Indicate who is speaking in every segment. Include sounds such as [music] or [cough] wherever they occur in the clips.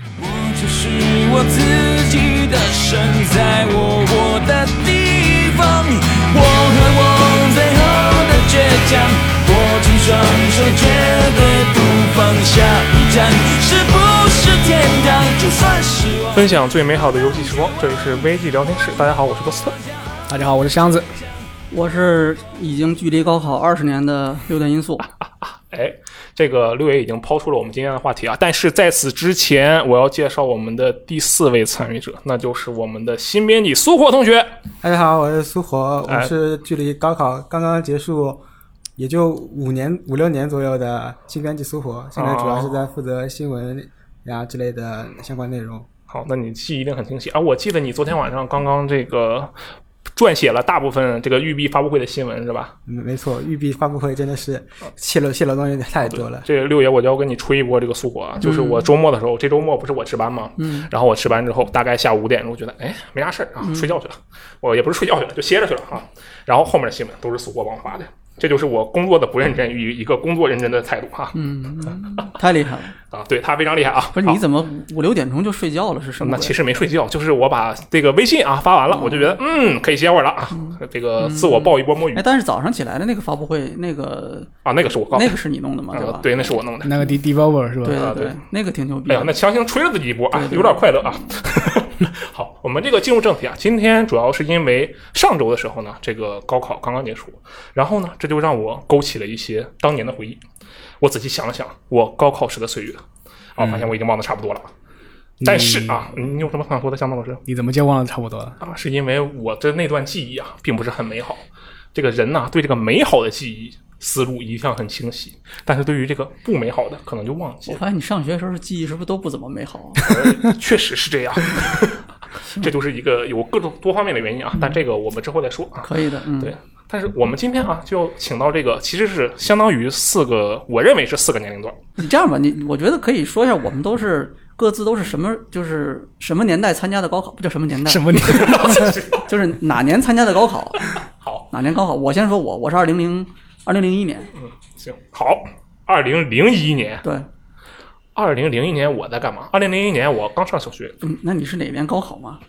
Speaker 1: 就是我自己的身在我我的地方，我和我最后的倔强，握紧双手绝对不放下。一站是不是天堂？就算失望。
Speaker 2: 分享最美好的游戏时光，这里是 VG 聊天室。大家好，我是波斯特。
Speaker 3: 大家好，我是箱子。
Speaker 4: 我是已经距离高考二十年的六
Speaker 2: [laughs]
Speaker 4: 段因素，
Speaker 2: 哎，这个六爷已经抛出了我们今天的话题啊，但是在此之前，我要介绍我们的第四位参与者，那就是我们的新编辑苏火同学。
Speaker 5: 大家好，我是苏活，
Speaker 2: 哎
Speaker 5: 我是距离高考刚刚结束，也就五年五六年左右的新编辑苏活，现在主要是在负责新闻呀之类的相关内容。
Speaker 2: 好，那你记忆一定很清晰啊！我记得你昨天晚上刚刚这个撰写了大部分这个育碧发布会的新闻是吧？
Speaker 5: 嗯，没错，育碧发布会真的是泄露泄露东西太多了。
Speaker 2: 这个六爷，我就要跟你吹一波这个苏火
Speaker 4: 嗯
Speaker 2: 啊！就是我周末的时候，这周末不是我值班吗？嗯，然后我值班之后，大概下午五点钟，觉得哎没啥事儿啊，
Speaker 4: 嗯
Speaker 2: 睡觉去了。我也不是睡觉去了，就歇着去了啊。然后后面的新闻都是苏火帮我发的，这就是我工作的不认真与一个工作认真的态度啊！
Speaker 4: 太厉害了！
Speaker 2: 啊，对他非常厉害啊！
Speaker 4: 嗯不是
Speaker 2: 好
Speaker 4: 你怎么五六点钟就睡觉了？是什么
Speaker 2: 那
Speaker 4: 鬼？
Speaker 2: 其实没睡觉，就是我把这个微信啊发完了，我就觉得嗯可以歇会儿了啊，这个自我报一波摸鱼
Speaker 4: 嗯哎，但是早上起来的那个发布会，那个
Speaker 2: 啊，那个是我告诉
Speaker 4: 那
Speaker 2: 你
Speaker 4: 个是你弄的嘛，
Speaker 2: 啊
Speaker 4: 吧？，
Speaker 2: 对，那是我弄的。
Speaker 3: 那个 D Devolver 是吧？
Speaker 4: 对
Speaker 2: 啊
Speaker 4: 对
Speaker 2: 对
Speaker 4: 对，那个挺牛逼
Speaker 2: 哎
Speaker 4: 的。
Speaker 2: 呀，那强行吹了自己一波啊
Speaker 4: 对，对
Speaker 2: 有点快乐啊。 [laughs] 好，我们这个进入正题啊，今天主要是因为上周的时候呢，这个高考刚刚结束，然后呢，这就让我勾起了一些当年的回忆。我仔细想了想，我高考时的岁月，啊，我
Speaker 4: 嗯
Speaker 2: 发现我已经忘得差不多了。但是啊，你有什么想说的，向导老师？
Speaker 3: 你怎么就忘了差不多了？
Speaker 2: 啊，是因为我的那段记忆啊，并不是很美好。这个人呐、对这个美好的记忆思路一向很清晰，但是对于这个不美好的，可能就忘记
Speaker 4: 我
Speaker 2: 了。
Speaker 4: 发现你上学的时候记忆是不是都不怎么美好
Speaker 2: [laughs]
Speaker 4: 啊？
Speaker 2: 确实是这样，这就是一个有各种多方面的原因啊。但这个我们之后再说啊。
Speaker 4: 可以的，嗯，
Speaker 2: 对，但是我们今天啊，就要请到这个，其实是相当于四个，我认为是四个年龄段。
Speaker 4: 你这样吧，你我觉得可以说一下，我们都是各自都是什么，就是什么年代参加的高考，不叫什么年代，
Speaker 3: 什么你？
Speaker 4: 就是哪年参加的高考， [laughs]
Speaker 2: 好，
Speaker 4: 哪年高考？我先说我，我是二零零二零零一年，
Speaker 2: 行，好。二零零一年，
Speaker 4: 对，
Speaker 2: 二零零一年我在干嘛？二零零一年我刚上小学，
Speaker 4: 嗯，那你是哪年高考嘛？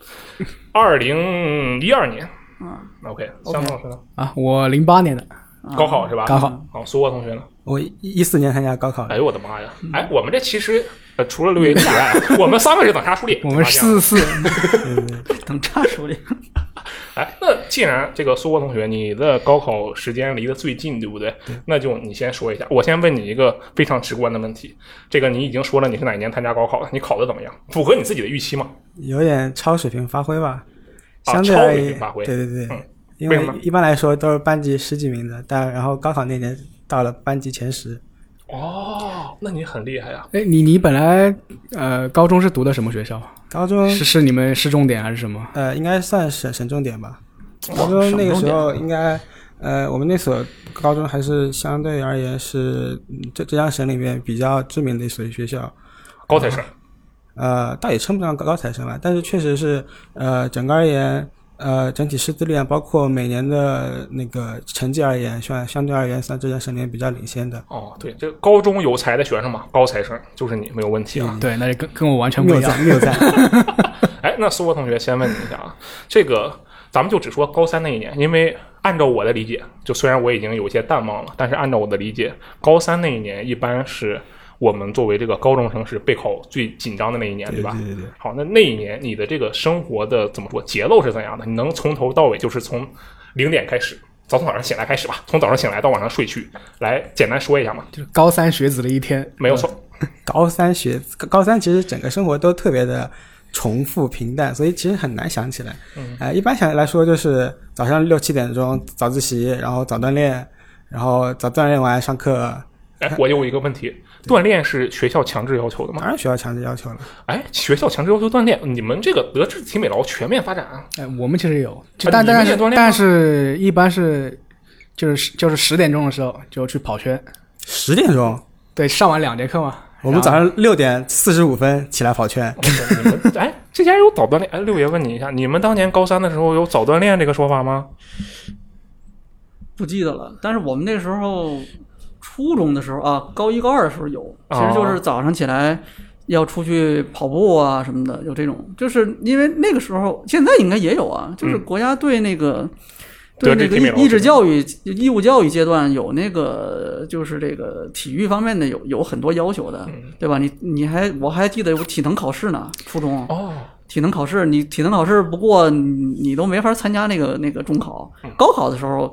Speaker 2: 二零一二年。
Speaker 4: 嗯
Speaker 2: ，OK，
Speaker 4: OK
Speaker 2: 向导老师呢？
Speaker 3: 啊，我零八年的，
Speaker 4: 啊
Speaker 2: 高考是吧？
Speaker 3: 高考。
Speaker 2: 好，苏沃同学呢？
Speaker 5: 我一四年参加高考
Speaker 2: 哎，呦我的妈呀！哎，我们这其实呃，除了六爷以外，我们三个是等差数列。
Speaker 3: 我们
Speaker 2: 是吧
Speaker 3: 四四，
Speaker 4: 等差数列，
Speaker 2: 这样哎，那既然这个苏沃同学，你的高考时间离得最近，对不对？那就你先说一下。我先问你一个非常直观的问题：这个你已经说了你是哪一年参加高考的，你考的怎么样？符合你自己的预期吗？
Speaker 5: 有点超水平发
Speaker 2: [laughs]
Speaker 5: 挥吧，
Speaker 2: 啊
Speaker 5: 相对而
Speaker 2: 超水
Speaker 5: 言，
Speaker 2: 平发挥
Speaker 5: 对对对，
Speaker 2: 嗯
Speaker 5: 因
Speaker 2: 为
Speaker 5: 为
Speaker 2: 什么
Speaker 5: 一般来说都是班级十几名的，但然后高考那年到了班级前十，
Speaker 2: 哦，那你很厉害啊！
Speaker 3: 哎，你你本来呃高中是读的什么学校？
Speaker 5: 高中
Speaker 3: 是是你们市重点还是什么？
Speaker 5: 呃应该算省省重点吧。
Speaker 2: 哇
Speaker 5: 高中那个
Speaker 4: 省重
Speaker 5: 时
Speaker 4: 点
Speaker 5: 候应该呃我们那所高中还是相对而言是嗯浙浙江省里面比较知名的一所学校，
Speaker 2: 高材生，
Speaker 5: 呃，倒也称不上高高材生吧，但是确实是，呃，整个而言，呃，整体师资力量，包括每年的那个成绩而言，算相对而言算浙江省里面比较领先的。
Speaker 2: 哦，对，这个高中有才的学生嘛，高材生就是你，没有问题啊。
Speaker 3: 对，那就跟跟我完全不
Speaker 5: 谬
Speaker 3: 一样。
Speaker 5: 赞，谬赞，
Speaker 2: 哎，那苏博同学先问你一下啊，这个咱们就只说高三那一年，因为按照我的理解，就虽然我已经有些淡忘了，但是按照我的理解，高三那一年一般是我们作为这个高中生是备考最紧张的那一年，对吧？
Speaker 5: 对对对
Speaker 2: 好，那那一年你的这个生活的怎么说节奏是怎样的？你能从头到尾就是从零点开始，早从早上醒来开始吧，从早上醒来到晚上睡去，来简单说一下嘛，
Speaker 3: 就是高三学子的一天，
Speaker 2: 没有错。
Speaker 5: 高三学，高三其实整个生活都特别的重复平淡，所以其实很难想起来。嗯，呃，一般想来说就是早上六七点钟早自习，然后早锻炼，然后早锻炼完上课，
Speaker 2: 哎，我有一个问题，锻炼是学校强制要求的吗
Speaker 5: 当？然学校强制要求了。
Speaker 2: 哎，学校强制要求锻炼，你们这个德智体美劳全面发展啊！ [laughs]
Speaker 3: 哎，我们其实也有，就
Speaker 2: 啊
Speaker 3: 但
Speaker 2: 你们
Speaker 3: 但
Speaker 2: 也
Speaker 3: 是
Speaker 2: 锻炼吗
Speaker 3: 但是一般是就是就是十点钟的时候就去跑圈，
Speaker 5: 十点钟，
Speaker 3: 对，上完两节课嘛。
Speaker 5: 我们早上六点四十五分起来跑圈。
Speaker 2: 你们哎，这家有早锻炼？哎，六爷问你一下，你们当年高三的时候有早锻炼这个说法吗？
Speaker 4: 不记得了。但是我们那时候初中的时候啊，高一高二的时候有，其实就是早上起来，要出去跑步啊什么的，有这种，就是因为那个时候，现在应该也有啊，就是
Speaker 2: 嗯
Speaker 4: 国家对那个。
Speaker 2: 对
Speaker 4: 对那
Speaker 2: 这
Speaker 4: 个
Speaker 2: 提名
Speaker 4: 义义志教育、义务教育阶段有那个，就是这个体育方面的有有很多要求的，对吧？你你还我还记得有体能考试呢，初中
Speaker 2: 哦，
Speaker 4: 体能考试，你体能考试不过你你都没法参加那个那个中考，高考的时候，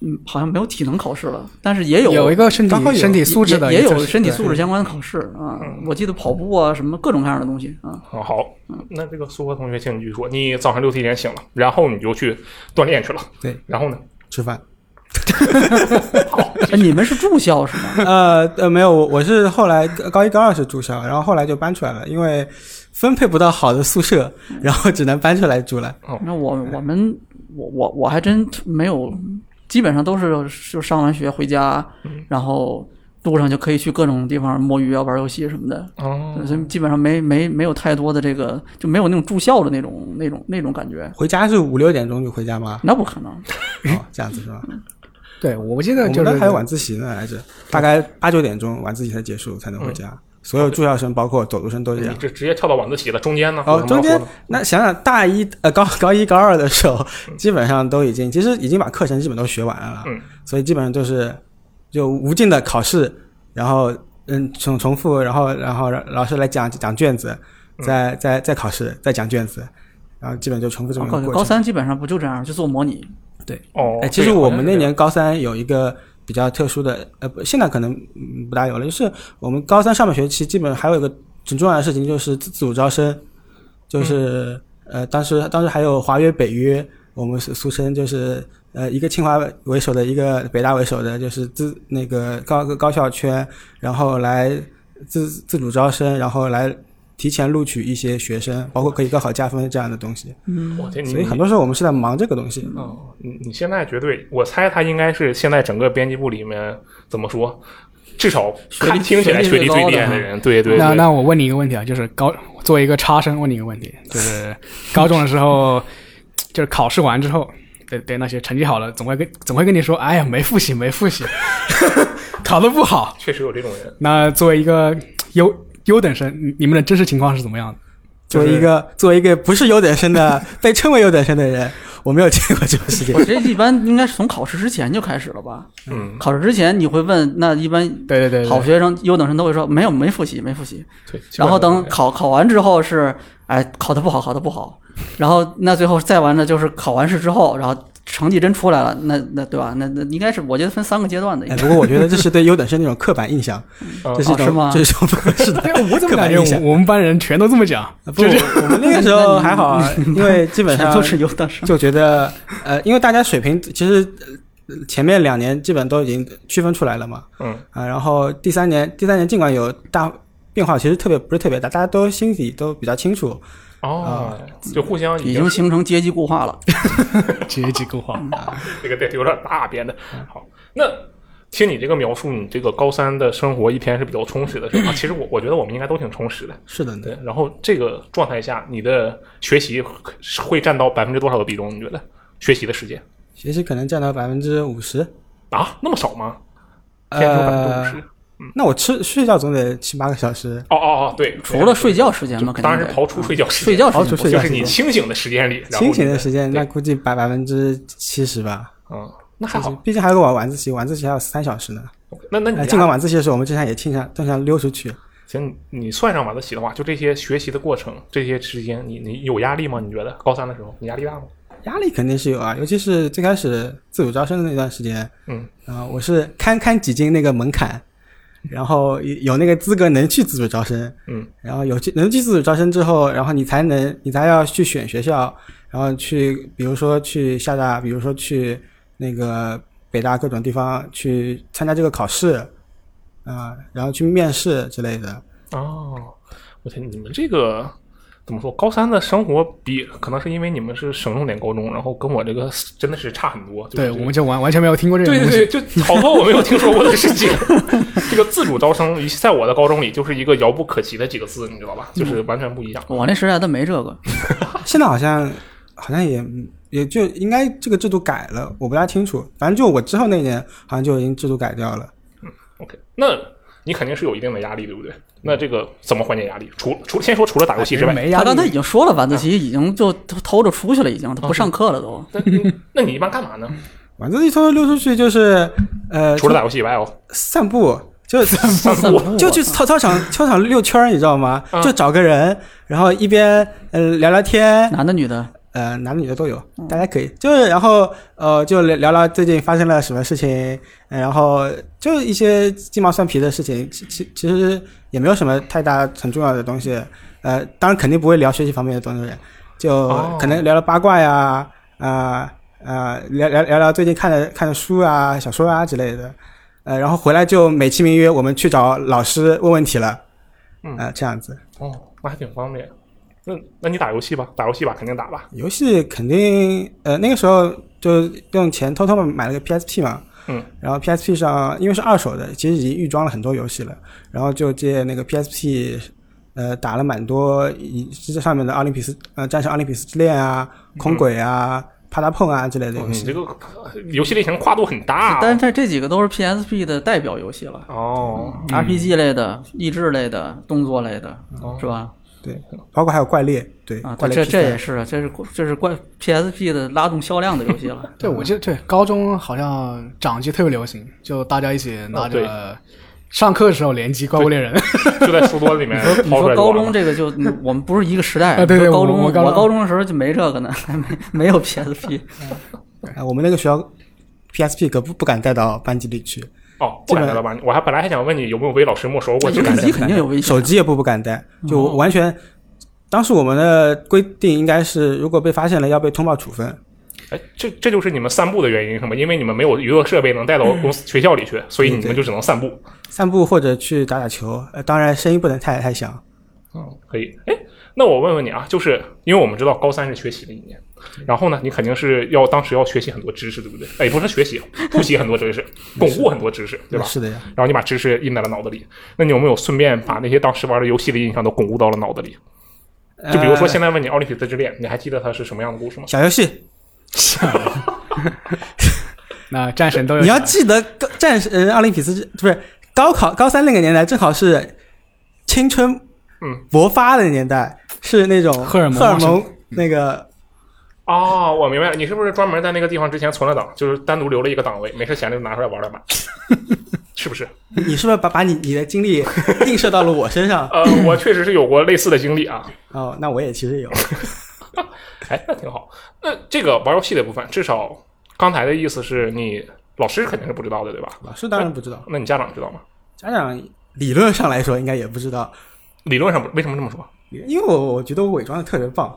Speaker 4: 嗯，好像没有体能考试了，但是也有
Speaker 3: 有一个身
Speaker 5: 刚好
Speaker 3: 体
Speaker 5: 有
Speaker 3: 身体素质的
Speaker 4: 也也
Speaker 3: 一
Speaker 4: 有
Speaker 3: 次
Speaker 4: 身体
Speaker 3: 对
Speaker 4: 素质相关的考试啊，我记得跑步啊什么各种各样的东西啊，
Speaker 2: 好哦好，那这个苏和同学，请你继续说。你早上六七点醒了，然后你就去锻炼去了，
Speaker 5: 对，
Speaker 2: 然后呢？
Speaker 5: 吃饭。
Speaker 4: 哎你们是住校是吗？
Speaker 5: 呃呃，没有，我我是后来高高一高二是住校，然后后来就搬出来了，因为分配不到好的宿舍，然后只能搬出来住了。
Speaker 4: 那我我们我我我还真没有，基本上都是就上完学回家，然后路上就可以去各种地方摸鱼啊、玩游戏什么的，
Speaker 2: 哦，
Speaker 4: 所以基本上没没没有太多的这个，就没有那种住校的那种那种那种感觉。
Speaker 5: 回家是五六点钟就回家吗？
Speaker 4: 那不可能，
Speaker 5: 哦，这样子是吧？
Speaker 3: 对，我记得
Speaker 5: 我
Speaker 3: 就
Speaker 5: 们那
Speaker 3: 是
Speaker 5: 还有晚自习呢来着，大概八九点钟晚自习才结束才能回家。所有住校生，包括走读生都这
Speaker 2: 你
Speaker 5: 样。
Speaker 2: 这直接跳到晚自习了，中间呢？
Speaker 5: 啊
Speaker 2: 有
Speaker 5: 哦，
Speaker 2: 什么
Speaker 5: 中
Speaker 2: 要
Speaker 5: 间
Speaker 2: 说的
Speaker 5: 那想想大一 [laughs] 呃高高一高二的时候，基本上都已经其实已经把课程基本都学完了，
Speaker 2: 嗯，
Speaker 5: 所以基本上就是就无尽的考试，然后嗯重重复，然后然后让老师来讲讲卷子，再再再考试，再讲卷子，然后基本就重复这么一
Speaker 4: 高
Speaker 5: 个过
Speaker 4: 哦高
Speaker 5: 程。
Speaker 4: 三基本上不就这样，就做模拟，
Speaker 2: 哦
Speaker 5: 哎，，其
Speaker 2: 对
Speaker 5: 实我们
Speaker 2: 好像是这
Speaker 5: 那
Speaker 2: 样
Speaker 5: 年高三有一个比较特殊的，呃，不现在可能嗯不大有了，就是我们高三上半学期基本还有一个很重要的事情，就是自自主招生，
Speaker 2: 嗯
Speaker 5: 就是、呃，当时当时还有华约、北约，我们俗俗称就是呃一个清华为首的一个北大为首的，就是自那个高高校圈，然后来自自主招生，然后来提前录取一些学生，包括可以高考加分这样的东西，
Speaker 2: 我天，
Speaker 5: 所以
Speaker 2: 你
Speaker 5: 很多时候我们是在忙这个东西。
Speaker 2: 嗯哦，你你现在绝对，我猜他应该是现在整个编辑部里面怎么说，至少
Speaker 4: 学历
Speaker 2: 看听起来学
Speaker 4: 学
Speaker 2: 历
Speaker 4: 历最
Speaker 2: 最
Speaker 4: 高的
Speaker 2: 厉害的
Speaker 4: 哈
Speaker 2: 人，对对
Speaker 3: 那
Speaker 2: 对。
Speaker 3: 那我问你一个问题啊，就是高作为一个差生，问你一个问
Speaker 2: [laughs]
Speaker 3: 题，就是高中的时候，就是考试完之后，对对那些成绩好了，总会跟总会跟你说，哎呀，没复习，没复习， [laughs] 考得不好。
Speaker 2: 确实有这种人，
Speaker 3: 那作为一个优优等生，你你们的真实情况是怎么样的？
Speaker 5: 作为一个作为一个不是优等生的被称为优等生的人，我没有见过这种事情
Speaker 4: 我。觉得一般应该是从考试之前就开始了吧。
Speaker 2: 嗯，
Speaker 4: 考试之前你会问，那一般
Speaker 3: 对对对对
Speaker 4: 好学生、优等生都会说没有，没复习，没复习。
Speaker 2: 对。
Speaker 4: 然后等
Speaker 2: 基本上都是这样
Speaker 4: 考考完之后是，哎，考得不好，考得不好。然后那最后再完了就是考完试之后，然后成绩真出来了，那那对吧？那那应该是我觉得分三个阶段的，应
Speaker 5: 哎，
Speaker 4: 该
Speaker 5: 不过我觉得这是对优等生那种刻板印象，
Speaker 2: 嗯
Speaker 5: 这是一
Speaker 4: 哦是
Speaker 5: 种
Speaker 4: 吗
Speaker 5: 这是一种是的
Speaker 3: [laughs] 哎，我怎么
Speaker 5: 刻
Speaker 3: 感
Speaker 5: 板
Speaker 3: 觉
Speaker 5: 印象。
Speaker 3: 我我们班人全都这么讲？[laughs]
Speaker 5: 不，我们那个时候还好啊，因为基本
Speaker 4: 全
Speaker 5: 上
Speaker 4: 都是优等
Speaker 5: [laughs]
Speaker 4: 生。
Speaker 5: 就觉得呃，因为大家水平其实呃前面两年基本都已经区分出来了嘛，
Speaker 2: 嗯
Speaker 5: 啊，然后第三年第三年尽管有大变化，其实特别不是特别大，大家都心里都比较清楚，
Speaker 2: 哦，就互相
Speaker 4: 已经形成阶级固化了，
Speaker 3: 阶级固化，
Speaker 2: 这个对有点大编的。好，那听你这个描述，你这个高三的生活一天是比较充实的，是 [clears throat] 吧？其实我我觉得我们应该都挺充实的。
Speaker 5: 是的呢。
Speaker 2: 对，然后这个状态下，你的学习会占到百分之多少的比重？你觉得学习的时间
Speaker 5: 学习可能占到百分之五十，
Speaker 2: 啊，那么少吗？天只有百分之五
Speaker 5: 呃
Speaker 2: 十，？
Speaker 5: 那我吃睡觉总得七八个小时，
Speaker 2: 哦哦哦，对，
Speaker 4: 除了睡觉时间嘛，肯定
Speaker 2: 当然是
Speaker 4: 得嗯
Speaker 2: 刨出睡觉时
Speaker 4: 睡
Speaker 2: 间，
Speaker 4: 觉时
Speaker 5: 刨
Speaker 4: 间
Speaker 5: 除
Speaker 4: 不
Speaker 5: 睡
Speaker 4: 算
Speaker 5: 觉
Speaker 2: 就是
Speaker 5: 时
Speaker 2: 你
Speaker 5: 间
Speaker 2: 清醒的时间里，然后
Speaker 5: 清醒
Speaker 2: 你
Speaker 5: 的时间，
Speaker 2: 对
Speaker 5: 那估计百百分之七十吧。
Speaker 2: 嗯，那还好。
Speaker 5: 毕竟还有个晚晚自习，晚自习还有三小时呢。
Speaker 2: 那那你
Speaker 5: 呃
Speaker 2: 还
Speaker 5: 尽管晚自习的时候，我们经常也经常经常溜出去。
Speaker 2: 行，你算上晚自习的话，就这些学习的过程，这些时间，你你有压力吗？你觉得高三的时候，你压力大吗？
Speaker 5: 压力肯定是有啊，尤其是最开始自主招生的那段时间，
Speaker 2: 嗯，
Speaker 5: 啊、我是堪堪挤进那个门槛，然后有那个资格能去自主招生，
Speaker 2: 嗯，
Speaker 5: 然后有去能去自主招生之后，然后你才能你才要去选学校，然后去比如说去厦大，比如说去那个北大各种地方去参加这个考试，啊、然后去面试之类的，
Speaker 2: 哦，我天，你们这个怎么说？高三的生活比可能是因为你们是省重点高中，然后跟我这个真的是差很多。就
Speaker 3: 对，
Speaker 2: 是这个
Speaker 3: 我们就完完全没有听过这种
Speaker 2: 对
Speaker 3: 东西。
Speaker 2: 对对，
Speaker 3: [laughs]
Speaker 2: 就好多我没有听说过的事情。 [laughs] 这个自主招生，在我的高中里就是一个遥不可及的几个字，你知道吧？就是
Speaker 3: 嗯
Speaker 2: 完全不一样。
Speaker 4: 我那时代都没这个，
Speaker 5: 现在好像好像也也就应该这个制度改了，我不大清楚。反正就我之后那年好像就已经制度改掉了。
Speaker 2: OK，那你肯定是有一定的压力，对不对？那这个怎么缓解压力？除除先说除了打游戏之
Speaker 3: 哎人
Speaker 2: 外，
Speaker 3: 没压
Speaker 4: 他
Speaker 3: 力。
Speaker 4: 刚才已经说了，晚自习已经就偷着出去了，已经他不上课了
Speaker 2: [laughs]
Speaker 4: 都。
Speaker 2: 那那你一般干嘛呢？
Speaker 5: 晚自习偷偷溜出去就是呃，
Speaker 2: 除了打游戏以外哦，
Speaker 5: 散步，就散
Speaker 2: 散
Speaker 4: [laughs]
Speaker 2: 步
Speaker 5: 就去操操场操场溜圈儿，你知道吗？
Speaker 2: 嗯
Speaker 5: 就找个人，然后一边呃聊聊天，
Speaker 4: 男的女的，
Speaker 5: 呃，男的女的都有，大
Speaker 2: 嗯
Speaker 5: 家可以，就是然后呃，就聊聊聊最近发生了什么事情，呃然后就一些鸡毛蒜皮的事情，其其其实也没有什么太大很重要的东西，呃，当然肯定不会聊学习方面的东西，就
Speaker 2: 哦
Speaker 5: 可能聊聊八卦呀，啊、啊、聊聊聊聊最近看的看的书啊、小说啊之类的，呃，然后回来就美其名曰我们去找老师问问题了，
Speaker 2: 嗯
Speaker 5: 呃，这样子。
Speaker 2: 哦，那还挺方便。那那你打游戏吧，打游戏吧，肯定打吧。
Speaker 5: 游戏肯定，呃，那个时候就用钱偷偷买了个 PSP 嘛，
Speaker 2: 嗯，
Speaker 5: 然后 PSP 上因为是二手的，其实已经预装了很多游戏了，然后就借那个 PSP，呃，打了蛮多以这上面的奥林匹斯，呃，战胜奥林匹斯之恋啊，
Speaker 4: 嗯
Speaker 5: 空轨啊，啪嗒碰啊之类的
Speaker 2: 哦
Speaker 5: 游
Speaker 2: 你
Speaker 5: 戏。
Speaker 2: 这个呃游戏类型跨度很大、啊
Speaker 4: 但是这几个都是 PSP 的代表游戏了
Speaker 2: 哦，
Speaker 4: ，RPG 类的、益智类的、动作类的，是吧？
Speaker 5: 对，包括还有怪猎，对，
Speaker 4: 啊，
Speaker 5: 怪
Speaker 4: 对
Speaker 5: 猎
Speaker 4: 这
Speaker 5: P
Speaker 4: 这
Speaker 5: 三
Speaker 4: 也是啊，这是这是怪 PSP 的拉动销量的游
Speaker 2: [laughs]
Speaker 4: 戏了。
Speaker 3: 对，我记得对高中好像掌机特别流行，就大家一起拿
Speaker 2: 哦
Speaker 3: 着上课的时候联机《怪物猎人》
Speaker 2: [laughs] 就在书桌里面
Speaker 4: 你
Speaker 2: 掏出
Speaker 4: 说
Speaker 2: 来
Speaker 4: 高
Speaker 2: 玩
Speaker 4: 中
Speaker 2: 嘛。
Speaker 4: 这个就嗯我们不是一个时代
Speaker 3: 啊对对
Speaker 4: 你说高
Speaker 3: 我
Speaker 4: 中
Speaker 3: 我高中
Speaker 4: 高中的时候就没这个呢，还没没有 PSP。
Speaker 5: 啊、我们那个学校 PSP 可不不敢带到班级里去，
Speaker 2: 哦，不敢带到班，我还本来还想问你有没有被老师没收过，
Speaker 4: 游
Speaker 2: 就
Speaker 4: 戏
Speaker 2: 感觉
Speaker 4: 机肯定有危险
Speaker 5: 手机也不不敢带，就完全。当时我们的规定应该是，如果被发现了要被通报处分。
Speaker 2: 哎，这这就是你们散步的原因是吗？因为你们没有娱乐设备能带到公
Speaker 4: 嗯
Speaker 2: 司学校里去，所以你们就只能散步。
Speaker 5: 散步或者去打打球，呃，当然声音不能太太响。
Speaker 2: 嗯，可以。哎，那我问问你啊，就是因为我们知道高三是学习的一年，然后呢，你肯定是要当时要学习很多知识，对不对？哎，不是学习，复习很多知识，巩固很多知识，对吧？
Speaker 5: 是的呀，
Speaker 2: 然后你把知识印在了脑子里，那你有没有顺便把那些当时玩的游戏的印象都巩固到了脑子里？就比如说现在问你《奥林匹斯之恋》，你还记得它是什么样的故事吗？
Speaker 5: 呃小游戏，
Speaker 3: 那战神都有。
Speaker 5: 你要记得高战士呃奥林匹斯之不是高考高三那个年代，正好是青春
Speaker 2: 嗯
Speaker 5: 勃发的年代，是那种
Speaker 3: 荷尔蒙
Speaker 5: 荷尔
Speaker 3: 旺
Speaker 5: 蒙那个
Speaker 2: 哦，我明白了，你是不是专门在那个地方之前存了档，就是单独留了一个档位，没事闲着就拿出来玩两把，是不是？
Speaker 5: 你你是不是把把你你的经历映射到了我身上？
Speaker 2: 呃，我确实是有过类似的经历啊。
Speaker 5: 哦，那我也其实有，
Speaker 2: 哎，那挺好。那这个玩游戏的部分，至少刚才的意思是你老师肯定是不知道的，对吧？
Speaker 5: 老师当然不知道，
Speaker 2: 那你家长知道吗？
Speaker 5: 家长理论上来说应该也不知道，
Speaker 2: 理论上不为什么这么说？
Speaker 5: 因为我我觉得我伪装的特别棒，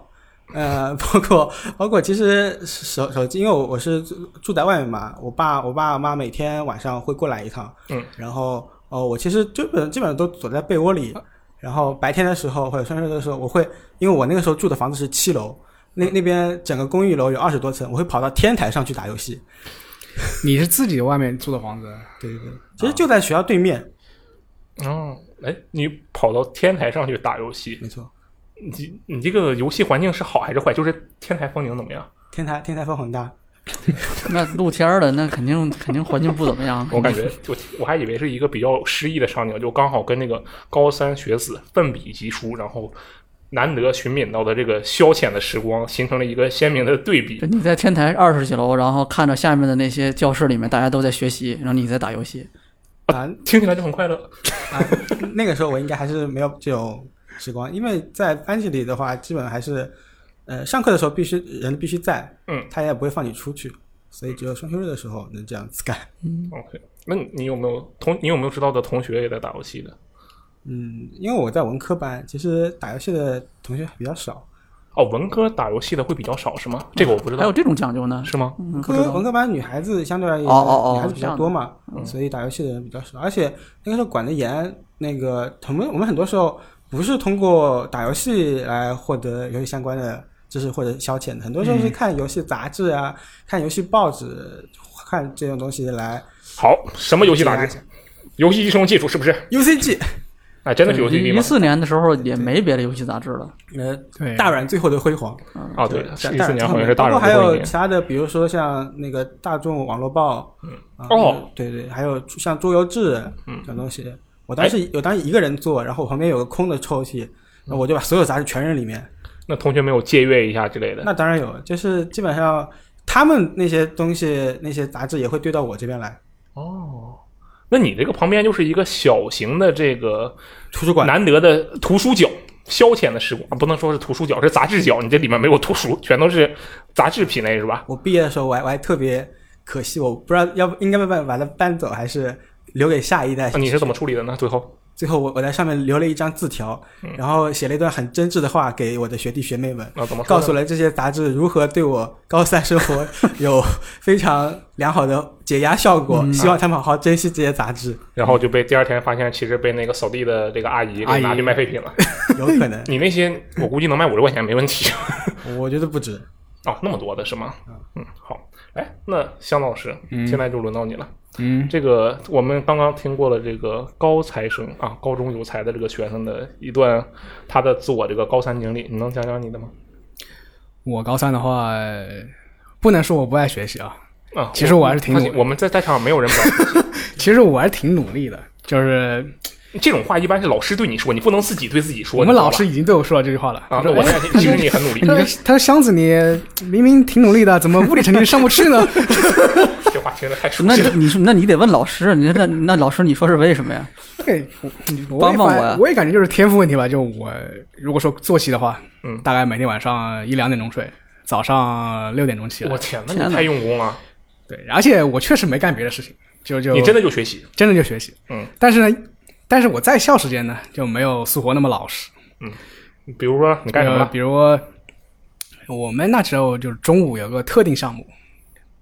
Speaker 5: 呃， [laughs] 包括包括其实手手机，因为我我是住住在外面嘛，我爸我爸妈每天晚上会过来一趟，
Speaker 2: 嗯，
Speaker 5: 然后哦，我其实基本基本上都躲在被窝里，然后白天的时候或者上学的时候，我会因为我那个时候住的房子是七楼。那那边整个公寓楼有二十多层，我会跑到天台上去打游戏。
Speaker 3: 你是自己外面租的房子，
Speaker 5: 对对对，其实就在学校对面，
Speaker 2: 哦，哎，你跑到天台上去打游戏，
Speaker 5: 没错，
Speaker 2: 你你这个游戏环境是好还是坏？就是天台风景怎么样？。
Speaker 5: 天台天台风很大，
Speaker 4: 那露天儿的那肯定肯定环境不怎么样
Speaker 2: 我感觉就 [laughs] 我还以为是一个比较诗意的场景，就刚好跟那个高三学子奋笔疾书，然后难得寻觅到的这个消遣的时光，形成了一个鲜明的对比
Speaker 4: 就。你在天台二十几楼，然后看着下面的那些教室里面大家都在学习，然后你在打游戏，
Speaker 5: 啊，
Speaker 2: 听起来就很快乐。
Speaker 5: 啊，那个时候我应该还是没有这种时光，因为在班级里的话，基本还是，呃，上课的时候必须人必须在，
Speaker 2: 嗯，
Speaker 5: 他也不会放你出去，所以只有双休日的时候能这样子干。
Speaker 2: OK，那你你有没有同你有没有知道的同学也在打游戏的？
Speaker 5: 嗯，因为我在文科班，其实打游戏的同学比较少，
Speaker 2: 哦，文科打游戏的会比较少是吗？这个我不知
Speaker 4: 还有
Speaker 2: 道，
Speaker 4: 这种讲究呢？
Speaker 2: 是吗？
Speaker 4: 嗯，不知
Speaker 5: 科
Speaker 4: 道
Speaker 5: 文科班女孩子相对而言
Speaker 4: 哦哦哦嗯
Speaker 5: 女孩子比较多嘛，所以打游戏的人比较少，而且那个时候管得严，那个我们我们很多时候不是通过打游戏来获得游戏相关的知识或者消遣的，很多
Speaker 4: 嗯
Speaker 5: 时候是看游戏杂志啊、看游戏报纸、看这种东西来
Speaker 2: 好，什么游戏打
Speaker 5: 解
Speaker 2: 击？游戏医生技术是不是？
Speaker 5: UCG，
Speaker 2: 哎，真的是游戏机
Speaker 4: 呃一
Speaker 2: 吗？
Speaker 4: 四年的时候也没别的游戏杂志了，
Speaker 5: 呃，
Speaker 3: 对，
Speaker 5: 大软最后的辉煌，
Speaker 2: 啊，对，
Speaker 5: 大
Speaker 2: 一四年
Speaker 5: 大
Speaker 2: 好像是大
Speaker 5: 包括
Speaker 2: 软
Speaker 5: 还
Speaker 2: 最后一
Speaker 5: 有
Speaker 2: 年
Speaker 5: 其。他的，比如说像那个大众网络报，嗯，啊
Speaker 2: 哦，
Speaker 5: 对对，还有像桌游志，嗯，这种东西，我
Speaker 2: 哎
Speaker 5: 当时我当时一个人坐，然后我旁边有个空的抽屉，那我就把所有杂志全扔里面。
Speaker 2: 那同学没有借阅一下之类的？
Speaker 5: 那当然有，就是基本上他们那些东西、那些杂志也会堆到我这边来。
Speaker 2: 哦，那你这个旁边就是一个小型的这个
Speaker 5: 图书馆
Speaker 2: 难得的图书角，消遣的时光，啊不能说是图书角，是杂志角。你这里面没有图书，全都是杂志品类是吧？
Speaker 5: 我毕业的时候，我还我还特别可惜，我不知道要不应该把把它搬走，还是留给下一代。
Speaker 2: 哦那你是怎么处理的呢？最后，
Speaker 5: 最后我我在上面留了一张字条，然后写了一段很真挚的话给我的学弟学妹们，
Speaker 2: 那、怎么说
Speaker 5: 告
Speaker 2: 呢
Speaker 5: 诉了这些杂志如何对我高三生 [laughs] 活有非常良好的解压效果，希望他们好好珍惜这些杂 [laughs] 志，
Speaker 2: 然后就被第二天发现，其实被那个扫地的这个阿姨
Speaker 3: 阿
Speaker 2: 给
Speaker 3: 姨
Speaker 2: 拿去卖废
Speaker 3: [laughs]
Speaker 2: 品了。
Speaker 5: 有可能，
Speaker 2: 你那些我估计能卖五十块钱没问题。
Speaker 5: 我觉得不止。
Speaker 2: 哦，那么多的是吗？嗯，好。哎，那香老师，
Speaker 3: 嗯
Speaker 2: 现在就轮到你了。
Speaker 3: 嗯，
Speaker 2: 这个我们刚刚听过了这个高材生啊，高中有才的这个学生的一段他的自我这个高三经历，你能讲讲你的吗？
Speaker 3: 我高三的话，不能说我不爱学习啊，
Speaker 2: 啊，
Speaker 3: 其实我还是挺
Speaker 2: 发现我们在在场没有人表，
Speaker 3: 其实我还是挺努力的，就是
Speaker 2: [laughs] 这种话一般是老师对你说，你不能自己对自己说。
Speaker 3: 我们
Speaker 2: 你知道
Speaker 3: 老
Speaker 2: 吧
Speaker 3: 师已经对我说了这句话了。他
Speaker 2: 啊，那
Speaker 3: 说
Speaker 2: 我
Speaker 3: 哎
Speaker 2: 相信其实你很努
Speaker 3: [laughs]
Speaker 2: 力
Speaker 3: 你，说他说箱子你明明挺努力的，怎么物理成绩上不去呢？
Speaker 2: [laughs] 这话听着太熟
Speaker 4: 那
Speaker 2: 悉
Speaker 4: 这
Speaker 2: 了。
Speaker 4: 你说，那你得问老师，你那那老师，你说是为什么呀？
Speaker 3: 对，我我
Speaker 4: 帮
Speaker 3: 也
Speaker 4: 帮
Speaker 3: 反
Speaker 4: 我
Speaker 2: 啊
Speaker 4: 呀
Speaker 3: 我也感觉就是天赋问题吧。就我如果说作息的话，
Speaker 2: 嗯
Speaker 3: 大概每天晚上一两点钟睡，早上六点钟起来
Speaker 2: 我。天，那
Speaker 4: 天
Speaker 2: 你
Speaker 4: 哪
Speaker 2: 太用功了，
Speaker 3: 对，而且我确实没干别的事情，就就
Speaker 2: 你真的就学习。
Speaker 3: 真的就学习。
Speaker 2: 嗯，
Speaker 3: 但是呢，但是我在校时间呢，就没有苏活那么老实。
Speaker 2: 比如说你干什么
Speaker 3: 呃
Speaker 2: 了？
Speaker 3: 比如我们那时候就是中午有个特定项目，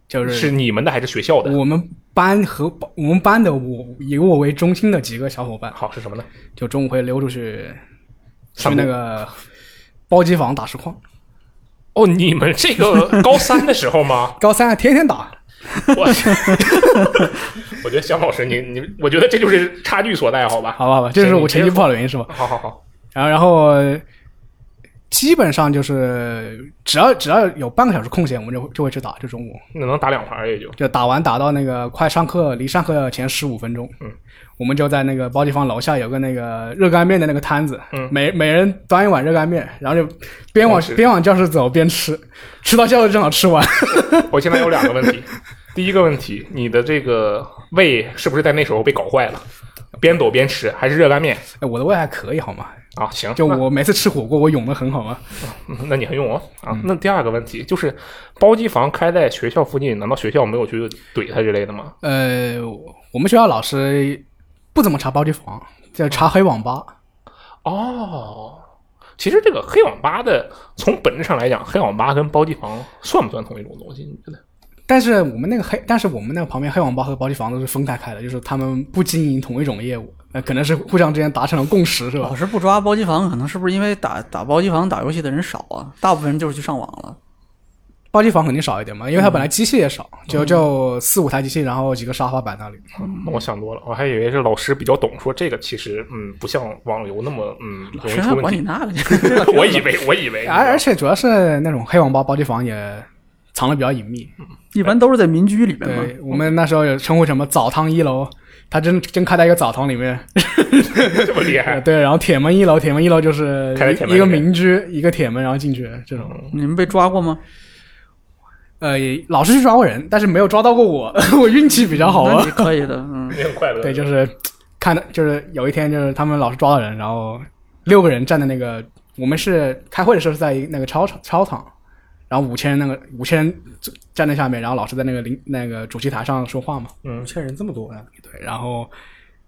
Speaker 3: 就是
Speaker 2: 你们的还是学校的？
Speaker 3: 我们班和我们班的我以我为中心的几个小伙伴，
Speaker 2: 好是什么呢？
Speaker 3: 就中午会溜出去去
Speaker 2: 散步
Speaker 3: 那个包机房打实况。？
Speaker 2: 哦，你们这个高三的时候吗 [laughs]
Speaker 3: 高三啊，天天打，
Speaker 2: 我去，
Speaker 3: [laughs]
Speaker 2: 我觉得肖老师，你你，我觉得这就是差距所在，好吧？
Speaker 3: 好吧好吧，这是我成绩不好的原因是吧？
Speaker 2: 好好好，
Speaker 3: 然后然后呃基本上就是只要只要有半个小时空闲，我们就会就会去打，就中午
Speaker 2: 那能打两盘儿也就。
Speaker 3: 就打完打到那个快上课离上课前十五分钟，
Speaker 2: 嗯，
Speaker 3: 我们就在那个包机房楼下有个那个热干面的那个摊子，
Speaker 2: 嗯
Speaker 3: 每每人端一碗热干面，然后就边往
Speaker 2: 边吃
Speaker 3: 边往教室走边吃， [laughs] 吃到教室正好吃完，
Speaker 2: [laughs] 我现在有两个问题，第一个问题，你的这个胃是不是在那时候被搞坏了？边走边吃，还是热干面
Speaker 3: 哎，我的胃还可以好吗？
Speaker 2: 啊？行，
Speaker 3: 就
Speaker 2: 那
Speaker 3: 我每次吃火锅，我涌的很好啊。
Speaker 2: 嗯 [laughs] 那你很用哦啊。那第二个问题就是，包机房开在学校附近，难道学校没有去怼他之类的吗？
Speaker 3: 呃，我们学校老师不怎么查包机房，就查黑网吧。
Speaker 2: 哦，其实这个黑网吧的，从本质上来讲，黑网吧跟包机房算不算同一种东西？你觉得？
Speaker 3: 但是我们那个黑，但是我们那个旁边黑网吧和包机房都是分开开的，就是他们不经营同一种业务，呃，可能是互相之间达成了共识，是吧
Speaker 4: 老？师不抓包机房，可能是不是因为打打包机房打游戏的人少啊？大部分人就是去上网了。
Speaker 3: 包机房肯定少一点嘛，因为
Speaker 2: 嗯
Speaker 3: 它本来机器也少，就就四五台机器，然后几个沙发摆那里。
Speaker 2: 那我想多了，我还以为是老师比较懂，说这个其实嗯不像网游那么嗯容易
Speaker 4: 谁
Speaker 2: 出
Speaker 4: 还
Speaker 2: 问
Speaker 4: 管你
Speaker 2: 题。
Speaker 4: 那个去？
Speaker 2: [laughs]
Speaker 4: [laughs]
Speaker 2: 我以为我以为，
Speaker 3: 而而且主要是那种黑网吧、包机房也藏的比较隐秘。
Speaker 4: 一般都是在民居里边嘛。
Speaker 3: 对我们那时候有称呼什么澡堂一楼，它真真开在一个澡堂里
Speaker 2: [laughs]
Speaker 3: 面，
Speaker 2: 这么厉 [laughs] 害，
Speaker 3: 对，然后铁门一楼，铁门一楼就是
Speaker 2: 开在铁门
Speaker 3: 一个
Speaker 2: 里面嗯
Speaker 3: 民居，一个铁门，然后进去这种。
Speaker 4: 你们被抓过吗？
Speaker 3: 呃，也老是去抓过人，但是没有抓到过我， [laughs] 我运气比较好
Speaker 4: 那
Speaker 3: 啊
Speaker 4: 你。可以的，嗯。
Speaker 2: 你很快乐。
Speaker 3: 对，就是看的，就是有一天就是他们老是抓到人，然后六个人站在那个，我们是开会的时候是在一那个操场操场，然后五千人那个五千人坐站在下面，然后老师在那个领那个主席台上说话嘛，
Speaker 5: 五千人这么多啊！
Speaker 3: 对，然后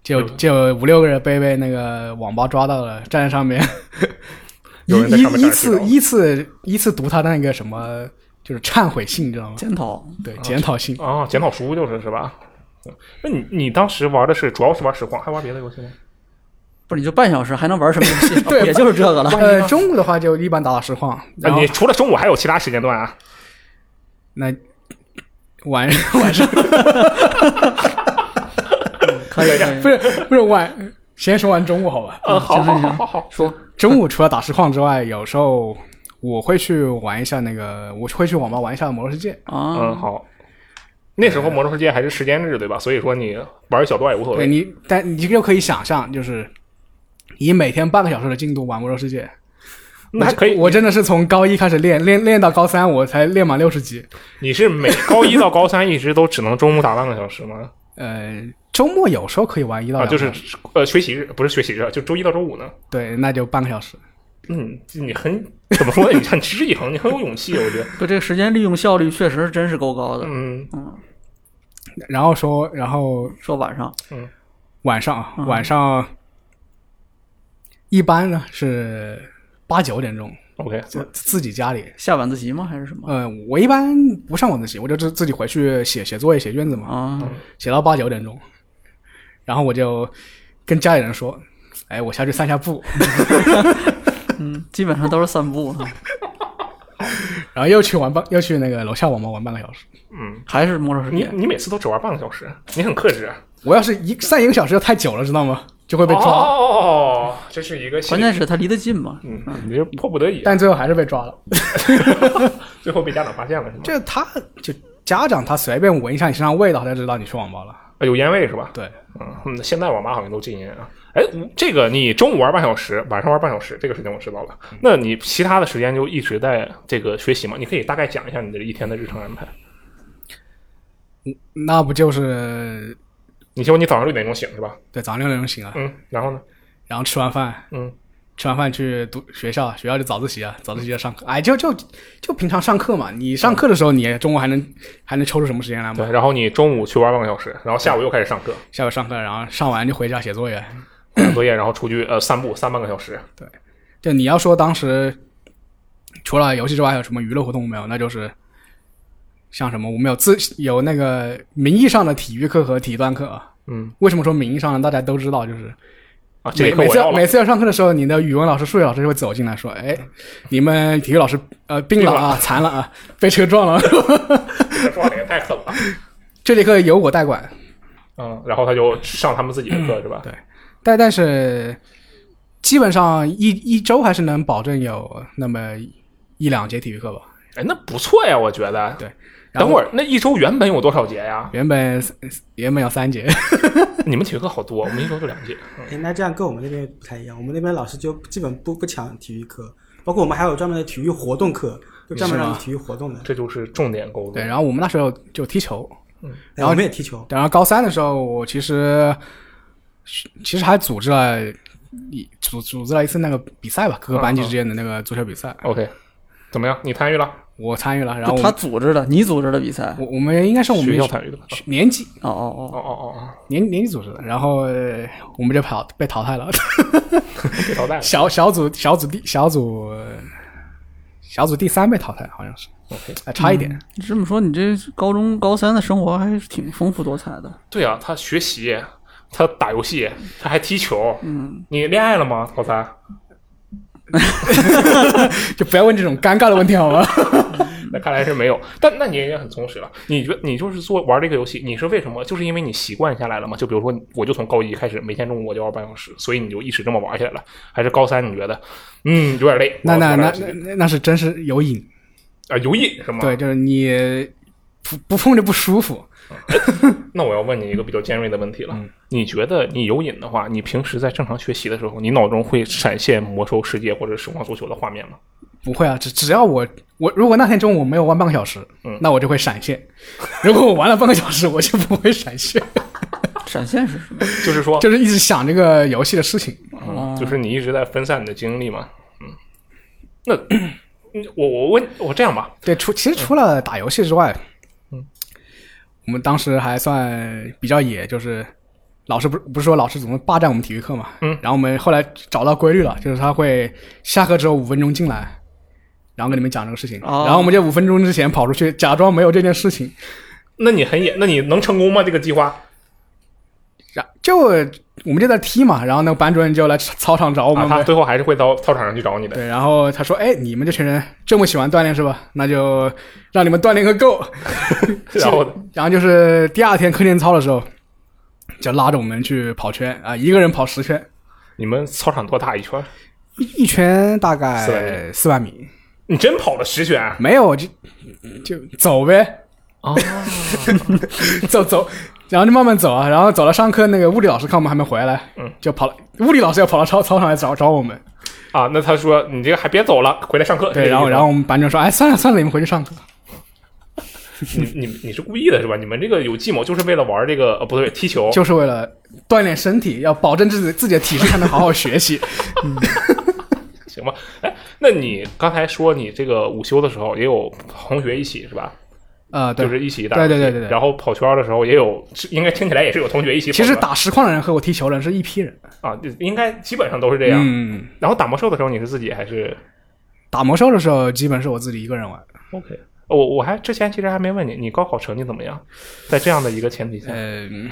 Speaker 3: 就就五六个人被被那个网吧抓到了，站在上面，一
Speaker 2: [laughs] 有人在上面
Speaker 3: 一
Speaker 2: 站
Speaker 3: 依
Speaker 2: 着睡
Speaker 3: 次
Speaker 2: 着
Speaker 3: 依次依次读他的那个什么，就是忏悔信，你知道吗？
Speaker 4: 检讨，
Speaker 3: 对，检讨信。
Speaker 2: 啊，检讨书就是是吧？嗯那你你当时玩的是主要是玩实况，还玩别的游戏吗？啊
Speaker 4: 不是你就半小时还能玩什么游戏？
Speaker 3: 对
Speaker 4: 也就是这
Speaker 2: [laughs]
Speaker 4: 个了。
Speaker 3: 呃，中午的话就一般打打实况，然
Speaker 2: 啊，
Speaker 3: 后
Speaker 2: 你除了中午还有其他时间段啊？
Speaker 3: 那晚晚上
Speaker 4: 可以，可以
Speaker 3: 不是不是晚，先说完中午好
Speaker 2: [laughs]
Speaker 3: 吧？
Speaker 2: 啊，好
Speaker 4: 行
Speaker 2: 好
Speaker 4: 行
Speaker 2: 好
Speaker 4: 行
Speaker 2: 好好，
Speaker 4: 说
Speaker 3: 中午除了打实况之外，有时候我会去玩一下那个，我会去网吧玩一下《魔兽世界》，
Speaker 4: 啊，
Speaker 2: 嗯嗯，好，那时候魔兽世界还是时间制，对吧？所以说你玩一小段也无所
Speaker 3: 对
Speaker 2: 谓。
Speaker 3: 你，但你又可以想象，就是以每天半个小时的进度玩《魔兽世界》，
Speaker 2: 那还可以，
Speaker 3: 我我真的是从高一开始练，练练到高三，我才练满六十级。
Speaker 2: 你是每高一到高三一直都只能周末打半个小时吗？
Speaker 3: 呃，周末有时候可以玩一到
Speaker 2: 啊，
Speaker 3: 两个
Speaker 2: 就
Speaker 3: 小时、
Speaker 2: 是呃学习日不是学习日啊，就周一到周五呢。
Speaker 3: 对，那就半个小时。
Speaker 2: 嗯，你很怎么说呢？你很持之以恒，你很有勇气，我觉得。
Speaker 4: 对这个时间利用效率确实真是够高的。
Speaker 2: 嗯，
Speaker 3: 然后说，然后
Speaker 4: 说晚上
Speaker 3: 晚上
Speaker 2: 嗯
Speaker 3: 啊，晚上一般呢是八九点钟，
Speaker 2: OK，
Speaker 3: 自自己家里。
Speaker 4: 下晚自习吗？还是什么？
Speaker 3: 呃，我一般不上晚自习，我就自自己回去写写作业、写卷子嘛，
Speaker 2: 嗯
Speaker 4: 啊，
Speaker 3: 写到八九点钟，然后我就跟家里人说：“哎，我下去散下步。
Speaker 4: 嗯，基本上都是散步，啊”
Speaker 3: 然后又去玩半，又去那个楼下网吧玩半个小时。
Speaker 2: 嗯，
Speaker 4: 还是魔兽世
Speaker 2: 你
Speaker 4: 界。
Speaker 2: 你每次都只玩半个小时，你很克制啊。
Speaker 3: 我要是一散一个小时就太久了，知道吗？就会被抓，
Speaker 2: 哦，这是一个
Speaker 4: 关
Speaker 2: 心理
Speaker 4: 键是它离得近嘛。
Speaker 2: 嗯，你是迫不得已啊，
Speaker 3: 但最后还是被抓了。
Speaker 2: 最后被家长发现了是吗？
Speaker 3: 这他就家长他随便闻一下你身上味道，他就知道你去网吧了。
Speaker 2: 啊有烟味是吧？
Speaker 3: 对，
Speaker 2: 嗯，现在网吧好像都禁烟啊。哎，这个你中午玩半小时，晚上玩半小时，这个事情我知道了。
Speaker 3: 嗯
Speaker 2: 那你其他的时间就一直在这个学习吗？你可以大概讲一下你的一天的日程安排。
Speaker 3: 那不就是
Speaker 2: 你说你早上六点钟醒是吧？
Speaker 3: 对早上六点钟醒了，
Speaker 2: 嗯，然后呢？
Speaker 3: 然后吃完饭，
Speaker 2: 嗯，
Speaker 3: 吃完饭去读学校，学校就早自习啊，早自习就上课，哎，就就就平常上课嘛。你上课的时候，你中午还能还能抽出什么时间来吗？
Speaker 2: 对，然后你中午去玩半个小时，然后下午又开始上课，
Speaker 3: 下午上课，然后上完就回家写作业。
Speaker 2: 写作业，然后出去呃散步散半个小时。
Speaker 3: 就你要说当时除了游戏之外还有什么娱乐活动没有？那就是像什么我们有自有那个名义上的体育课和体育锻课啊。
Speaker 2: 嗯
Speaker 3: 为什么说名义上呢？大家都知道，就是
Speaker 2: 啊，
Speaker 3: 每
Speaker 2: 这节课
Speaker 3: 每
Speaker 2: 我
Speaker 3: 次
Speaker 2: 要了
Speaker 3: 每。次要上课的时候，你的语文老师、数学老师就会走进来说：“哎，你们体育老师呃病了啊，残了啊，被车撞了， [laughs]
Speaker 2: 说话也太狠
Speaker 3: 嗯
Speaker 2: 了。
Speaker 3: 这节课由我代管。
Speaker 2: 嗯，然后他就上他们自己的课是吧？
Speaker 3: 对但”但是基本上一一周还是能保证有那么一两节体育课吧。
Speaker 2: 哎，那不错呀，我觉得。
Speaker 3: 对，然
Speaker 2: 等
Speaker 3: 后？
Speaker 2: 会儿那一周原本有多少节呀
Speaker 3: 原本原本有三节，
Speaker 2: 你们体育课好多，我们一周就两节。嗯
Speaker 5: 哎，那这样跟我们那边不太一样，我们那边老师就基本不不抢体育课，包括我们还有专门的体育活动课，就专门
Speaker 3: 是
Speaker 5: 让
Speaker 3: 吗
Speaker 5: 你体育活动的。
Speaker 2: 这就是重点沟通。
Speaker 3: 对。然后我们那时候就踢球，然后
Speaker 5: 哎我们也踢球，
Speaker 3: 然后高三的时候，我其实其实还组织了一组组织了一次那个比赛吧，各个班
Speaker 2: 嗯
Speaker 3: 级之间的那个足球比赛，
Speaker 2: OK，怎么样？你参与了？
Speaker 3: 我参与了。然后我
Speaker 4: 他
Speaker 3: 们
Speaker 4: 组织的，你组织的比赛。
Speaker 3: 我我们应该是我们
Speaker 2: 学校参与的吧？
Speaker 3: 学年级
Speaker 4: 哦哦
Speaker 2: 哦哦哦
Speaker 3: 年年级组织的，然后呃我们就跑被淘汰了， [laughs]
Speaker 2: 哦，被淘汰了。
Speaker 3: 小小组小组第小组小组第三被淘汰，好像是
Speaker 2: OK，嗯
Speaker 3: 啊差一点。
Speaker 4: 哦，这么说你这高中高三的生活还是挺丰富多彩的。
Speaker 2: 对啊，他学习，他打游戏，他还踢球。嗯，你恋爱了吗？高三？
Speaker 3: [laughs] 就不要问这种尴尬的问题好吗？ [laughs]
Speaker 2: 那看来是没有。但那你也很充实了。你觉你就是做玩这个游戏，你是为什么？就是因为你习惯下来了嘛。就比如说，我就从高一开始，每天中午我就玩半小时，所以你就一直这么玩下来了。还是高三你觉得，嗯，有点累。
Speaker 3: 那那
Speaker 2: 我要
Speaker 3: 那
Speaker 2: 玩点游戏
Speaker 3: 那那那是真是有瘾，
Speaker 2: 啊，有瘾是吗？
Speaker 3: 对，。就是你不不碰就不舒服。
Speaker 2: 那我要问你一个比较尖锐的问题了。
Speaker 3: 嗯
Speaker 2: 你觉得你有瘾的话，你平时在正常学习的时候，你脑中会闪现《魔兽世界》或者《守望足球》的画面吗？
Speaker 3: 不会啊，只只要我我如果那天中午没有玩半个小时，
Speaker 2: 嗯
Speaker 3: 那我就会闪现； [laughs] 如果我玩了半个小时，我就不会闪现， [laughs]
Speaker 4: 闪现是什么？
Speaker 2: 就是说，
Speaker 3: 就是一直想这个游戏的事情。
Speaker 2: 嗯就是你一直在分散你的精力嘛。嗯，那嗯我我问我这样吧，
Speaker 3: 对，除其实除了打游戏之外，嗯，我们当时还算比较野，就是老师不是不是说老师总是霸占我们体育课嘛，嗯，然后我们后来找到规律了，就是他会下课之后五分钟进来，然后跟你们讲这个事情，
Speaker 4: 哦
Speaker 3: 然后我们就五分钟之前跑出去，假装没有这件事情，
Speaker 2: 那你很野，那你能成功吗？这个计划
Speaker 3: 然就我们就在踢嘛，然后那个班主任就来操场找我
Speaker 2: 啊，
Speaker 3: 们呗。
Speaker 2: 他最后还是会到操场上去找你的。
Speaker 3: 对，然后他说：“哎，你们这群人这么喜欢锻炼是吧？那就让你们锻炼个够。
Speaker 2: 然后呢”
Speaker 3: 然后就是第二天课间操的时候，就拉着我们去跑圈啊、一个人跑十圈，
Speaker 2: 你们操场多大一圈？
Speaker 3: 一一圈大
Speaker 2: 400
Speaker 3: 概四万米，
Speaker 2: 啊你真跑了十圈？
Speaker 3: 没有就就走呗。
Speaker 2: 啊，
Speaker 3: [laughs] 走走，然后就慢慢走啊，然后走了上课，那个物理老师看我们还没回来，
Speaker 2: 嗯，
Speaker 3: 就跑了，物理老师要跑到操操场来找找我们，
Speaker 2: 啊，那他说你这个还别走了，回来上课。
Speaker 3: 对，然后然后我们班长说，哎，算了算了，你们回去上
Speaker 2: 哦
Speaker 3: 课，
Speaker 2: 你你你是故意的是吧？你们这个有计谋，就是为了玩这个呃、不对踢球，
Speaker 3: 就是为了锻炼身体，要保证自己自己的体质，才能好好学习。
Speaker 2: 行吧？哎，那你刚才说你这个午休的时候也有同学一起是吧？
Speaker 3: 呃，对，
Speaker 2: 就是一起打
Speaker 3: 对
Speaker 2: 游戏，
Speaker 3: 对对对对
Speaker 2: 然后跑圈的时候也有，是应该听起来也是有同学一起跑
Speaker 3: 其
Speaker 2: 的。
Speaker 3: 实打实况的人和我踢球的人是一批人，
Speaker 2: 啊，就应该基本上都是这样。
Speaker 3: 嗯，
Speaker 2: 然后打魔兽的时候，你是自己还是
Speaker 3: 打魔兽的时候基本是我自己一个人玩，
Speaker 2: OK？我哦我还之前其实还没问你，你高考成绩怎么样？在这样的一个前提下，
Speaker 3: 嗯，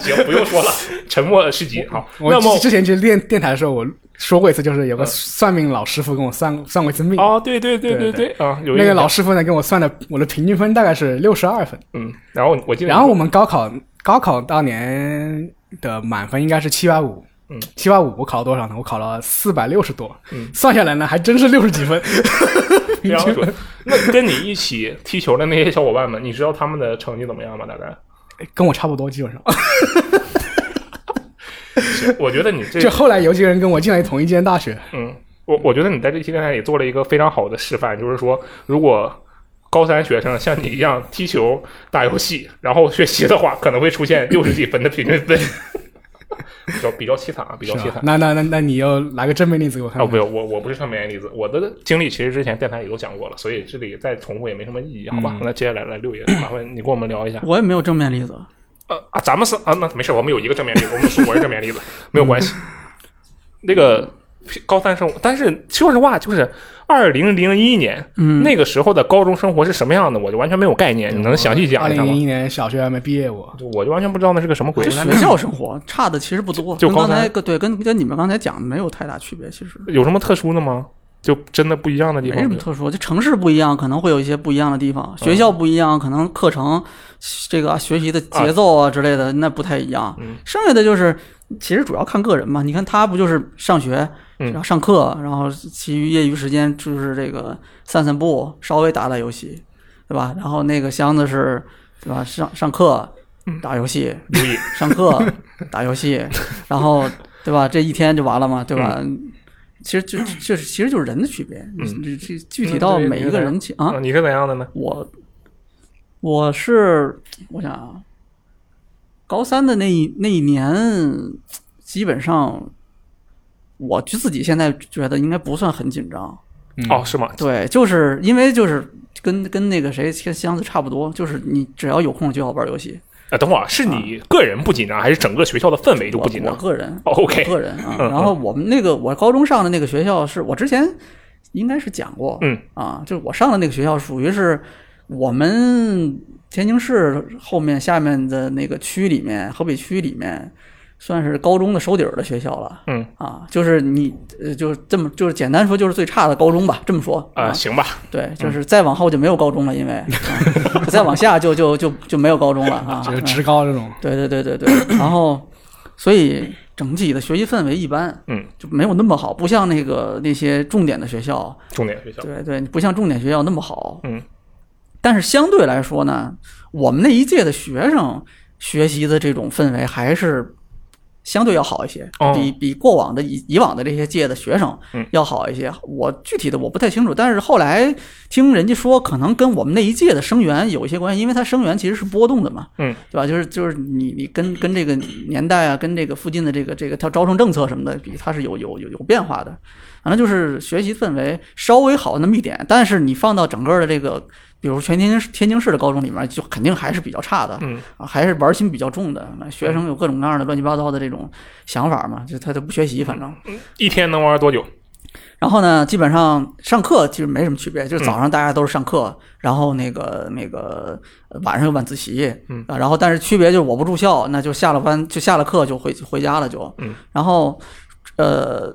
Speaker 2: 行，不用说
Speaker 3: [laughs]
Speaker 2: 了，沉默是金。好，
Speaker 3: 我
Speaker 2: 那么
Speaker 3: 之之前去练电台的时候，我说过一次，就是有个
Speaker 2: 嗯
Speaker 3: 算命老师傅跟我算算过一次命，
Speaker 2: 哦，对对对
Speaker 3: 对
Speaker 2: 对啊，有一
Speaker 3: 那个老
Speaker 2: 师，
Speaker 3: 师傅呢给我算的我的平均分大概是六十二分。
Speaker 2: 嗯，然后我记得，
Speaker 3: 然后我们高考高考当年的满分应该是七百五，
Speaker 2: 嗯，
Speaker 3: 七百五我考了多少呢？我考了四百六十多，
Speaker 2: 嗯
Speaker 3: 算下来呢还真是六十 [laughs] 几分。
Speaker 2: 然后说，那跟你一起踢球的那些小伙伴们，你知道他们的成绩怎么样吗？大概？ [laughs]
Speaker 3: 跟我差不多，基本上。
Speaker 2: 我觉得你这
Speaker 3: 就后来有几个人跟我进来同一间大学，
Speaker 2: 嗯，我我觉得你在这期电台也做了一个非常好的示范，就是说，如果高三学生像你一样踢球、打游戏，然后学习的话，可能会出现六十几分的平均分， [laughs] 比较比较凄惨啊，比较
Speaker 3: 是
Speaker 2: 凄
Speaker 3: 吧
Speaker 2: 惨。
Speaker 3: 那那那那你又来个正面例子给我看
Speaker 2: 啊，
Speaker 3: 看？
Speaker 2: 不，我我不是上面例子，我的经历其实之前电台也都讲过了，所以这里再重复也没什么意义，好吧？那接下来来六爷，麻烦你跟我们聊一下。
Speaker 4: 我也没有正面例子，
Speaker 2: 呃啊，咱们是啊，那没事，我们有一个正面例子，我们说我是正面例子，没有关系。嗯那个高三生活，但是说实话，就是二零零一年、
Speaker 4: 嗯，
Speaker 2: 那个时候的高中生活是什么样的，我就完全没有概哎念。你能详细
Speaker 3: 二
Speaker 2: 讲一下
Speaker 3: 零零
Speaker 2: 吗？
Speaker 3: 一年小学还没毕业我，
Speaker 2: 就我就完全不知道那是个什么鬼
Speaker 4: 这。学校生活差的其实不多，
Speaker 2: 就
Speaker 4: 跟
Speaker 2: 高
Speaker 4: 刚才
Speaker 2: 三
Speaker 4: 跟对跟跟你们刚才讲的没有太大区别，其实
Speaker 2: 有什么特殊的吗？就真的不一样的地
Speaker 4: 没什
Speaker 2: 方
Speaker 4: 么？特殊。就城市不一样，可能会有一些不一样的地方；学
Speaker 2: 嗯
Speaker 4: 校不一样，可能课程这个啊学习的节奏啊之类的那不太一样
Speaker 2: 嗯。
Speaker 4: 剩下的就是其实主要看个人嘛。你看他不就是上学，
Speaker 2: 嗯
Speaker 4: 然后上课，然后其余业余时间就是这个散散步，稍微打打游戏，对吧？然后那个箱子是，对吧？上上课
Speaker 2: 嗯
Speaker 4: 打游戏，
Speaker 2: 留意，
Speaker 4: 上课、 [laughs] 打游戏，然后对吧？这一天就完了嘛，对吧？其实就就是其实就是人的区别，
Speaker 2: 嗯
Speaker 4: 这这具体到每一个人情啊
Speaker 2: 啊，。你是怎样的呢？
Speaker 4: 我我是我想啊，高三的那一那一年，基本上我就自己现在觉得应该不算很紧张，
Speaker 3: 嗯
Speaker 2: 哦，，是吗？
Speaker 4: 对，就是因为就是跟跟那个谁跟箱子差不多，就是你只要有空就要玩游戏，
Speaker 2: 啊，等会儿是你个人不紧张，还是整个学校的氛围都不紧
Speaker 4: 我
Speaker 2: 张
Speaker 4: 我个人
Speaker 2: 哦？OK，
Speaker 4: 个人啊。
Speaker 2: 嗯嗯
Speaker 4: 然后我们那个我高中上的那个学校是我之前应该是讲过，
Speaker 2: 嗯
Speaker 4: 啊，就是我上的那个学校属于是我们天津市后面下面的那个区里面，河北区里面算是高中的收底儿的学校了。
Speaker 2: 嗯
Speaker 4: 啊，就是你，呃，就是这么，就是简单说，就是最差的高中吧，这么说
Speaker 2: 啊，行吧，
Speaker 4: 对，就是再往后就没有高中了，因为、
Speaker 2: [laughs]
Speaker 4: 啊再往下就就就就没有高中了啊。
Speaker 3: 就是
Speaker 4: 嗯
Speaker 3: 职高这种，
Speaker 4: 对对对
Speaker 2: [coughs]
Speaker 4: 对对，然后所以整体的学习氛围一般，
Speaker 2: 嗯，
Speaker 4: 就没有那么好，不像那个那些重点的学校，
Speaker 2: 重点学校，
Speaker 4: 对对，不像重点学校那么好，
Speaker 2: 嗯，
Speaker 4: 但是相对来说呢，我们那一届的学生学习的这种氛围还是相对要好一些，
Speaker 2: 哦
Speaker 4: 比比过往的以以往的这些届的学生
Speaker 2: 嗯
Speaker 4: 要好一些。我具体的我不太清楚，但是后来听人家说，可能跟我们那一届的生源有一些关系，因为它生源其实是波动的嘛，
Speaker 2: 嗯，
Speaker 4: 对吧？就是就是你你跟跟这个年代啊，跟这个附近的这个这个它招生政策什么的比，它是有有有有变化的。反正就是学习氛围稍微好那么一点，但是你放到整个的这个，比如全天津天津市的高中里面，就肯定还是比较差的，
Speaker 2: 嗯
Speaker 4: 啊，还是玩心比较重的。学生有各种各样的乱七八糟的这种想法嘛，就他都不学习，反正。
Speaker 2: 一天能玩多久？
Speaker 4: 然后呢，基本上上课其实没什么区别，就
Speaker 2: 嗯
Speaker 4: 是早上大家都是上课，然后那个那个呃晚上有晚自习，
Speaker 2: 嗯
Speaker 4: 啊，然后但是区别就是我不住校，那就下了班就下了课就回回家了就，
Speaker 2: 嗯，
Speaker 4: 然后呃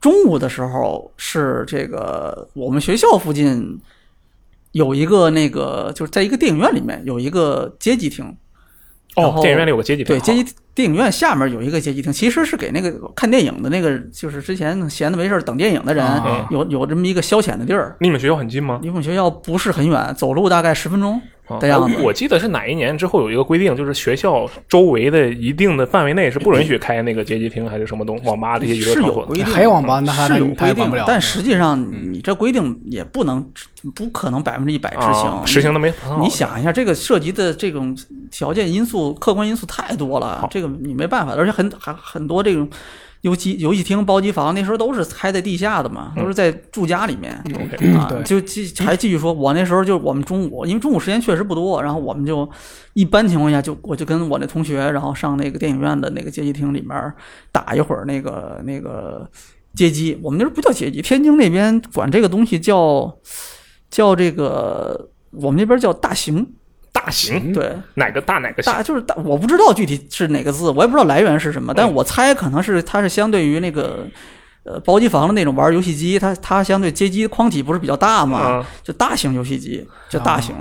Speaker 4: 中午的时候是这个我们学校附近有一个那个就是在一个电影院里面有一个街机厅，然
Speaker 2: 哦，
Speaker 4: 后
Speaker 2: 电影院里有个阶级，
Speaker 4: 对，
Speaker 2: 好
Speaker 4: 街机电影院下面有一个街机厅，其实是给那个看电影的那个，就是之前闲的没事儿等电影的人，
Speaker 2: 啊
Speaker 4: 有有这么一个消遣的地儿。
Speaker 2: 离你们学校很近吗？
Speaker 4: 离我们学校不是很远，走路大概十分钟
Speaker 2: 啊
Speaker 4: 的样子。
Speaker 2: 我记得是哪一年之后有一个规定，就是学校周围的一定的范围内是不允许开那个街机厅还是什么东网吧这些娱乐
Speaker 4: 是
Speaker 2: 场
Speaker 4: 有
Speaker 2: 所嗯的。
Speaker 5: 规定
Speaker 3: 还有网吧，那还
Speaker 4: 是有
Speaker 3: 能他
Speaker 4: 规
Speaker 3: 也管
Speaker 4: 定
Speaker 3: 不
Speaker 4: 的
Speaker 3: 了，。
Speaker 4: 但实际上你这规定也不能，不可能百分之一百执行。
Speaker 2: 啊、实行的没很好
Speaker 4: 你想一下，这个涉及的这种条件因素、客观因素太多了
Speaker 2: 好，
Speaker 4: 这个你没办法的。而且很很很多这种游戏游戏厅、包机房那时候都是开在地下的嘛，
Speaker 2: 嗯
Speaker 4: 都是在住家里面。
Speaker 2: OK，
Speaker 4: 啊
Speaker 3: 对，
Speaker 4: 就继还继续说，我那时候就我们中午，因为中午时间确实不多，然后我们就一般情况下就我就跟我那同学，然后上那个电影院的那个街机厅里面打一会儿那个那个街机，我们那时候不叫街机，天津那边管这个东西叫叫这个，我们那边叫大型，
Speaker 2: 大型
Speaker 4: 对，
Speaker 2: 哪个嗯大哪个型
Speaker 4: 大就是大，我不知道具体是哪个字，我也不知道来源是什么，
Speaker 2: 嗯
Speaker 4: 但我猜可能是它是相对于那个。呃，包机房的那种玩游戏机，它它相对街机框体不是比较大嘛，
Speaker 2: 啊
Speaker 4: 就大型游戏机，就大型。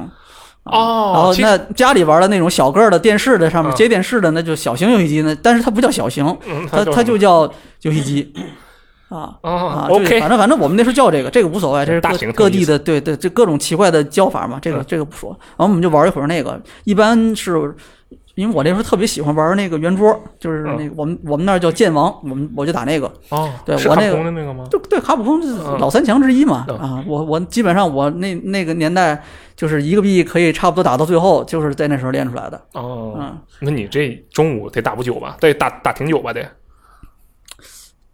Speaker 4: 啊
Speaker 2: 哦
Speaker 4: 然后
Speaker 2: 其实
Speaker 4: 那家里玩的那种小个儿的电视的上面
Speaker 2: 嗯
Speaker 4: 接电视的，那就小型游戏机呢，但是它不叫小型，
Speaker 2: 嗯，
Speaker 4: 它它
Speaker 2: 它
Speaker 4: 就叫游戏机。啊
Speaker 2: 啊
Speaker 4: 啊这
Speaker 2: OK，
Speaker 4: 个反正反正我们那时候叫这个，这个无所谓，这是
Speaker 2: 大型
Speaker 4: 各
Speaker 2: 的
Speaker 4: 各
Speaker 2: 意
Speaker 4: 地
Speaker 2: 思
Speaker 4: 的对对，这各种奇怪的叫法嘛，这个
Speaker 2: 嗯
Speaker 4: 这个不说。然后我们就玩一会儿那个，一般是。因为我那时候特别喜欢玩那个圆桌，就是
Speaker 2: 嗯
Speaker 4: 那个我们我们那儿叫剑王，我们我就打那个，
Speaker 2: 哦，
Speaker 4: 对
Speaker 2: 是
Speaker 4: 我
Speaker 2: 卡
Speaker 4: 那个
Speaker 2: 通的那个吗？
Speaker 4: 对对，卡普空是
Speaker 2: 嗯
Speaker 4: 老三强之一嘛、
Speaker 2: 嗯
Speaker 4: 啊！我我基本上我那那个年代就是一个币可以差不多打到最后，就是在那时候练出来的。
Speaker 2: 哦，
Speaker 4: 嗯，
Speaker 2: 那你这中午得打不久吧？得打打挺久吧？得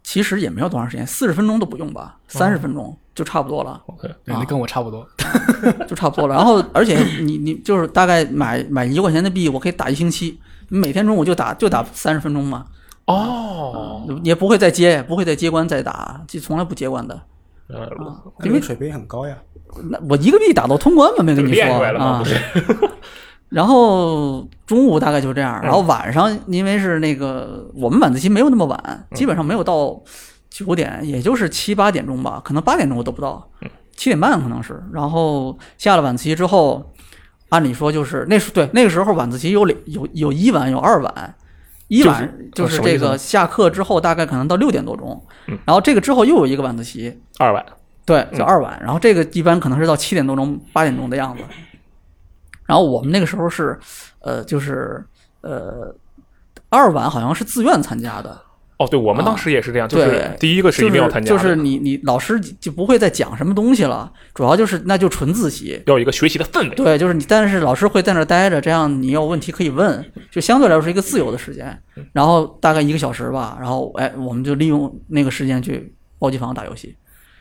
Speaker 4: 其实也没有多长时间，四十分钟都不用吧，三
Speaker 2: 嗯
Speaker 4: 十分钟就差不多了，
Speaker 2: OK，
Speaker 3: 对那跟我差不多。
Speaker 4: 就差不多了。然后而且你你就是大概买买一块钱的币，我可以打一星期，每天中午就打就打三十分钟嘛，
Speaker 2: 哦，
Speaker 4: 也不会再接，也不会再接关再打，就从来不接关的。
Speaker 2: 呃
Speaker 4: 啊，
Speaker 5: 那你
Speaker 4: 因为
Speaker 5: 水平很高呀。
Speaker 4: 那我一个币打到通关嘛，没跟你说
Speaker 2: 练出来了吗
Speaker 4: 啊
Speaker 2: 不是。
Speaker 4: 然后中午大概就这样，然后晚上因为是那个我们晚自习没有那么晚，基本上没有到九点，也就是七八点钟吧，可能八点钟我都不到，七点半可能是。然后下了晚自习之后，按理说就是那时对那个时候晚自习有两有有一晚有二晚，一晚
Speaker 2: 就
Speaker 4: 就是是
Speaker 2: 啊什
Speaker 4: 呃
Speaker 2: 么意
Speaker 4: 这
Speaker 2: 思呢
Speaker 4: 个下课之后大概可能到六点多钟
Speaker 2: 嗯，
Speaker 4: 然后这个之后又有一个晚自习，
Speaker 2: 二晚
Speaker 4: 对，
Speaker 2: 嗯
Speaker 4: 就二晚。然后这个一般可能是到七点多钟、八点钟的样子。然后我们那个时候是，呃，就是呃，二晚好像是自愿参加的，
Speaker 2: 哦，对我们
Speaker 4: 啊
Speaker 2: 当时也是这样，就是
Speaker 4: 对
Speaker 2: 第一个是
Speaker 4: 就
Speaker 2: 一定要
Speaker 4: 是
Speaker 2: 参加
Speaker 4: 就
Speaker 2: 的，
Speaker 4: 是你你老师就不会再讲什么东西了，主要就是那就纯自习。
Speaker 2: 要有一个学习的氛围。
Speaker 4: 对，就是你，但是老师会在那儿待着，这样你有问题可以问，就相对来说是一个自由的时间。
Speaker 2: 嗯
Speaker 4: 然后大概一个小时吧，然后哎，我们就利用那个时间去包机房打游戏。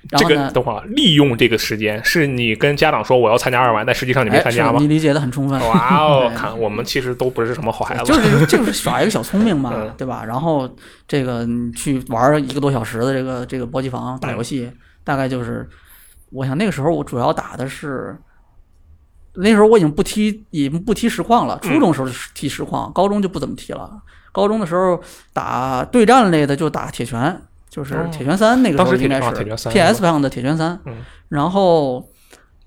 Speaker 4: 然
Speaker 2: 这
Speaker 4: 后
Speaker 2: 个
Speaker 4: 呢，
Speaker 2: 等会儿啊利用这个时间，是你跟家长说我要参加二晚，但实际上你没
Speaker 4: 哎
Speaker 2: 参
Speaker 4: 是
Speaker 2: 加吗
Speaker 4: 你？理解的很充分。
Speaker 2: 哇哦，
Speaker 4: [laughs] 哎
Speaker 2: 看我们其实都不是什么好孩子，
Speaker 4: 就是 [laughs] 就是耍一个小聪明嘛
Speaker 2: 嗯，
Speaker 4: 对吧？然后这个你去玩一个多小时的这个这个搏击房
Speaker 2: 嗯
Speaker 4: 打游戏，大概就是，我想那个时候我主要打的是，那时候我已经不踢已经不踢实况了，
Speaker 2: 嗯
Speaker 4: 初中时候是踢实况，高中就不怎么踢了。高中的时候打对战类的就打铁拳，就是
Speaker 2: 哦
Speaker 4: 铁拳三那个时
Speaker 2: 当
Speaker 4: 候
Speaker 2: 时铁
Speaker 4: 应该
Speaker 2: 拳
Speaker 4: 是
Speaker 2: 啊铁拳三
Speaker 4: PS 上的铁拳三
Speaker 2: 嗯，
Speaker 4: 然后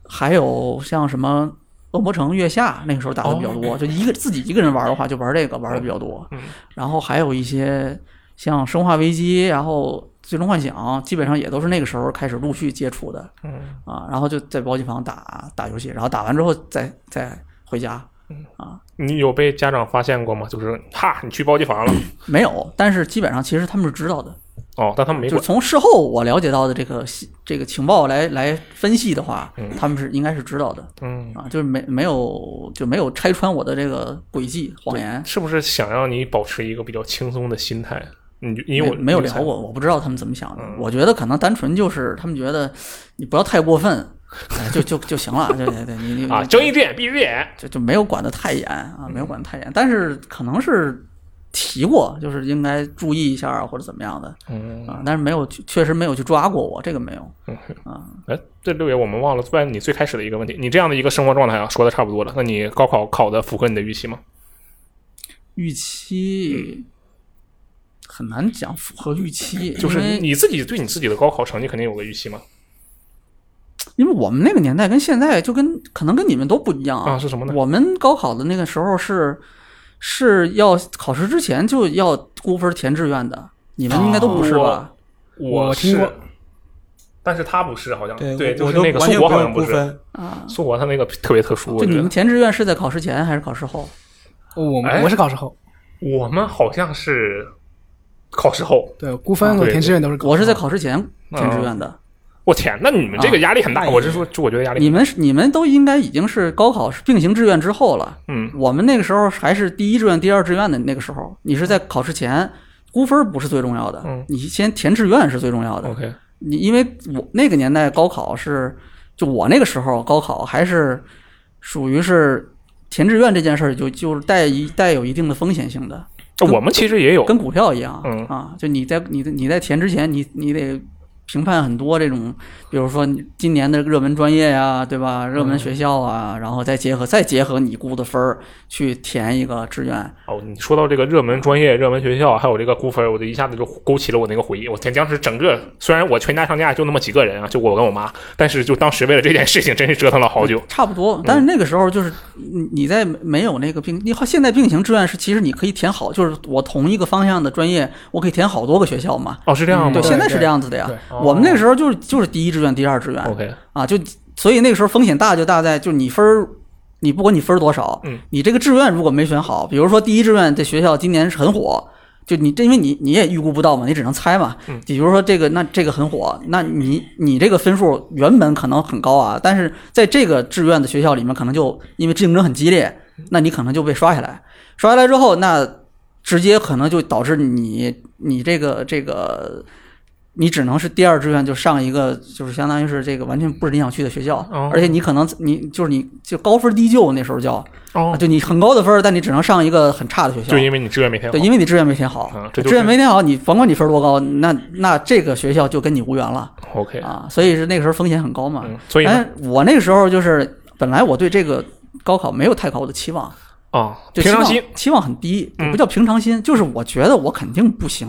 Speaker 4: 还有像什么。恶魔城月下那个时候打的比较多，就一个自己一个人玩的话，就玩这个玩的比较多。
Speaker 2: 哦哎嗯
Speaker 4: 然后还有一些像生化危机，然后最终幻想，基本上也都是那个时候开始陆续接触的
Speaker 2: 嗯，
Speaker 4: 啊。然后就在包机房打打游戏，然后打完之后再再回家。
Speaker 2: 你有被家长发现过吗？就是哈，你去包机房了
Speaker 4: 没有，但是基本上其实他们是知道的。
Speaker 2: 哦，但他们没
Speaker 4: 就是
Speaker 2: 管。
Speaker 4: 从事后我了解到的这个信这个情报来来分析的话
Speaker 2: 嗯，
Speaker 4: 他们是应该是知道的
Speaker 2: 嗯，
Speaker 4: 啊，就是没没有就没有拆穿我的这个诡计谎言。
Speaker 2: 是不是想让你保持一个比较轻松的心态？你你有
Speaker 4: 没没有
Speaker 2: 你
Speaker 4: 聊过，我不知道他们怎么想的。
Speaker 2: 嗯
Speaker 4: 我觉得可能单纯就是他们觉得你不要太过分，哎、就就就行了，对对对，你你
Speaker 2: [laughs] 啊？嗯睁一只眼闭一只眼。
Speaker 4: 就就没有管得太严啊，没有管得太严，但是可能是提过，就是应该注意一下啊或者怎么样的
Speaker 2: 嗯，
Speaker 4: 啊，但是没有去确实没有去抓过我，这个没有啊。
Speaker 2: 哎，这六爷我们忘了问你最开始的一个问题，你这样的一个生活状态啊，说的差不多了。那你高考考的符合你的预期吗？
Speaker 4: 预期很难讲符合预期，
Speaker 2: 嗯就是
Speaker 4: 因为
Speaker 2: 你自己对你自己的高考成绩肯定有个预期吗？
Speaker 4: 因为我们那个年代跟现在就跟可能跟你们都不一样
Speaker 2: 啊啊是什么呢
Speaker 4: 我们高考的那个时候是是要考试之前就要估分填志愿的，你们应该都不是
Speaker 2: 啊
Speaker 4: 吧？
Speaker 3: 我
Speaker 2: 我
Speaker 3: 听过
Speaker 2: 是，但是他不是，好像
Speaker 5: 对，
Speaker 2: 就
Speaker 5: 我
Speaker 2: 是
Speaker 5: 都
Speaker 2: 那个
Speaker 5: 完
Speaker 2: 苏
Speaker 5: 全
Speaker 2: 博
Speaker 5: 不
Speaker 2: 好
Speaker 5: 用
Speaker 2: 像不
Speaker 5: 估
Speaker 2: 是，
Speaker 5: 分，
Speaker 4: 啊，
Speaker 2: 苏博他那个特别特殊，
Speaker 4: 就
Speaker 2: 我
Speaker 4: 你
Speaker 2: 觉
Speaker 4: 们
Speaker 2: 得
Speaker 4: 填志愿是在考试前还是考试后？
Speaker 3: 哦我
Speaker 2: 哎
Speaker 3: 我是考试后，
Speaker 2: 我们好像是考试后，
Speaker 3: 对估分
Speaker 2: 啊
Speaker 3: 和
Speaker 2: 对
Speaker 3: 填志愿都是
Speaker 4: 我是在
Speaker 3: 考
Speaker 4: 考试前填志愿的。
Speaker 2: 我天，那你们这个压力很大，
Speaker 5: 啊
Speaker 2: 我是说，就我觉得压力很
Speaker 4: 你们是你们都应该已经是高考并行志愿之后了。
Speaker 2: 嗯，
Speaker 4: 我们那个时候还是第一志愿、第二志愿的那个时候，你是在考试前估分不是最重要的，
Speaker 2: 嗯
Speaker 4: 你先填志愿是最重要的。
Speaker 2: OK，
Speaker 4: 你因为我那个年代高考是，就我那个时候高考还是属于是填志愿这件事儿就就是带一带有一定的风险性的，
Speaker 2: 我们其实也有
Speaker 4: 跟股票一样、
Speaker 2: 哦嗯
Speaker 4: 啊，就你在你在你在填之前，你你得评判很多这种，比如说你今年的热门专业呀、对吧？热门学校啊，然后再结合再结合你估的分儿去填一个志愿。
Speaker 2: 哦。你说到这个热门专业、热门学校，还有这个估分，我就一下子就勾起了我那个回忆。我天，当时整个虽然我全家上下就那么几个人啊，就我跟我妈，但是就当时为了这件事情，真是折腾了好久。
Speaker 4: 差不多，但是那个时候就是你你在没有那个并，你好现在并行志愿是其实你可以填好，就是我同一个方向的专业，我可以填好多个学校嘛。
Speaker 2: 哦，是这样吗
Speaker 4: 对，
Speaker 5: 对
Speaker 4: 现在是这样子的呀
Speaker 3: 对。
Speaker 4: 我们那个时候就是就是第一志愿、第二志愿
Speaker 2: 哦？OK，
Speaker 4: 啊，就所以那个时候风险大就大在就你分儿，你不管你分儿多少
Speaker 2: 嗯，
Speaker 4: 你这个志愿如果没选好，比如说第一志愿这学校今年是很火。就你这，因为你你也预估不到嘛，你只能猜嘛。
Speaker 2: 嗯
Speaker 4: 比如说这个，那这个很火，那你你这个分数原本可能很高啊，但是在这个志愿的学校里面，可能就因为竞争很激烈，那你可能就被刷下来。刷下来之后，那直接可能就导致你你这个这个，你只能是第二志愿就上一个，就是相当于是这个完全不是你想去的学校，
Speaker 2: 哦
Speaker 4: 而且你可能你就是你就高分低就那时候叫，
Speaker 2: 哦，
Speaker 4: 啊就你很高的分儿，但你只能上一个很差的学校
Speaker 2: 就。因为你志愿没填好
Speaker 4: 对，，因为你志愿没填好，
Speaker 2: 嗯这就
Speaker 4: 志
Speaker 2: 是
Speaker 4: 愿没填好，你甭管你分儿多高，那那这个学校就跟你无缘了
Speaker 2: OK，
Speaker 4: 啊！所以是那个时候风险很高嘛。
Speaker 2: 嗯，所以呢
Speaker 4: 哎，我那个时候就是本来我对这个高考没有太高的期望，
Speaker 2: 啊，
Speaker 4: 哎就
Speaker 2: 平
Speaker 4: 期
Speaker 2: 常
Speaker 4: 望
Speaker 2: 心，
Speaker 4: 期望很低，
Speaker 2: 嗯
Speaker 4: 也不叫平常心，就是我觉得我肯定不
Speaker 2: [laughs]
Speaker 4: 行，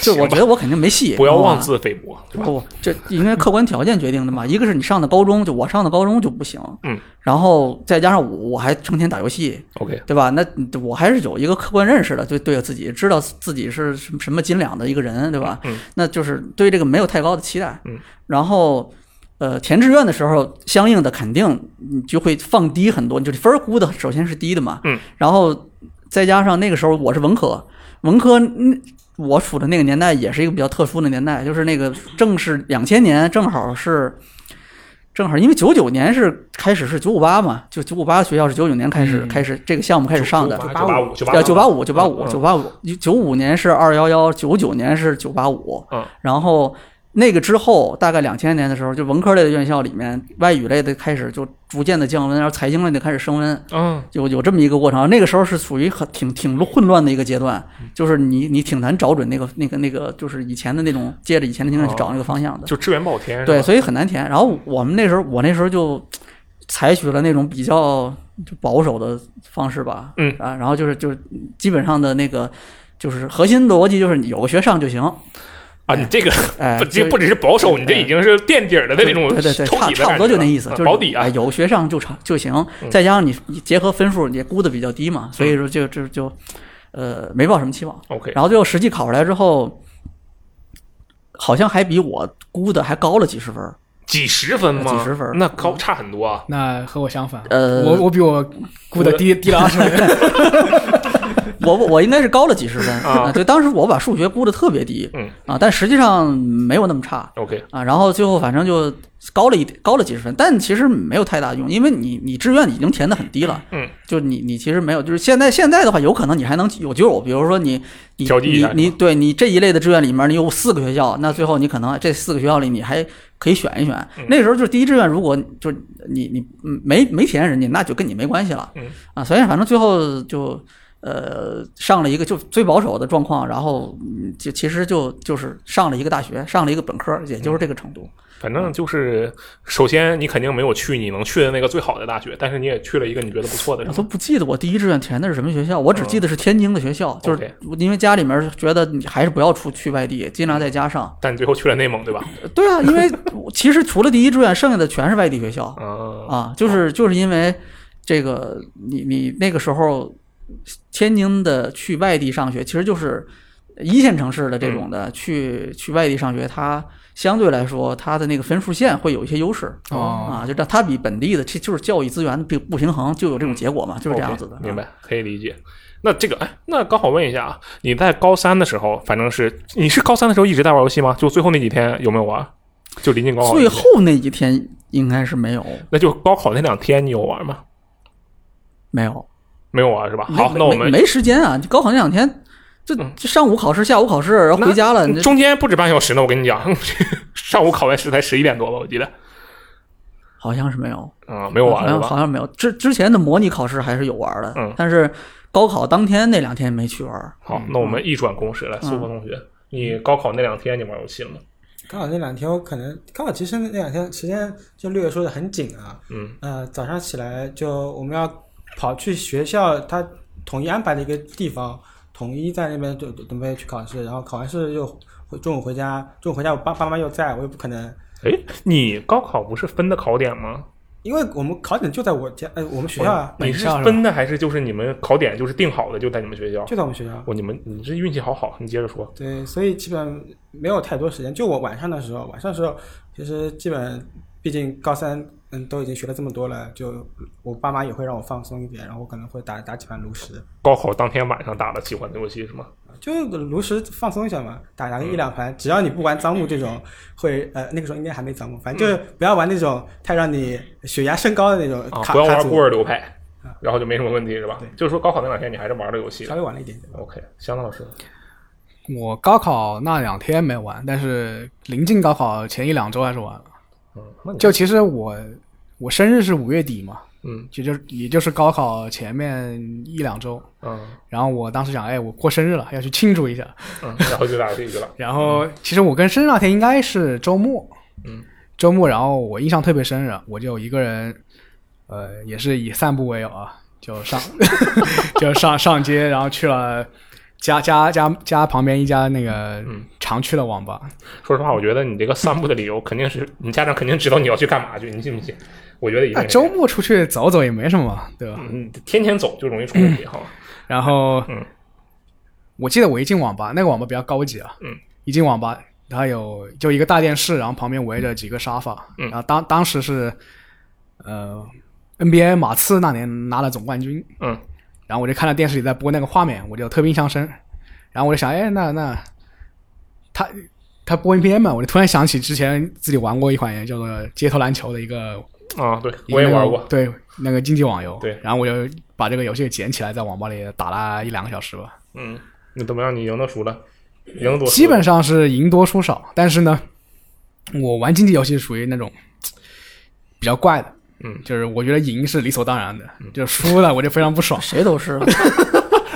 Speaker 4: 就我觉得我肯定没戏。
Speaker 2: 不要妄
Speaker 4: 自。
Speaker 2: 自菲薄，对吧？
Speaker 4: 不，这应该客观条件决定的嘛。一个是你上的高中，就我上的高中就不行，
Speaker 2: 嗯，
Speaker 4: 然后再加上我我还成天打游戏，
Speaker 2: OK，
Speaker 4: 对吧？那我还是有一个客观认识的，对对自己知道自己是什么什么斤两的一个人，对吧？
Speaker 2: 嗯
Speaker 4: 那就是对这个没有太高的期待。
Speaker 2: 嗯，
Speaker 4: 然后呃，填志愿的时候，相应的肯定你就会放低很多，就是分儿估的首先是低的嘛。
Speaker 2: 嗯，
Speaker 4: 然后再加上那个时候我是文科，文科嗯。我处的那个年代也是一个比较特殊的年代，就是那个正是两千年，正好是正好因为九九年是开始是九五八嘛，就九五八学校是九九年开始、开始这个项目开始上的，
Speaker 2: 嗯九八五，九八
Speaker 4: 呃，
Speaker 2: 五，
Speaker 4: 九八五，九八五，
Speaker 2: 嗯
Speaker 4: 九八五，九五年是二幺幺，九九年是九八五，
Speaker 2: 嗯，
Speaker 4: 然后那个之后，大概两千年的时候，就文科类的院校里面，外语类的开始就逐渐的降温，然后财经类的开始升温，
Speaker 2: 嗯，
Speaker 4: 有有这么一个过程。那个时候是属于很挺挺混乱的一个阶段，就是你你挺难找准那个那个那个，就是以前的那种借着以前的经验去找那个方向的，
Speaker 2: 就志愿不好填，是
Speaker 4: 对，
Speaker 2: 吧，
Speaker 4: 所以很难填。然后我们那时候，我那时候就采取了那种比较就保守的方式吧，
Speaker 2: 嗯
Speaker 4: 啊，然后就是就是基本上的那个就是核心逻辑就是你有个学上
Speaker 2: [laughs]
Speaker 4: 就行，
Speaker 2: 啊，你这个
Speaker 4: 哎，
Speaker 2: [laughs] 不，
Speaker 4: 就
Speaker 2: 这不只是保守，
Speaker 4: 对
Speaker 2: 你这已经是垫底儿的那种
Speaker 4: 对对对，
Speaker 2: 抽
Speaker 4: 差
Speaker 2: 底的
Speaker 4: 差不多就那意思，
Speaker 2: 感觉
Speaker 4: 就是
Speaker 2: 了保底啊嗯
Speaker 4: 哎，有学上就成就行，再加上你你结合分数也估的比较低嘛，所以说就就就呃没抱什么期望。
Speaker 2: OK，
Speaker 4: 然后最后实际考出来之后，好像还比我估的还高了几十分儿。
Speaker 2: 几十分吗？
Speaker 4: 呃几十分
Speaker 2: 那高差很多啊。
Speaker 3: 那和我相反，
Speaker 4: 呃
Speaker 3: 我我比我估的低低了二十 [laughs] 分，
Speaker 4: [laughs] 我我我应该是高了几十分
Speaker 2: 啊
Speaker 4: 对，当时我把数学估的特别低，
Speaker 2: 嗯
Speaker 4: 啊，但实际上没有那么差
Speaker 2: OK，
Speaker 4: 啊。然后最后反正就高了一点高了几十分，但其实没有太大用，因为你你志愿已经填的很低了，
Speaker 2: 嗯，
Speaker 4: 就你你其实没有，就是现在现在的话，有可能你还能有救，比如说你你
Speaker 2: 调剂一
Speaker 4: 你
Speaker 2: 下
Speaker 4: 你对你这一类的志愿里面，你有四个学校，那最后你可能这四个学校里你还可以选一选。
Speaker 2: 嗯
Speaker 4: 那时候就是第一志愿，如果就是你你嗯没没填人家，那就跟你没关系了，
Speaker 2: 嗯
Speaker 4: 啊，所以反正最后就。呃，上了一个就最保守的状况，然后嗯就其实就就是上了一个大学，上了一个本科，也就是这个程度。
Speaker 2: 反正就是，首先你肯定没有去你能去的那个最好的大学，但是你也去了一个你觉得不错的
Speaker 4: 我
Speaker 2: 是
Speaker 4: 都
Speaker 2: 吧。
Speaker 4: 不记得我第一志愿填的是什么学校，我只记得是天津的学校，就是
Speaker 2: OK
Speaker 4: 因为家里面觉得你还是不要出去外地，尽量在家上。
Speaker 2: 但你最后去了内蒙，对吧？
Speaker 4: 呃对啊，因为我其实除了第一志愿，剩下的全是外地学校
Speaker 2: 嗯，
Speaker 4: 啊，就是就是因为这个，你你那个时候天津的去外地上学，其实就是一线城市的这种
Speaker 2: 嗯
Speaker 4: 的、去去外地上学，它相对来说它的那个分数线会有一些优势、
Speaker 3: 哦
Speaker 4: 啊，就让它比本地的，这就是教育资源不不平衡，就有这种结果嘛，就是这样子的。啊
Speaker 2: OK，明哦白，可以理解。那这个，哎，那刚好问一下啊，你在高三的时候，反正是你是高三的时候一直在玩游戏吗？就最后那几天有没有玩？就临近高考那
Speaker 4: 最
Speaker 2: 几天，
Speaker 4: 后那几天应该是没有，
Speaker 2: 那就高考那两天你有玩吗？
Speaker 4: 没有。
Speaker 2: 没有玩是吧？
Speaker 4: 没
Speaker 2: 好，
Speaker 4: 没
Speaker 2: 那我们
Speaker 4: 没没时间啊，就高考那两天，就
Speaker 2: 嗯
Speaker 4: 就上午考试，下午考试，然后
Speaker 2: 那
Speaker 4: 回家了。你这
Speaker 2: 中间不止半小时呢，我跟你讲， [laughs] 上午考完试才十一点多吧，我记得。
Speaker 4: 好像是没有，
Speaker 2: 嗯，没有
Speaker 4: 呃好
Speaker 2: 玩是
Speaker 4: 像
Speaker 2: 吧？
Speaker 4: 好像没有。之之前的模拟考试还是有玩的，
Speaker 2: 嗯
Speaker 4: 但是高考当天那两天没去玩。。
Speaker 2: 好，那我们一转公式来，苏博同学，你高考那两天你玩游戏了吗？
Speaker 5: 刚好那两天我可能刚好，其实那两天时间就六月说的很紧啊。
Speaker 2: 嗯，
Speaker 5: 呃，早上起来就我们要跑去学校，他统一安排的一个地方，统一在那边就就准备去考试，然后考完试又回中午回家，中午回家我爸爸妈又在，我又不可能，
Speaker 2: 哎，你高考不是分的考点吗？
Speaker 5: 因为我们考点就在我家，呃，我们学校啊，
Speaker 2: 你
Speaker 3: 本
Speaker 2: 是
Speaker 3: 校是吧
Speaker 2: 分的还是就是你们考点就是定好的就在你们学校？
Speaker 5: 就在我们学校。啊
Speaker 2: 我你们你这运气好好，你接着说。
Speaker 5: 对，所以基本没有太多时间。就我晚上的时候，晚上的时候其实基本，毕竟高三嗯都已经学了这么多了，就我爸妈也会让我放松一点，然后我可能会打打几盘炉石，
Speaker 2: 高考当天晚上打了喜欢的游戏是吗？
Speaker 5: 就呃炉石呃放松一下嘛，打打个一两盘。只要你不玩樟木这种，会呃那个时候应该还没樟木，反正就是不要玩那种太让你血压升高的那种
Speaker 3: 呃
Speaker 2: 啊，
Speaker 5: 卡
Speaker 2: 不要
Speaker 5: 卡
Speaker 2: 玩
Speaker 5: 组
Speaker 2: 孤儿流派，
Speaker 3: 啊
Speaker 2: 然后就没什么问题是吧？就是说高考那两天你还是玩了游戏
Speaker 5: 稍。微晚了一点点。
Speaker 2: OK，香港老师呢，
Speaker 3: 我高考那两天没玩，但是临近高考前一两周还是玩了。
Speaker 2: 嗯，那你
Speaker 3: 就其实我我生日是五月底嘛，
Speaker 2: 嗯
Speaker 3: 也就是也就是高考前面一两周。
Speaker 2: 嗯
Speaker 3: 然后我当时想，哎，我过生日了，要去庆祝一下。
Speaker 2: 嗯，然后就打游戏去了。
Speaker 3: 然后其实我跟生日那天应该是周末，
Speaker 2: 嗯，
Speaker 3: 周末，然后我印象特别深啊，我就一个人，呃，也是以散步为由啊，就
Speaker 2: [laughs]
Speaker 3: 上就上上街，然后去了家家家家旁边一家那个
Speaker 2: 嗯
Speaker 3: 常去的网吧，
Speaker 2: 说实话，我觉得你这个散步的理由肯定是你家长肯定知道你要去干嘛去，你信不信？我觉得一定
Speaker 3: 那
Speaker 2: 是
Speaker 3: 啊周末出去走走也没什么，对吧？
Speaker 2: 嗯，天天走就容易出问题哈。
Speaker 3: 然后，
Speaker 2: 嗯
Speaker 3: 我记得我一进网吧，那个网吧比较高级啊，
Speaker 2: 嗯，
Speaker 3: 一进网吧，它有就一个大电视，然后旁边围着几个沙发，
Speaker 2: 嗯
Speaker 3: 然后当当时是，呃，NBA 马刺那年拿了总冠军，
Speaker 2: 嗯，
Speaker 3: 然后我就看到电视里在播那个画面，我就特别印象深，然后我就想，哎，那那他。他播 NBA 嘛，我就突然想起之前自己玩过一款叫做《街头篮球》的一个
Speaker 2: 啊，对，我也玩过。
Speaker 3: 对，那个竞技网游。
Speaker 2: 对
Speaker 3: 然后我就把这个游戏捡起来，在网吧里打了一两个小时吧，
Speaker 2: 嗯，那怎么样？你赢了输了？赢了多？
Speaker 3: 基本上是赢多输少。但是呢，我玩竞技游戏属于那种嘖比较怪的，
Speaker 2: 嗯，
Speaker 3: 就是我觉得赢是理所当然的，就输了我就非常不爽
Speaker 2: [laughs]
Speaker 4: 谁都是，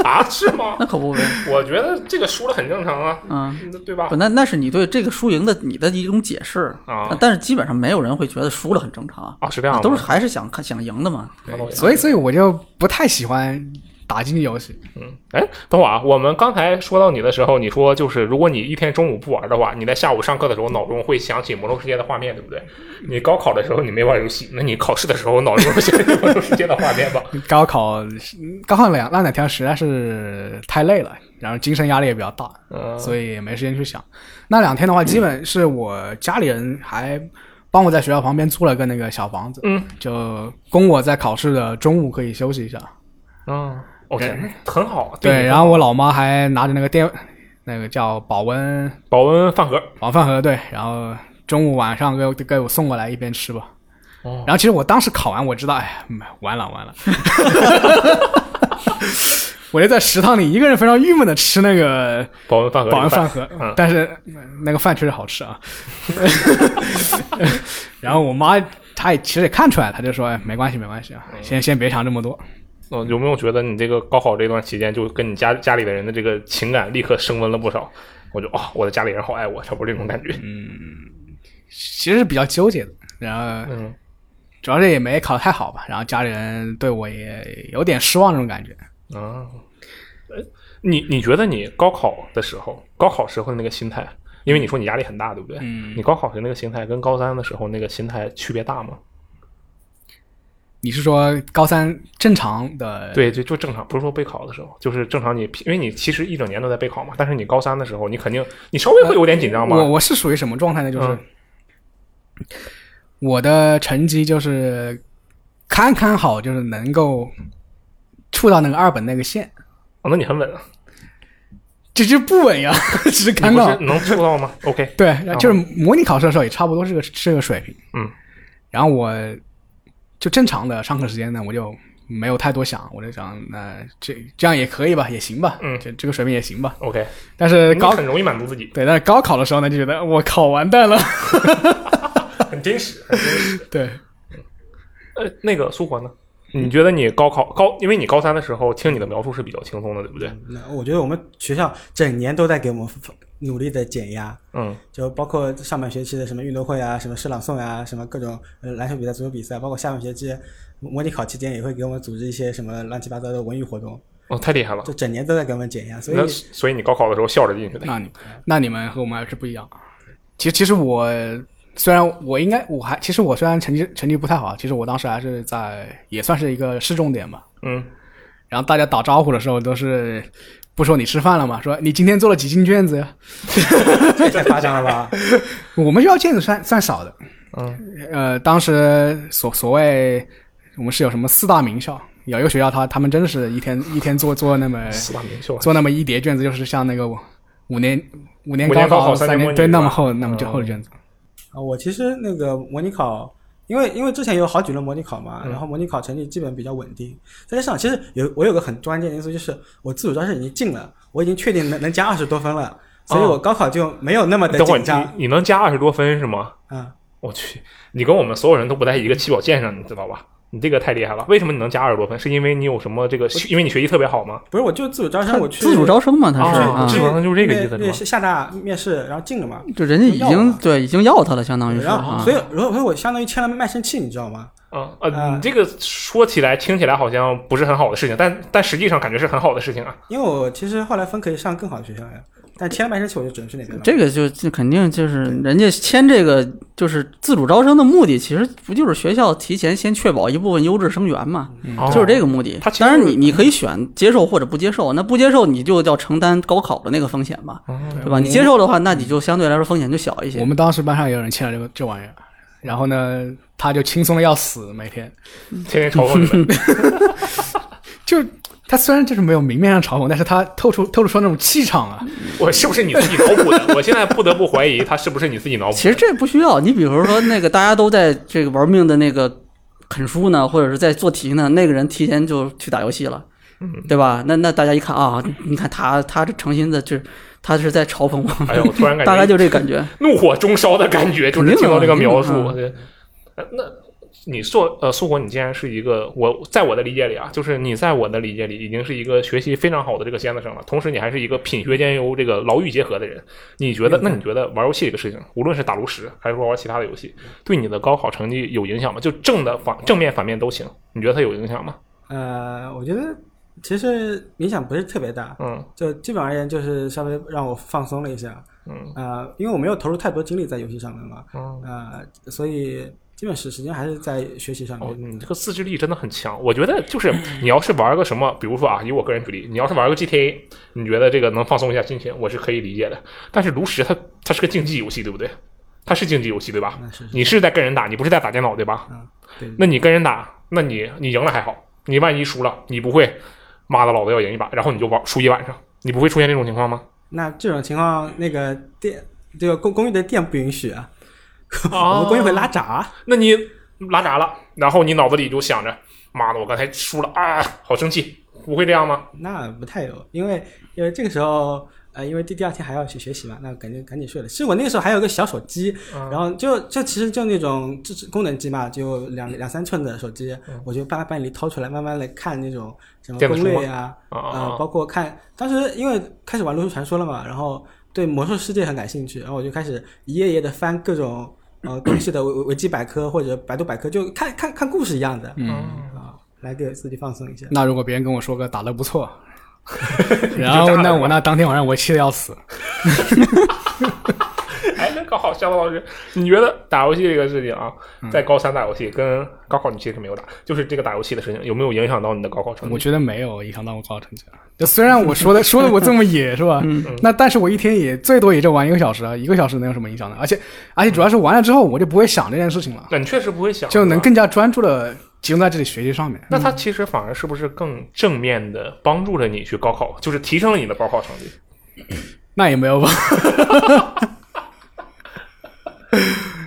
Speaker 2: 啊？是吗
Speaker 4: 那？可不呗。
Speaker 2: 我觉得这个输了很正常啊，
Speaker 4: 嗯，
Speaker 2: 对吧
Speaker 4: 不，？那那是你对这个输赢的你的一种解释
Speaker 2: 啊
Speaker 4: 但是基本上没有人会觉得输了很正常，
Speaker 2: 啊，是这样哎的，
Speaker 4: 都是还是想看想赢的嘛。
Speaker 2: 对
Speaker 3: 所以，所以我就不太喜欢打竞技游戏。
Speaker 2: 嗯，哎，等会儿啊，我们刚才说到你的时候，你说就是如果你一天中午不玩的话，你在下午上课的时候脑中会想起《魔兽世界》的画面，对不对？你高考的时候你没玩游戏，那你考试的时候脑中会想起《魔兽世界》的画面
Speaker 3: [laughs]
Speaker 2: 吧？
Speaker 3: 高考，嗯高考两那两天实在是太累了，然后精神压力也比较大。
Speaker 2: 嗯，
Speaker 3: 所以也没时间去想。那两天的话，基本是我家里人还帮我在学校旁边租了个那个小房子，
Speaker 2: 嗯，
Speaker 3: 就供我在考试的中午可以休息一下。
Speaker 2: 嗯，OK，那很好。啊
Speaker 3: 对，
Speaker 2: 你
Speaker 3: 然后我老妈还拿着那个电，那个叫保温
Speaker 2: 保温饭盒，
Speaker 3: 晚饭盒，对，然后中午晚上给我给我送过来一边吃吧。
Speaker 2: 哦
Speaker 3: 然后其实我当时考完，我知道，哎呀，嗯完了
Speaker 2: [laughs]
Speaker 3: 完了， [laughs] 我就在食堂里一个人非常郁闷的吃那个
Speaker 2: 保温饭盒，
Speaker 3: 保安饭盒，
Speaker 2: 嗯
Speaker 3: 但是嗯那个饭确实好吃啊。 [laughs] 然后我妈她也其实也看出来，她就说：“哎，没关系，没关系啊，先先别想这么多。
Speaker 2: 嗯，有没有觉得你这个高考这段期间，就跟你家家里的人的这个情感立刻升温了不少？我就啊、我的家里人好爱我，差不多这种感觉。嗯
Speaker 3: 其实是比较纠结的。然后
Speaker 2: 嗯
Speaker 3: 主要是也没考得太好吧，然后家里人对我也有点失望那种感觉。
Speaker 2: 啊，你你觉得你高考的时候，高考时候的那个心态，因为你说你压力很大，对不对？嗯，你高考时那个心态跟高三的时候那个心态区别大吗？
Speaker 3: 你是说高三正常的？
Speaker 2: 对，就就正常，不是说备考的时候，就是正常你，因为你其实一整年都在备考嘛，但是你高三的时候，你肯定你稍微会有点紧张吧？
Speaker 3: 呃我我是属于什么状态呢？就是、
Speaker 2: 嗯
Speaker 3: 我的成绩就是堪堪好，就是能够触到那个二本那个线，
Speaker 2: 哦，那你很稳啊，
Speaker 3: 这就不稳呀，啊 [laughs] 只是
Speaker 2: 你
Speaker 3: 堪
Speaker 2: 不
Speaker 3: 到
Speaker 2: 是。能做到吗
Speaker 3: [laughs]
Speaker 2: ？OK，
Speaker 3: 对，就是模拟考试的时候也差不多是个是个水平。
Speaker 2: 啊嗯，
Speaker 3: 然后我就正常的上课时间呢，我就没有太多想，我就想，那、这这样也可以吧，也行吧，
Speaker 2: 嗯
Speaker 3: 这这个水平也行吧。
Speaker 2: OK，
Speaker 3: 但是
Speaker 2: [laughs] 你
Speaker 3: 高
Speaker 2: 很容易满足
Speaker 3: [laughs]
Speaker 2: 自己，
Speaker 3: 对，但是高考的时候呢，就觉得我靠，完
Speaker 2: [laughs]
Speaker 3: 蛋了。
Speaker 2: 很真实，很真实。
Speaker 3: [laughs] 对，
Speaker 2: 呃，那个苏环呢？
Speaker 3: 嗯
Speaker 2: 你觉得你高考高，因为你高三的时候听你的描述是比较轻松的，对不对？
Speaker 3: 嗯
Speaker 5: 那我觉得我们学校整年都在给我们 [laughs] 努力的减压，
Speaker 2: 嗯，
Speaker 5: 就包括上半学期的什么运动会啊、什么诗朗诵啊、什么各种呃篮球比赛、足球比赛，包括下半学期模拟考期间也会给我们组织一些什么乱七八糟的文娱活动，
Speaker 2: 哦，太厉害了。
Speaker 5: 就整年都在给我们减压。所以
Speaker 2: 那所以你高考的时候笑着进去的，
Speaker 3: 那你那你们和我们还是不一样。其实其实我虽然我应该我还其实我虽然成绩成绩不太好，其实我当时还是在也算是一个市重点吧。
Speaker 2: 嗯，
Speaker 3: 然后大家打招呼的时候都是不说你吃饭了嘛，说你今天做了几斤卷子呀？
Speaker 5: 这也太夸张了吧？
Speaker 3: 我们学校卷子算算少的，
Speaker 2: 嗯，
Speaker 3: 呃，当时所所谓我们是有什么四大名校，有一个学校他他们真的是一天一天做做那
Speaker 2: [laughs]
Speaker 3: 么
Speaker 2: 四大名校，
Speaker 4: 啊
Speaker 3: 做那么一叠卷子，就是像那个五五年五年
Speaker 2: 五年
Speaker 3: 高
Speaker 2: 高考三
Speaker 3: 三
Speaker 2: 年模拟嗯
Speaker 3: 对
Speaker 2: 是吧
Speaker 3: 那么厚那么就厚的卷子。
Speaker 5: 啊，我其实那个模拟考，因为因为之前有好几轮模拟考
Speaker 2: 嗯
Speaker 5: 嘛，然后模拟考成绩基本比较稳定。再加上其实有我有个很关键的因素，就是我自主招生已经进了，我已经确定能能加二十多分了，所以我高考就没有那么的
Speaker 2: 等会儿
Speaker 5: 紧张。
Speaker 2: 哦你你能加二十多分是吗？
Speaker 5: 啊、
Speaker 2: 我去，你跟我们所有人都不在一个起跑线上，你知道吧？你这个太厉害了。为什么你能加二十多分？是因为你有什么这个？因为你学习特别好吗？
Speaker 5: 不是，我就自主招
Speaker 4: 他
Speaker 5: 生，我去
Speaker 4: 自主招生嘛，他是
Speaker 2: 哦
Speaker 4: 啊
Speaker 2: 自，主招生就是这个意思是吧
Speaker 5: 对，是厦大面试，然后进了嘛。
Speaker 4: 就人家已
Speaker 5: 要
Speaker 4: 经
Speaker 5: 嘛
Speaker 4: 对已经要他了，相当于是
Speaker 5: 然
Speaker 4: 啊
Speaker 5: 后，。所以，然后所以我相当于签了卖身契，你知道吗？
Speaker 2: 啊啊！
Speaker 5: 啊
Speaker 2: 你这个说起来听起来好像不是很好的事情，但但实际上感觉是很好的事情啊。
Speaker 5: 因为我其实后来分可以上更好的学校呀，但签了卖身契我就只能去那边了。
Speaker 4: 这个就就肯定就是人家签这个就是自主招生的目的，其实不就是学校提前先确保一部分优质生源嘛，
Speaker 2: 哦
Speaker 4: 嗯就是这个目的
Speaker 2: 他其。实
Speaker 4: 当然你你可以选接受或者不接受，那不接受你就要承担高考的那个风险嘛，对吧？你接受的话，那你就相对来说风险就小一些
Speaker 3: 我。们当时班上也有人欠了这个这玩意儿，然后呢，他就轻松的要死，每天
Speaker 2: 天天嘲讽你
Speaker 4: [laughs]
Speaker 2: 们，
Speaker 3: 就他虽然就是没有明面上嘲讽，但是他透出透露出那种气场啊，
Speaker 2: 我是不是你自己脑补的？我现在不得不怀疑他是不是你自己脑补的。
Speaker 4: 其实这不需要，你比如说那个大家都在这个玩命的那个啃书呢，或者是在做题呢，那个人提前就去打游戏了，对吧？那那大家一看啊，你看他他这诚心的，就是他是在嘲讽我
Speaker 2: 哎呦，我
Speaker 4: 们，
Speaker 2: 突然感觉
Speaker 4: 大概就这感觉。
Speaker 2: 怒火中烧的感觉，就
Speaker 4: 肯
Speaker 2: 是
Speaker 4: 定的
Speaker 2: 听到这个描述。
Speaker 4: 肯
Speaker 2: 对呃那你硕呃硕果，你竟然是一个我在我的理解里啊，就是你在我的理解里已经是一个学习非常好的这个尖子生了，同时你还是一个品学兼优、这个劳逸结合的人。你觉得？那你觉得玩游戏这个事情，无论是打炉石还是说玩其他的游戏，对你的高考成绩有影响吗？就正的反正面反面都行，你觉得它有影响吗？
Speaker 5: 呃，我觉得其实影响不是特别大，
Speaker 2: 嗯
Speaker 5: 就基本而言就是稍微让我放松了一下。
Speaker 2: 嗯
Speaker 5: 呃，因为我没有投入太多精力在游戏上面嘛，
Speaker 2: 嗯。
Speaker 5: 呃，所以基本是时间还是在学习上
Speaker 2: 哦，
Speaker 5: 面。
Speaker 2: 你这个自制力真的很强。我觉得就是你要是玩个什么，比如说啊，以我个人举例，你要是玩个 GTA，你觉得这个能放松一下心情，我是可以理解的。但是炉石它它是个竞技游戏，对不对？它是竞技游戏，对吧？
Speaker 5: 那是
Speaker 2: 你是在跟人打，你不是在打电脑，对吧？
Speaker 5: 对
Speaker 2: 那你跟人打，那你你赢了还好，你万一输了，你不会，妈的，老子要赢一把，然后你就玩输一晚上，你不会出现这种情况吗？
Speaker 5: 那这种情况，那个电这个公公寓的电不允许啊， [laughs] 我们公寓会拉闸。
Speaker 2: 那你拉闸了，然后你脑子里就想着，妈的，我刚才输了啊，好生气，不会这样吗？
Speaker 5: 那不太有，因为因为这个时候，呃，因为第第二天还要去学习嘛，那赶紧赶紧睡了。其实我那个时候还有个小手机，
Speaker 2: 嗯
Speaker 5: 然后就就其实就那种智功能机嘛，就两两三寸的手机，我就慢慢把你掏出来，慢慢的看那种什
Speaker 2: 嗯
Speaker 5: 么
Speaker 2: 电子
Speaker 5: 攻
Speaker 2: 书
Speaker 5: 略呀、
Speaker 2: 啊啊
Speaker 5: 呃
Speaker 2: 啊
Speaker 5: 包括看当时因为开始玩《炉石传说》了嘛，然后对魔兽世界很感兴趣，然后我就开始一页页的翻各种呃东西的维维维基百科或者百度百科，就看看看故事一样的，嗯啊、来给自己放松一下。
Speaker 2: [laughs]
Speaker 3: 那如果别人跟我说个打得不错，然后
Speaker 2: 你就炸
Speaker 3: 那
Speaker 2: 了
Speaker 3: 我那当天晚上我气得要死，
Speaker 2: 哎，那搞好，肖老师，你觉得打游戏这个事情啊，
Speaker 3: 嗯
Speaker 2: 在高三打游戏跟高考你其实没有打，就是这个打游戏的事情有没有影响到你的高考成
Speaker 3: 我
Speaker 2: 绩？
Speaker 3: 觉得没有影响到我高考成绩了。就虽然我说的说的我这么野是吧？
Speaker 2: 嗯
Speaker 3: 那但是我一天也最多也就玩一个小时啊，一个小时能有什么影响呢？而且而且主要是玩了之后我就不会想这件事情了，
Speaker 2: 那你确实不会想，
Speaker 3: 就能
Speaker 2: 对吧。
Speaker 3: 更加专注的集中在这里学习上面。
Speaker 2: 那它其实反而是不是更正面的帮助了你去高考，就是提升了你的高考成绩？
Speaker 3: 那也没有吧？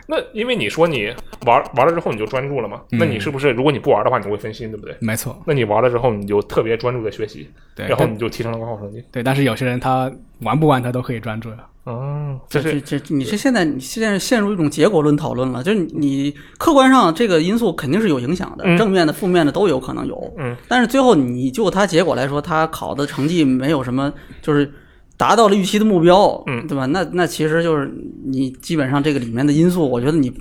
Speaker 2: 那因为你说你玩玩了之后你就专注了嘛，那
Speaker 3: 嗯
Speaker 2: 你是不是如果你不玩的话你会分心，对不对？
Speaker 3: 没错，
Speaker 2: 那你玩了之后你就特别专注的学习，
Speaker 3: 对，
Speaker 2: 然后
Speaker 3: 但
Speaker 2: 你就提升了高考成绩。
Speaker 3: 对，但是有些人他玩不玩他都可以专注呀。
Speaker 2: 哦，这
Speaker 4: 这
Speaker 2: 是
Speaker 4: 这这，你是现在你现在陷入一种结果论讨论了，就是你你客观上这个因素肯定是有影响的，
Speaker 2: 嗯
Speaker 4: 正面的、负面的都有可能有。
Speaker 2: 嗯，
Speaker 4: 但是最后你就他结果来说，他考的成绩没有什么，就是达到了预期的目标，
Speaker 2: 嗯
Speaker 4: 对吧？那那其实就是你基本上这个里面的因素，我觉得你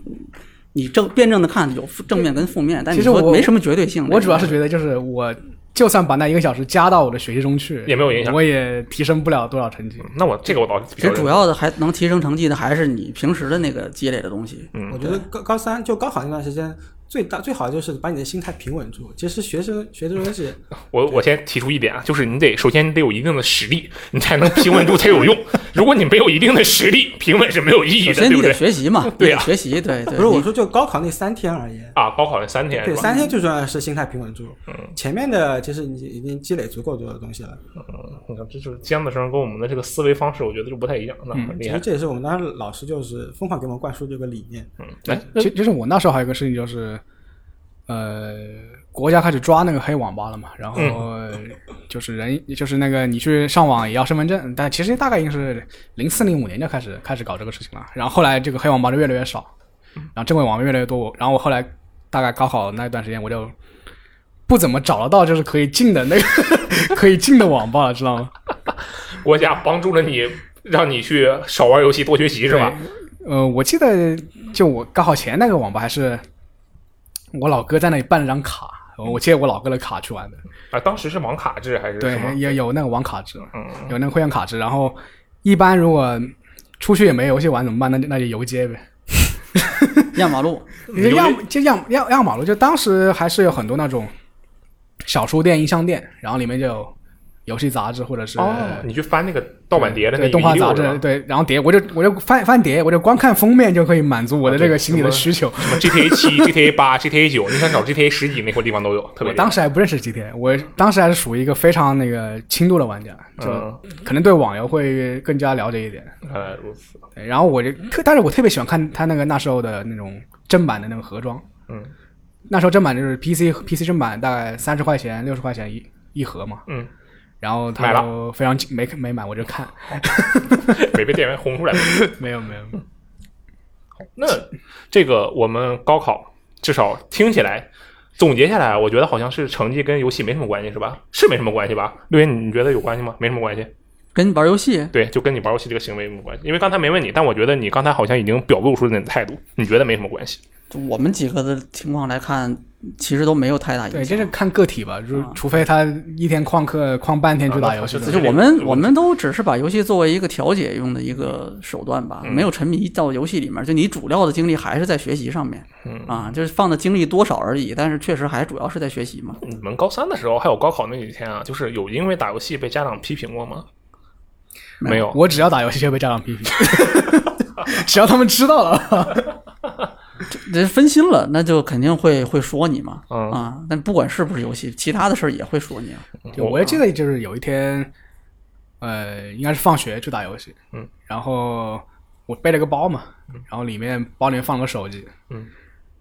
Speaker 4: 你正辩证的看有负正面跟负面，但
Speaker 3: 其
Speaker 4: 你
Speaker 3: 实
Speaker 4: 说
Speaker 3: 我
Speaker 4: 没什么绝对性。
Speaker 3: 我主要是觉得就是我就算把那一个小时加到我的学习中去，
Speaker 2: 也没有影响嗯
Speaker 3: 我也提升不了多少成绩。
Speaker 2: 那我这个我倒是比
Speaker 4: 其
Speaker 2: 较
Speaker 4: 实主要的还能提升成绩的还是你平时的那个积累的东西。
Speaker 2: 嗯
Speaker 5: 我觉得高高三就高考那段时间，最大最好就是把你的心态平稳住。其实学生学这东西，
Speaker 2: 我我先提出一点啊，就是你得首先你得有一定的实力，你才能平稳住才有用。如果你没有一定的实力，平稳是没有意义的，
Speaker 4: 首先
Speaker 2: 对
Speaker 4: 你
Speaker 2: 不
Speaker 4: 得
Speaker 2: 对？
Speaker 4: 学习嘛，
Speaker 2: [laughs] [laughs] 对呀
Speaker 4: 你得学习，对对。
Speaker 5: 不是我
Speaker 4: 你
Speaker 5: 说就高考那三天而言，
Speaker 2: 啊，高考嗯那三天
Speaker 5: 对，
Speaker 2: 是吧？
Speaker 5: 三天最重要的是心态平稳住。前面的其实你已经积累足够多的东西了。
Speaker 2: 你看，这就是尖子生跟我们的这个思维方式，我觉得就不太一样，那很厉
Speaker 5: 其
Speaker 2: 害
Speaker 5: 实。这也是我们当时老师就是疯狂给我们灌输这个理念。
Speaker 2: 嗯，哎，
Speaker 3: 其就是我那时候还有一个事情就是，呃，国家开始抓那个黑网吧了嘛，然后
Speaker 2: 嗯
Speaker 3: 就是人、就是那个你去上网也要身份证，但其实大概应该是零四零五年就开始开始搞这个事情了，然后后来这个黑网吧就越来越少，
Speaker 2: 嗯
Speaker 3: 然后正规网吧越来越多，我然后我后来大概高考那段时间我就。不怎么找得到，就是可以进的那个 [laughs] 可以进的网吧了，知道吗？
Speaker 2: 国家帮助了你，让你去少玩游戏，多学习是吧？
Speaker 3: 呃，我记得就我高考前那个网吧还是我老哥在那里办了张卡，我借我老哥的卡去玩的。
Speaker 2: 啊，当时是网卡制还是什
Speaker 3: 对，
Speaker 2: 么？
Speaker 3: 也有那个网卡制，
Speaker 2: 嗯，
Speaker 3: 有那个会员卡制。然后一般如果出去也没游戏玩怎么办？那就那就游街呗。
Speaker 4: [laughs] 压马路，
Speaker 3: 你就压就压压压马路，就当时还是有很多那种小书店、音像店，然后里面就有游戏杂志或者是
Speaker 2: 哦，你去翻那个盗版碟的那
Speaker 3: 对
Speaker 2: 个啊
Speaker 3: 动画杂
Speaker 2: 遗留
Speaker 3: 志，
Speaker 2: 是吧
Speaker 3: 对，然后碟我就我就翻翻碟，我就光看封面就可以满足我的这个心理的需求。
Speaker 2: 啊什么 GTA 七、GTA 八、GTA 九，你想找 GTA 十几那块地方都有，特别
Speaker 3: 我
Speaker 2: 厉害
Speaker 3: 当时还不认识 GTA，我当时还是属于一个非常那个轻度的玩家，就
Speaker 2: 嗯
Speaker 3: 可能对网游会更加了解一点。
Speaker 2: 呃如此，
Speaker 3: 对然后我就特，但是我特别喜欢看他那个那时候的那种正版的那个盒装。
Speaker 2: 嗯，
Speaker 3: 那时候正版就是 PC PC 正版大概三十块钱、六十块钱一一盒嘛。
Speaker 2: 嗯，
Speaker 3: 然后
Speaker 2: 买
Speaker 3: 他
Speaker 2: 了
Speaker 3: 就非常紧没没买，我就
Speaker 2: [laughs]
Speaker 3: 看，
Speaker 2: 没被店员轰出来。
Speaker 3: 没有没有。
Speaker 2: [laughs] 那这个我们高考至少听起来，总结下来，我觉得好像是成绩跟游戏没什么关系，是吧？是没什么关系吧？六爷，你你觉得有关系吗？没什么关系，
Speaker 4: 跟玩游戏，
Speaker 2: 对，就跟你玩游戏这个行为没有关系。因为刚才没问你，但我觉得你刚才好像已经表露出你的态度，你觉得没什么关系。
Speaker 4: 我们几个的情况来看，其实都没有太大影
Speaker 3: 对，就
Speaker 4: 响。
Speaker 3: 是看个体吧，就是除非他一天旷课旷半天去打游戏
Speaker 2: 啊
Speaker 3: 的
Speaker 2: 那
Speaker 4: 就
Speaker 2: 好
Speaker 4: 是
Speaker 2: 像
Speaker 4: 我
Speaker 2: 这
Speaker 4: 们
Speaker 2: 个
Speaker 4: 我们都只是把游戏作为一个调节用的一个手段吧，没有沉迷到游戏里面。就你主要的精力还是在学习上面，啊，就是放的精力多少而已。但是确实还主要是在学习嘛。
Speaker 2: 你们高三的时候还有高考那几天啊，就是有因为打游戏被家长批评过吗？没有，
Speaker 3: 我只要打游戏就被家长批评， [laughs] 只要他们知道了。
Speaker 4: 这分心了，那就肯定会会说你嘛，
Speaker 2: 嗯
Speaker 4: 啊，但不管是不是游戏，其他的事儿也会说你啊。
Speaker 3: 就我记得就是有一天，呃，应该是放学去打游戏，
Speaker 2: 嗯，
Speaker 3: 然后我背了个包嘛，然后里面包里面放了个手机，
Speaker 2: 嗯，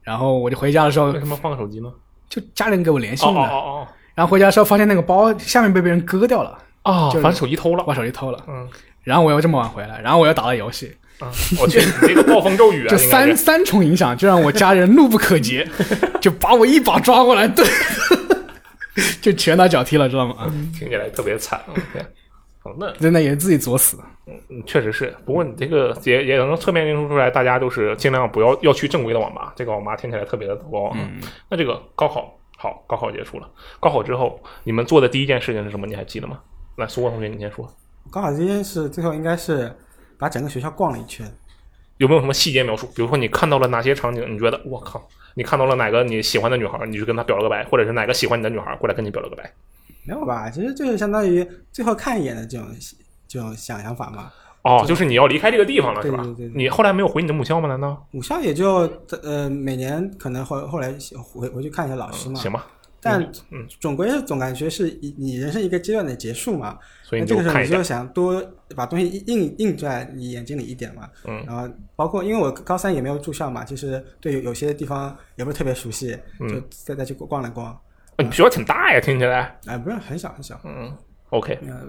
Speaker 3: 然后我就回家的时候
Speaker 2: 为什么放个手机呢？
Speaker 3: 就家里人给我联系
Speaker 2: 哦
Speaker 3: 了，
Speaker 2: 哦哦
Speaker 3: 然后回家的时候发现那个包下面被别人割掉了，
Speaker 2: 哦哦，
Speaker 3: 就是
Speaker 2: 反正手机偷了
Speaker 3: 把。手机偷了，
Speaker 2: 嗯
Speaker 3: 然后我又这么晚回来，然后我又打了游戏，
Speaker 2: 嗯，我去，你这个暴风 [laughs] 骤雨啊，
Speaker 3: 这
Speaker 2: 应该
Speaker 3: 三
Speaker 2: 是
Speaker 3: 三重影响就让我家人怒不可
Speaker 2: [laughs]
Speaker 3: 遏，就把我一把抓过来，对， [laughs] 就拳打脚踢了，知道吗？
Speaker 2: 听起来特别惨。我天，好，那
Speaker 3: 真的也自己作死。
Speaker 2: 嗯，确实是。不过你这个也也能侧面映出出来，大家就是尽量不要要去正规的网吧。这个网吧听起来特别的糟糕啊。那这个高考好，高考结束了，高考之后你们做的第一件事情是什么？你还记得吗？来，苏国同学，你先说，
Speaker 5: 高考这件事最后应该是把整个学校逛了一圈，
Speaker 2: 有没有什么细节描述？比如说你看到了哪些场景？你觉得我靠，你看到了哪个你喜欢的女孩，你就跟她表了个白，或者是哪个喜欢你的女孩过来跟你表了个白？
Speaker 5: 没有吧？其实就是相当于最后看一眼的这种这种想想法嘛。
Speaker 2: 哦，就是你要离开这个地方了，是吧？
Speaker 5: 对对对对
Speaker 2: 你后来没有回你的母校吗？难道？
Speaker 5: 母校也就呃每年可能后后来回回去看一下老师嘛，
Speaker 2: 行吧，
Speaker 5: 但
Speaker 2: 嗯
Speaker 5: 总归总感觉是你你人生一个阶段的结束嘛，
Speaker 2: 所以
Speaker 5: 那
Speaker 2: 你
Speaker 5: 这
Speaker 2: 就
Speaker 5: 个时候
Speaker 2: 看
Speaker 5: 你
Speaker 2: 一下
Speaker 5: 就。想多把东西印印在你眼睛里一点嘛，
Speaker 2: 嗯
Speaker 5: 然后包括因为我高三也没有住校嘛，其实对有有些地方也不是特别熟悉，就
Speaker 2: 嗯
Speaker 5: 再再去逛了逛，啊、
Speaker 2: 哦你学校挺大呀，听起来。
Speaker 5: 不是很小很小，
Speaker 2: 嗯，OK，
Speaker 5: 呃，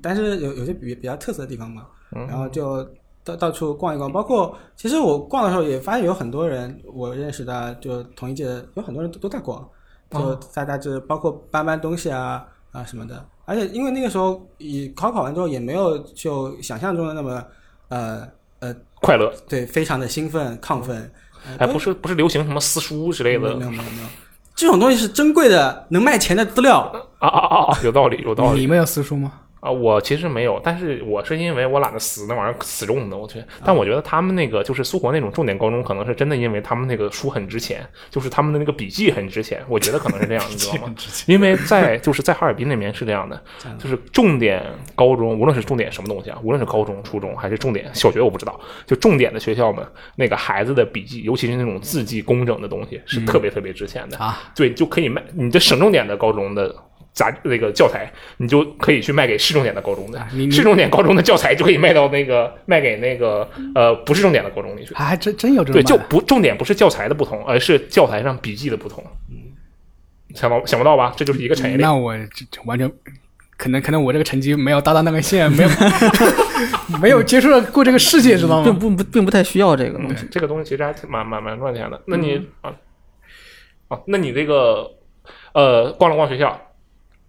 Speaker 5: 但是有有些比比较特色的地方嘛，
Speaker 2: 嗯
Speaker 5: 然后就到到处逛一逛，包括其实我逛的时候也发现有很多人我认识的，就同一届的有很多人都都在逛，就大家就是包括搬搬东西啊啊什么的，而且因为那个时候以考考完之后也没有就想象中的那么呃呃
Speaker 2: 快乐。
Speaker 5: 对非常的兴奋亢奋，呃
Speaker 2: 哎，不是不是流行什么私塾之类
Speaker 5: 没有
Speaker 2: 的
Speaker 5: 没有没有没有，这种东西是珍贵的能卖钱的资料，
Speaker 2: 啊啊啊啊！有道
Speaker 5: [laughs]
Speaker 2: 理，有道
Speaker 3: 你
Speaker 2: 理
Speaker 3: 们有私塾吗？
Speaker 2: 啊！我其实没有，但是我是因为我懒得死那玩意儿死种的，我去。但我觉得他们那个就是苏活那种重点高中，可能是真的因为他们那个书很值钱，就是他们的那个笔记很值钱。我觉得可能是这样，你知道吗？因为在就是在哈尔滨那边是这样的，就是重点高中，无论是重点什么东西啊，无论是高中、初中还是重点小学，我不知道，就重点的学校们，那个孩子的笔记，尤其是那种字迹工整的东西，是特别特别值钱的
Speaker 3: 啊。
Speaker 2: 对，就可以卖你的省重点的高中的。杂那个教材，你就可以去卖给市重点的高中的
Speaker 3: 你，你
Speaker 2: 市重点高中的教材就可以卖到那个卖给那个呃不是重点的高中里去。
Speaker 3: 还还真真有这种
Speaker 2: 对，就
Speaker 3: 版
Speaker 2: 不重点不是教材的不同，而是教材上笔记的不同。想到想不到吧？这就是一个产业
Speaker 3: 本。
Speaker 2: 链
Speaker 3: 那。我这这完全可能可能我这个成绩没有达到那个线，
Speaker 2: [laughs]
Speaker 3: 没有没有接触过这个世界，知道
Speaker 4: 并
Speaker 3: 吗？
Speaker 4: 不不并不太需要这个东西。
Speaker 2: 这个东西其实还挺蛮蛮蛮赚钱的。那你、啊啊，那你这个呃，逛了逛学校，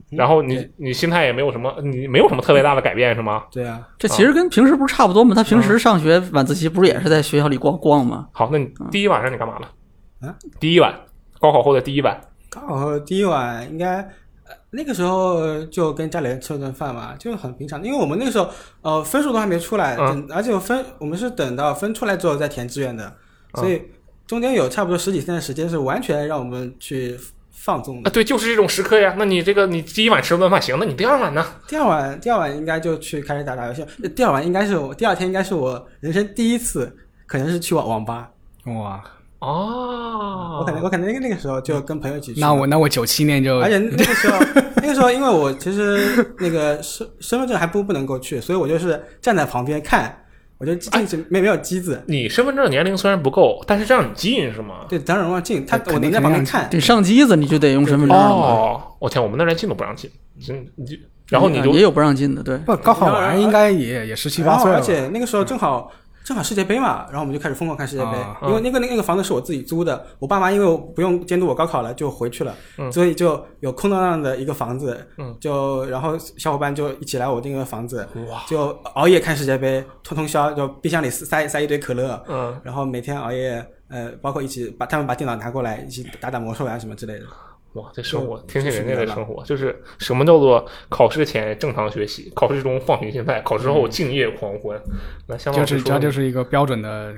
Speaker 2: 然后你、你心态也没有什么，你没有什么特别大的改变是吗？
Speaker 5: 对啊，
Speaker 4: 这其实跟平时不是差不多吗？他平时上学晚自习不是也是在学校里逛逛吗？
Speaker 2: 好，那你第一晚上你干嘛了？
Speaker 5: 嗯，
Speaker 2: 第一晚，高考后的第一晚，
Speaker 5: 高考后第一晚应该，呃那个时候就跟家里人吃了顿饭嘛，就是很平常。因为我们那个时候，呃，分数都还没出来，
Speaker 2: 嗯
Speaker 5: 等而且我分我们是等到分出来之后再填志愿的，
Speaker 2: 嗯
Speaker 5: 所以中间有差不多十几天的时间是完全让我们去放纵
Speaker 2: 啊， [laughs]
Speaker 5: 的。
Speaker 2: 对，就是这种时刻呀。那你这个你第一晚吃了顿饭行，那你第二晚呢？
Speaker 5: 第二晚，第二晚应该就去开始打打游戏。呃第二晚应该是我第二天应该是我人生第一次，可能是去网网吧。
Speaker 3: 哇，
Speaker 2: 哦，
Speaker 5: 我可能我可能那个那个时候就跟朋友一起去嘛。
Speaker 3: 那我那我九七年就
Speaker 5: 而且那个时候，那个时候因为我其实那个身身份证还不不能够去，所以我就是站在旁边看，我就进去没没有机子，
Speaker 2: 你身份证年龄虽然不够，但是让你进是吗？
Speaker 5: 对，当然让进，他
Speaker 3: 肯定
Speaker 5: 我能在旁边看，
Speaker 4: 得上机子你就得用身份证了嘛。
Speaker 2: 哦，我天，我们那连进都不让进，真你就然后你
Speaker 4: 啊
Speaker 2: 就
Speaker 4: 也有不让进的，对。
Speaker 3: 不高考完应该也也十七
Speaker 5: 然
Speaker 3: 八
Speaker 5: 后
Speaker 3: 岁了
Speaker 5: 而
Speaker 3: 吧，嗯
Speaker 5: 且那个时候正好正好世界杯嘛，然后我们就开始疯狂看世界杯
Speaker 3: 啊，
Speaker 5: 因为那个那个那个房子是我自己租的，我爸妈因为我不用监督我高考了就回去了，
Speaker 3: 嗯
Speaker 5: 所以就有空荡荡的一个房子
Speaker 2: 嗯，
Speaker 5: 就然后小伙伴就一起来我那个房子
Speaker 2: 哇，
Speaker 5: 就熬夜看世界杯，通通宵，就冰箱里塞塞一堆可乐，
Speaker 2: 嗯，
Speaker 5: 然后每天熬夜，呃，包括一起把他们把电脑拿过来，一起打打魔兽呀、啊什么之类的。
Speaker 2: 哇，这生活
Speaker 3: 嗯
Speaker 5: 就
Speaker 2: 听听
Speaker 5: 就是
Speaker 2: 人家
Speaker 5: 这
Speaker 2: 的
Speaker 5: 样
Speaker 2: 生活，就是什么叫做考试前正常学习，考试中放平心态，考试后敬业狂欢。那相当
Speaker 3: 嗯就
Speaker 2: 于
Speaker 3: 是这
Speaker 2: 说，
Speaker 3: 就是一个标准的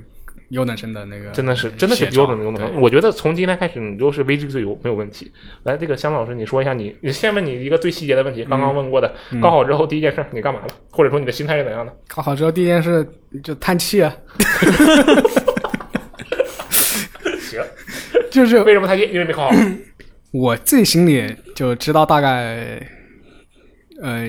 Speaker 3: 优等生的那个，
Speaker 2: 真的是真的是标准的用的。我觉得从今天开始，你就是微之最优，没有问题。来，这个香老师，你说一下你，你先问你一个最细节的问题，刚
Speaker 3: 嗯
Speaker 2: 刚问过的，高考之后第一件事你干嘛了，或者说你的心态是怎样的？
Speaker 3: 高考之后第一件事就叹气啊，
Speaker 2: 行，
Speaker 3: [laughs] 就是
Speaker 2: 为什么他因为没
Speaker 3: [clears throat]
Speaker 2: 考好？
Speaker 3: 我自己心里就知道大概，呃，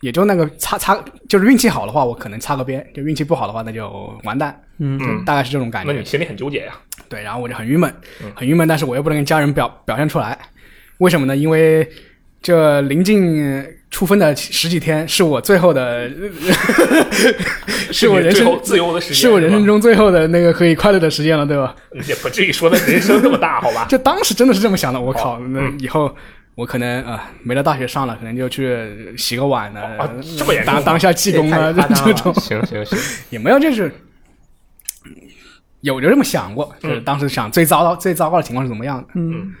Speaker 3: 也就那个擦擦，就是运气好的话，我可能擦个边；就运气不好的话，那就完蛋。
Speaker 4: 嗯
Speaker 3: 就大概是这种感
Speaker 2: 那
Speaker 3: 觉。
Speaker 2: 你心里很纠结呀、
Speaker 3: 对，然后我就很郁闷，很郁闷，但是我又不能跟家人表表现出来，为什么呢？因为这临近出分的十几天是我最后的， [laughs] 是我
Speaker 2: 你
Speaker 3: 人
Speaker 2: 最后
Speaker 3: 生
Speaker 2: 自由的时间，
Speaker 3: 是我人生
Speaker 2: 吧，
Speaker 3: 中最后的那个可以快乐的时间了，对吧？
Speaker 2: 你 [laughs] 也不至于说的人生那么大，好吧？
Speaker 3: 就当时真的是这么想的，我靠，
Speaker 2: 哦
Speaker 3: 那以后我可能啊、呃没了大学上了，可能就去洗个碗呢，
Speaker 2: 啊这么严重
Speaker 3: 当当下技工啊，
Speaker 5: 这也太夸张
Speaker 3: [laughs] 这
Speaker 5: 了
Speaker 3: 种
Speaker 2: [laughs] 行行行，
Speaker 3: 也没有，就是有就这么想过，就是当时想最糟糕最糟糕的情况是怎么样的。
Speaker 4: 嗯，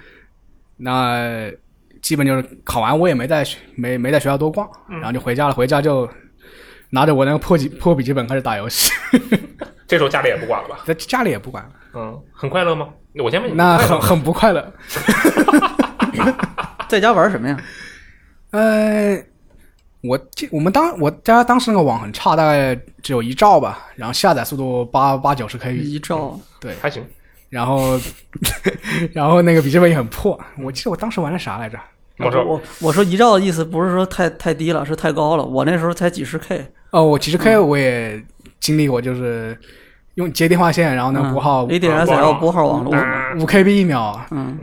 Speaker 3: 那基本就是考完我也没在学没没在学校多逛，
Speaker 2: 嗯
Speaker 3: 然后就回家了。回家就拿着我那个破记破笔记本开始打游戏， [laughs]
Speaker 2: 这时候家里也不管了吧？
Speaker 3: 在家里也不管了，
Speaker 2: 嗯，很快乐吗？我先问你，
Speaker 3: 那
Speaker 2: 快乐
Speaker 3: 很
Speaker 2: 吗
Speaker 3: 很不快乐。
Speaker 2: 啊
Speaker 4: 在家玩什么呀？
Speaker 3: 呃，我记我们当我家当时那个网很差，大概只有一兆吧，然后下载速度八八九十 KB，
Speaker 4: 一兆，
Speaker 3: 对，
Speaker 2: 还行，
Speaker 3: 然后 [laughs] 然后那个笔记本也很破，我记得我当时玩的啥来着？
Speaker 2: 我说
Speaker 4: 我我说一兆的意思不是说太太低了，是太高了。我那时候才几十 K，
Speaker 3: 哦，我其实
Speaker 4: 嗯
Speaker 3: K 我也经历过，就是用接电话线，然后呢
Speaker 4: 嗯
Speaker 3: 拨号
Speaker 4: ADSL 拨号网络，
Speaker 2: 啊
Speaker 3: 五 KB 一秒，
Speaker 4: 嗯，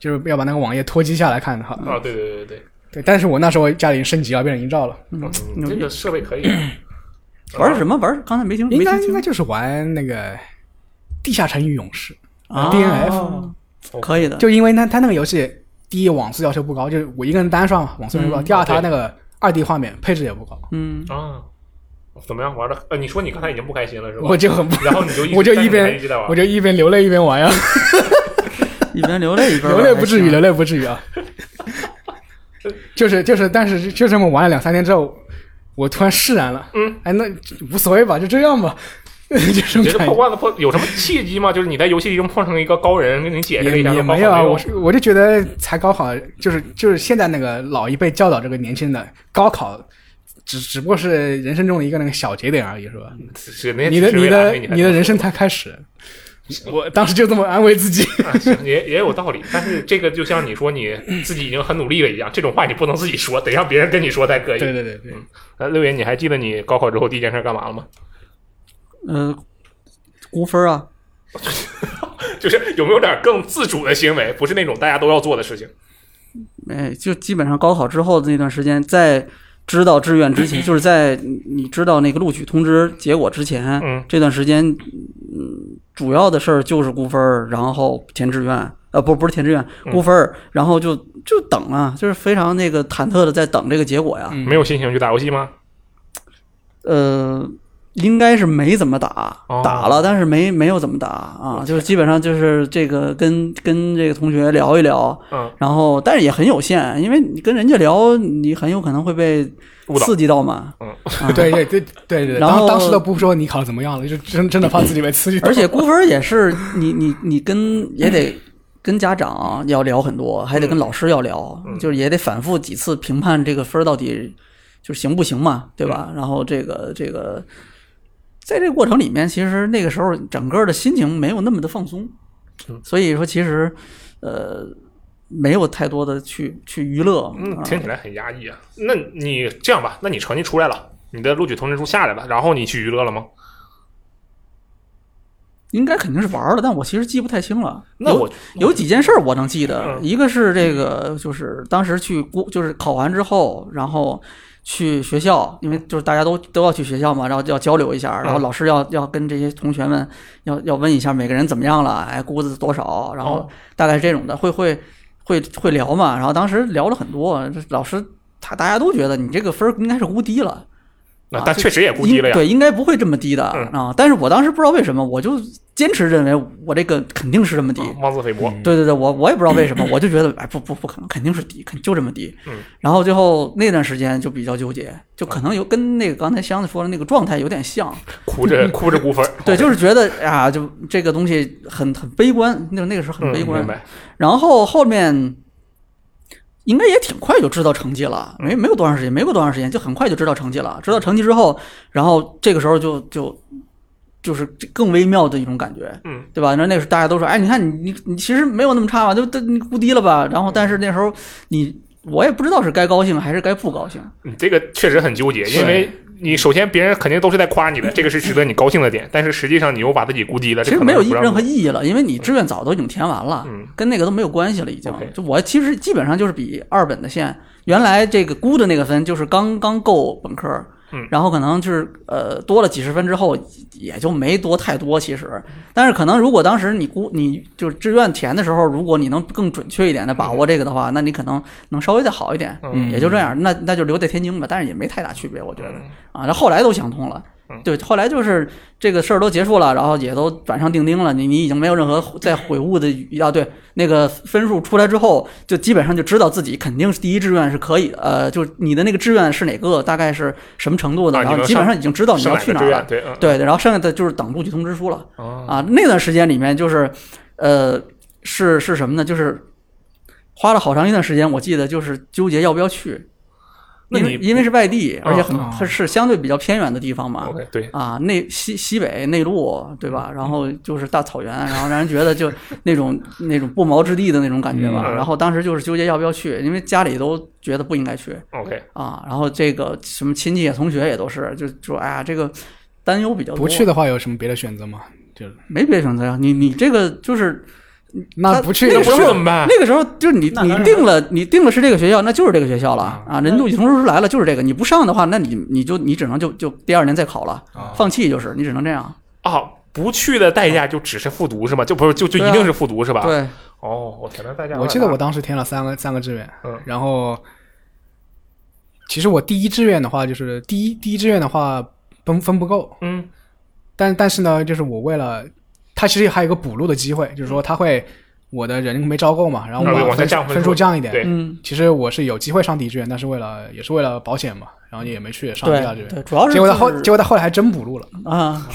Speaker 3: 就是要把那个网页拖机下来看的哈。
Speaker 2: 啊，对对对对
Speaker 3: 对，但是我那时候家里已经升级了，变成营造了，
Speaker 2: 对，嗯
Speaker 4: 牛
Speaker 2: 这
Speaker 4: 逼
Speaker 2: 个设备
Speaker 3: [clears throat]
Speaker 2: 可以啊，
Speaker 4: 玩什么玩？刚才没听没
Speaker 3: 应该
Speaker 4: 听
Speaker 3: 应该
Speaker 4: 清
Speaker 3: 就是玩那个《地下城与勇士》
Speaker 4: 啊
Speaker 3: DNF，
Speaker 4: 可以的，
Speaker 3: 就因为那它那个游戏第一网速要求不高，就是我一个人单刷嘛，网速要求不高；第二，它那个二 D 画面配置也不高，
Speaker 4: 嗯，
Speaker 2: 啊？怎么样玩的？呃，你说你刚才已经不开心了是吧？
Speaker 3: [laughs] 我就很不，
Speaker 2: 然后你就
Speaker 3: 我就
Speaker 2: 但
Speaker 3: 一
Speaker 2: 是你还
Speaker 3: 边
Speaker 2: 一直在玩，
Speaker 3: 我就一边流泪一边玩呀，啊
Speaker 4: 一边流泪一
Speaker 3: [laughs]
Speaker 4: 边
Speaker 3: 流
Speaker 4: 玩
Speaker 3: 泪不至于，
Speaker 4: 还行
Speaker 3: 流泪不至于啊。就是就是，但是就这么玩了两三天之后，我突然释然了。嗯，哎，那无所谓吧，就这样吧， [laughs] 就是
Speaker 2: 你这个
Speaker 3: 感
Speaker 2: 破
Speaker 3: 觉。
Speaker 2: 罐子破有什么契机吗？就是你在游戏中碰上一个高人，跟你解释了
Speaker 3: 也
Speaker 2: 一下，
Speaker 3: 也
Speaker 2: 说高考
Speaker 3: 没有啊，我
Speaker 2: 我
Speaker 3: 是我就觉得才高考，就是就是现在那个老一辈教导这个年轻人的高考，只只不过是人生中的一个那个小节点而已，是吧？
Speaker 2: 是那
Speaker 3: 你的
Speaker 2: 只是
Speaker 3: 你
Speaker 2: 为了安
Speaker 3: 的
Speaker 2: 慰你
Speaker 3: 你的人生才开始，我当时就这么安慰自己。
Speaker 2: 啊，行也也有道理，但是这个就像你说你自己已经很努力了一样，这种话你不能自己说，得让别人跟你说才
Speaker 3: [laughs] 对
Speaker 2: 可以。
Speaker 3: 对对对，
Speaker 2: 呃，六爷，你还记得你高考之后第一件事干嘛了吗？
Speaker 4: 呃，估分啊，
Speaker 2: 就是有没有点更自主的行为，不是那种大家都要做的事情。
Speaker 4: 哎，就基本上高考之后的那段时间，在知道志愿
Speaker 2: [clears throat]
Speaker 4: 之前，就是在你你知道那个录取通知结果之前，
Speaker 2: 嗯
Speaker 4: 这段时间，嗯，主要的事儿就是估分儿，然后填志愿，呃，不，不是填志愿，
Speaker 2: 嗯
Speaker 4: 估分儿，然后就就等啊，就是非常那个忐忑的在等这个结果呀，
Speaker 3: 嗯
Speaker 2: 没有心情去打游戏吗？
Speaker 4: 呃。应该是没怎么打
Speaker 2: 哦，
Speaker 4: 打了，但是没没有怎么打啊，就是基本上就是这个跟跟这个同学聊一聊，
Speaker 2: 嗯，
Speaker 4: 然后但是也很有限，因为你跟人家聊，你很有可能会被
Speaker 2: 误导
Speaker 4: 刺激到
Speaker 2: [laughs]
Speaker 4: 嘛。
Speaker 3: 对对对对对，
Speaker 4: 嗯然
Speaker 3: 当
Speaker 4: 后
Speaker 3: 当时都不说你考得怎么样了，就真真的怕自己被刺激到。
Speaker 4: 而且估分也是你你你跟也得跟家长要聊很多，还得跟老师要聊，
Speaker 2: 嗯
Speaker 4: 就是也得反复几次评判这个分儿到底就是行不行嘛，对
Speaker 2: 嗯
Speaker 4: 吧？然后这个这个。在这个过程里面，其实那个时候整个的心情没有那么的放松，
Speaker 2: 嗯
Speaker 4: 所以说其实，呃，没有太多的去去娱乐，
Speaker 2: 嗯，
Speaker 4: 啊
Speaker 2: 听起来很压抑啊。那你这样吧，那你成绩出来了，你的录取通知书下来了，然后你去娱乐了吗？
Speaker 4: 应该肯定是玩儿了，但我其实记不太清了。
Speaker 2: 那
Speaker 4: 有
Speaker 2: 我
Speaker 4: 有几件事儿我能记得，
Speaker 2: 嗯
Speaker 4: 一个是这个，就是当时去估，就是考完之后，然后去学校，因为就是大家都都要去学校嘛，然后就要交流一下，
Speaker 2: 嗯
Speaker 4: 然后老师要要跟这些同学们要要问一下每个人怎么样了，哎，估子多少，然后
Speaker 2: 哦
Speaker 4: 大概是这种的，会会会会聊嘛，然后当时聊了很多，这老师他大家都觉得你这个分儿应该是估低了。
Speaker 2: 那
Speaker 4: 啊
Speaker 2: 但
Speaker 4: 这
Speaker 2: 确实也估计了
Speaker 4: 应
Speaker 2: 呀。
Speaker 4: 对，应该不会这么低的、
Speaker 2: 嗯
Speaker 4: 啊。但是我当时不知道为什么，我就坚持认为我这个肯定是这么低。
Speaker 2: 嗯妄自菲薄，
Speaker 4: 对对对，我我也不知道为什么，我就觉得哎不不不可能，肯定是低，肯就这么低。
Speaker 2: 嗯
Speaker 4: 然后最后那段时间就比较纠结，就可能有跟那个刚才箱子说的那个状态有点像，
Speaker 2: 哭着哭着估分儿。
Speaker 4: 嗯对，就是觉得啊，就这个东西很很悲观，那那个时候
Speaker 2: 嗯，
Speaker 4: 很悲观。
Speaker 2: 明白。
Speaker 4: 然后后面应该也挺快就知道成绩了，没没有多长时间，没过多长时间就很快就知道成绩了。知道成绩之后，然后这个时候就就就是更微妙的一种感觉，
Speaker 2: 嗯，
Speaker 4: 对吧？那那个时候大家都说，哎，你看你你你其实没有那么差嘛，就都你估低了吧。然后但是那时候你我也不知道是该高兴还是该不高兴，
Speaker 2: 你嗯这个确实很纠结，因为你首先别人肯定都是在夸你的，这个是值得你高兴的点，但是实际上你又把自己估低了，
Speaker 4: 其
Speaker 2: 这
Speaker 4: 实
Speaker 2: 可
Speaker 4: 没
Speaker 2: 能
Speaker 4: 有
Speaker 2: 不让
Speaker 4: 任何
Speaker 2: 你
Speaker 4: 意义了，因为你志愿早都已经填完了，
Speaker 2: 嗯
Speaker 4: 跟那个都没有关系了，已经
Speaker 2: OK。
Speaker 4: 就我其实基本上就是比二本的线，原来这个估的那个分就是刚刚够本科，
Speaker 2: 嗯
Speaker 4: 然后可能就是呃多了几十分之后也就没多太多其实，
Speaker 2: 嗯
Speaker 4: 但是可能如果当时你估你就是志愿填的时候，如果你能更准确一点的把握这个的话，那你可能能稍微再好一点，
Speaker 2: 嗯
Speaker 4: 也就这样，那那就留在天津吧，但是也没太大区别，我觉得
Speaker 2: 嗯
Speaker 4: 啊，那后来都想通了。
Speaker 2: 嗯
Speaker 4: 对，后来就是这个事儿都结束了，然后也都板上钉钉了，你你已经没有任何再悔悟的余啊。对，那个分数出来之后，就基本上就知道自己肯定是第一志愿是可以的，呃，就是你的那个志愿是哪个，大概是什么程度的，
Speaker 2: 啊
Speaker 4: 然后
Speaker 2: 你能
Speaker 4: 基本上已经知道你
Speaker 2: 上
Speaker 4: 要
Speaker 2: 哪
Speaker 4: 去
Speaker 2: 个
Speaker 4: 哪
Speaker 2: 志
Speaker 4: 儿
Speaker 2: 愿？
Speaker 4: 了。
Speaker 2: 对，嗯，
Speaker 4: 对，然后剩下的就是等录取通知书了。
Speaker 2: 哦，
Speaker 4: 啊，那段时间里面就是，呃，是是什么呢？就是花了好长一段时间，我记得就是纠结要不要去，
Speaker 2: 那
Speaker 4: 因为
Speaker 2: 你
Speaker 4: 因为是外地，而且很、
Speaker 3: 啊
Speaker 4: 是相对比较偏远的地方嘛。
Speaker 2: OK 对，
Speaker 4: 啊，内西西北内陆，对吧？然后就是大草原，然后让人觉得就那种那种不毛之地的那种感觉吧。
Speaker 2: 嗯
Speaker 4: 然后当时就是纠结要不要去，因为家里都觉得不应该去，
Speaker 2: OK，
Speaker 4: 啊，然后这个什么亲戚也同学也都是，就说哎呀，这个担忧比较多。
Speaker 3: [laughs] 不去的话有什么别的选择吗？就是
Speaker 4: 没别的选择呀，你你这个就是
Speaker 3: 那
Speaker 4: 他
Speaker 3: 不去
Speaker 4: 那
Speaker 2: 那不
Speaker 4: 个时候
Speaker 2: 去怎么
Speaker 3: 啊
Speaker 2: 办？
Speaker 4: 那个时候就是你
Speaker 5: 那
Speaker 4: 你
Speaker 5: 当然
Speaker 4: 定了，你定了是这个学校，那就是这个学校了啊。人录取通知书来了，就是这个。你不上的话，那你你就你只能就就第二年再考了，
Speaker 3: 啊
Speaker 4: 放弃就是，你只能这样。
Speaker 2: 啊，不去的代价就只是复读是吗？就不是就就
Speaker 4: 对啊
Speaker 2: 一定是复读是吧？，
Speaker 4: 对，
Speaker 2: 哦，我天，那代价有点大，
Speaker 3: 我记得我当时填了三个三个志愿，
Speaker 2: 嗯
Speaker 3: 然后其实我第一志愿的话就是第一第一志愿的话分分不够，
Speaker 2: 嗯
Speaker 3: 但但是呢，就是我为了他其实还有一个补录的机会，就是说他会我的人没招够嘛，然后
Speaker 2: 嗯
Speaker 3: 我
Speaker 2: 往下
Speaker 3: 把
Speaker 2: 降分数
Speaker 3: 分数降一点。
Speaker 2: 对
Speaker 4: 嗯，
Speaker 3: 其实我是有机会上第一志愿，但是为了也是为了保险嘛，然后也没去上第二志愿。
Speaker 4: 对对，主要是
Speaker 3: 结果他
Speaker 4: 就
Speaker 3: 后
Speaker 4: 是
Speaker 3: 结果他后来还真补录
Speaker 2: [laughs]
Speaker 3: 了，
Speaker 4: 啊，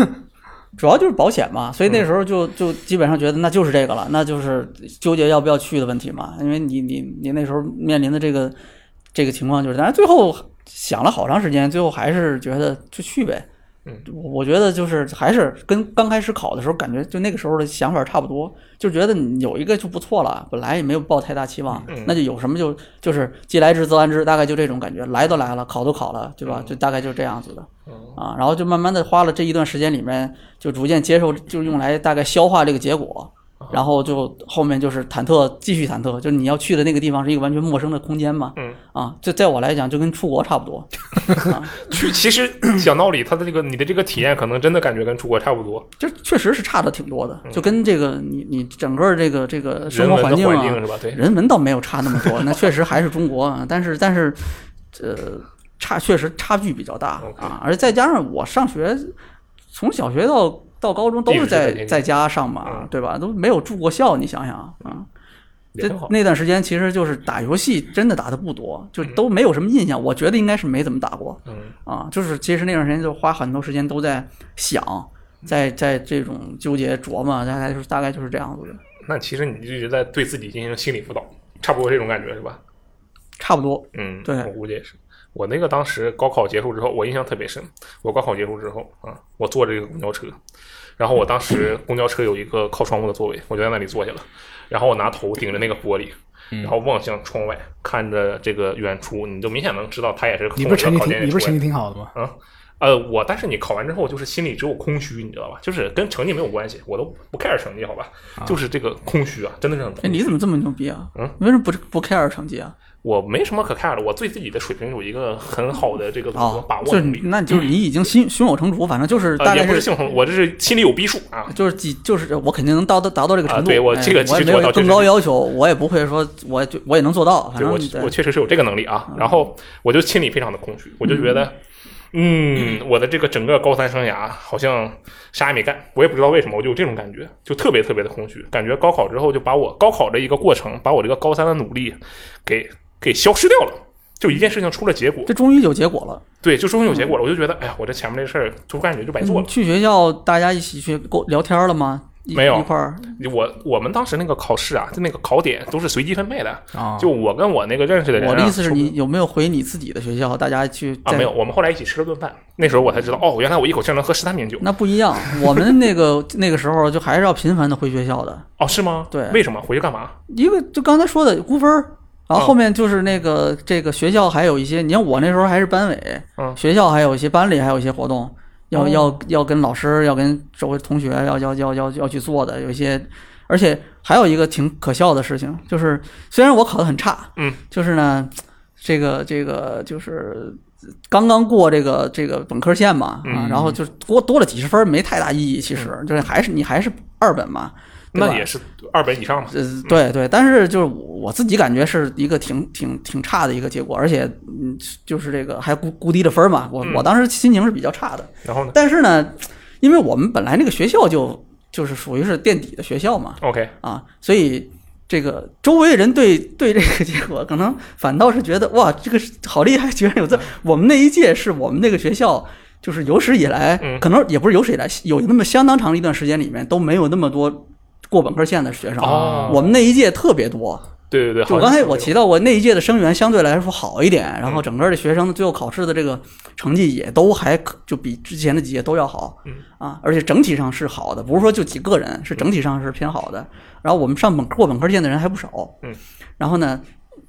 Speaker 5: [laughs]
Speaker 4: 主要就是保险嘛，所以
Speaker 2: 嗯
Speaker 4: 那时候就就基本上觉得那就是这个了，那就是纠结要不要去的问题嘛，因为你你你那时候面临的这个这个情况就是，但是最后想了好长时间，最后还是觉得就去呗。
Speaker 2: 嗯
Speaker 4: 我我觉得就是还是跟刚开始考的时候感觉就那个时候的想法差不多，就觉得你有一个就不错了，本来也没有抱太大期望，
Speaker 2: 嗯
Speaker 4: 那就有什么就就是既来之则安之，大概就这种感觉，来都来了，考都考了，对吧？
Speaker 2: 嗯
Speaker 4: 就大概就是这样子的。
Speaker 2: 哦
Speaker 4: 啊，然后就慢慢的花了这一段时间里面，就逐渐接受，就是用来大概消化这个结
Speaker 2: 啊
Speaker 4: 果，然后就后面就是忐忑，继续忐忑，就是你要去的那个地方是一个完全陌生的空间嘛，
Speaker 2: 嗯
Speaker 4: 啊，这在我来讲就跟出国差不多，
Speaker 2: 去，其实讲道理，他的这个你的这个体验，可能真的感觉跟出国差不多，
Speaker 4: 就确实是差的挺多的，就跟这个你你整个这个这个生活
Speaker 2: 嗯人
Speaker 4: 环
Speaker 2: 文的
Speaker 4: 境
Speaker 2: 环
Speaker 4: 啊，
Speaker 2: 境是吧？对，
Speaker 4: 人文倒没有差那么多，那确实还是中国啊，但是但是，呃，差确实差距比较大
Speaker 2: OK
Speaker 4: 啊，而再加上我上学，从小学到到高中都
Speaker 2: 一
Speaker 4: 是
Speaker 2: 直在
Speaker 4: 在
Speaker 2: 这个
Speaker 4: 在家上嘛
Speaker 2: 嗯，
Speaker 4: 对吧？都没有住过校，你想想啊，
Speaker 2: 也
Speaker 4: 这
Speaker 2: 挺好。
Speaker 4: 那段时间其实就是打游戏，真的打的不多，就都没有什么印象，我觉得应该是没怎么打过
Speaker 2: 嗯，
Speaker 4: 啊，就是其实那段时间就花很多时间都在想。在在这种纠结琢磨，大概就是大概就是这样子的，
Speaker 2: 那其实你就一直在对自己进行心理辅导，差不多这种感觉是吧？
Speaker 4: 差不多。
Speaker 2: 嗯，
Speaker 4: 对
Speaker 2: 我估计也是。我那个当时高考结束之后，我印象特别深。我高考结束之后啊，我坐这个公交车，然后我当时公交车有一个靠窗户的座位，我就在那里坐下了。然后我拿头顶着那个玻璃，
Speaker 4: 嗯
Speaker 2: 然后望向窗外，看着这个远处，你就明显能知道他也是
Speaker 3: 你
Speaker 2: 空
Speaker 3: 不
Speaker 2: 着
Speaker 3: 是成绩
Speaker 2: 考
Speaker 3: 挺
Speaker 2: 前
Speaker 3: 你不是
Speaker 2: 出来
Speaker 3: 成绩挺好的吗？
Speaker 2: 啊，呃，我但是你考完之后，就是心里只有空虚，你知道吧？就是跟成绩没有关系，我都不 care 成绩，好吧？就是这个空虚啊，真的是很空
Speaker 4: 哎，
Speaker 2: 虚。
Speaker 4: 你怎么这么牛逼啊？
Speaker 2: 嗯
Speaker 4: 你为什么不不 care 成绩啊？
Speaker 2: 我没什么可 care 的，我对自己的水平有一个很好的这个怎么说把握
Speaker 4: 哦就是
Speaker 2: 能
Speaker 4: 你
Speaker 2: 力。
Speaker 4: 那就是你已经心胸有成竹，反正就是
Speaker 2: 呃，
Speaker 4: 大
Speaker 2: 也
Speaker 4: 概
Speaker 2: 不是性红，我这是心里有逼数啊。
Speaker 4: 就是几就是我肯定能达到达到这个程度。
Speaker 2: 啊对我
Speaker 4: 哎
Speaker 2: 这个其
Speaker 4: 我也
Speaker 2: 实
Speaker 4: 没
Speaker 2: 我倒
Speaker 4: 有
Speaker 2: 确
Speaker 4: 更
Speaker 2: 实
Speaker 4: 高
Speaker 2: 是
Speaker 4: 要求，我也不会说我也就我也能做到，反
Speaker 2: 对
Speaker 4: 正
Speaker 2: 我
Speaker 4: 啊你
Speaker 2: 我确实是有这个能力啊。然后我就心里非常的空虚，我就觉得，嗯，我的这个整个高三生涯好像啥也没干，我也不知道为什么，我就有这种感觉，就特别特别的空虚，感觉高考之后就把我高考的一个过程，把我这个高三的努力给给消失掉了。就一件事情出了结果，
Speaker 4: 这终于有结果了。
Speaker 2: 对，就终于有结果了。我就觉得，哎呀，我这前面这事儿就感觉就白做
Speaker 4: 你
Speaker 2: 了。
Speaker 4: 嗯去学校大家一起去沟聊天了吗？一
Speaker 2: 没有
Speaker 4: 一块儿
Speaker 2: 我我们当时那个考试啊，就那个考点都是随机分配的，
Speaker 3: 啊，
Speaker 2: 就我跟我那个认识的人、啊，
Speaker 4: 我的意思是
Speaker 2: 说
Speaker 4: 你有没有回你自己的学校？大家去
Speaker 2: 啊
Speaker 4: 再
Speaker 2: 没有，我们后来一起吃了顿饭，那时候我才知道，哦，原来我一口气儿能喝十三瓶酒，
Speaker 4: 那不一样，我们那个那个时候就还是要频繁的回学校的。
Speaker 2: 哦，是吗？
Speaker 4: 对
Speaker 2: 为什么回去干嘛？
Speaker 4: 一个就刚才说的估分儿，然
Speaker 2: 嗯
Speaker 4: 后后面就是那个、这个学校还有一些，你看我那时候还是班委，
Speaker 2: 嗯
Speaker 4: 学校还有一些班里还有一些活动，要、
Speaker 2: 哦
Speaker 4: 要要跟老师要跟周围同学要要要要要去做的，有一些，而且还有一个挺可笑的事情，就是虽然我考得很差，
Speaker 2: 嗯，
Speaker 4: 就是呢，这个这个就是。刚刚过这个这个本科线嘛，啊，
Speaker 2: 嗯
Speaker 4: 然后就是多多了几十分儿，没太大意义，其实就是还是你还是二本嘛，对吧
Speaker 2: 那也是二本以上嘛。
Speaker 4: 呃，对对，但是就是我自己感觉是一个挺挺挺差的一个结果，而且嗯，就是这个还估估低了分儿嘛，我
Speaker 2: 嗯
Speaker 4: 我当时心情是比较差的。
Speaker 2: 然后呢
Speaker 4: 但是呢，因为我们本来那个学校就就是属于是垫底的学校嘛，
Speaker 2: ？OK，
Speaker 4: 啊，所以这个周围人对对这个结果可能反倒是觉得哇，这个是好厉害，居然
Speaker 2: 嗯
Speaker 4: 有这。我们那一届是我们那个学校。就是有史以来，
Speaker 2: 嗯
Speaker 4: 可能也不是有史以来，有那么相当长的一段时间里面都没有那么多过本科线的学生。
Speaker 2: 哦
Speaker 4: 我们那一届特别多，
Speaker 2: 对对对，
Speaker 4: 就
Speaker 2: 好
Speaker 4: 刚才
Speaker 2: 像
Speaker 4: 我
Speaker 2: 是
Speaker 4: 提到过，那一届的生源相对来说好
Speaker 2: 嗯
Speaker 4: 一点，然后整个的学生最后考试的这个成绩也都还可就比之前的几届都要好
Speaker 2: 嗯，
Speaker 4: 啊，而且整体上是好的，不是说就几个人，是整体上是偏好的。然后我们上本过本科线的人还不少，
Speaker 2: 嗯，
Speaker 4: 然后呢，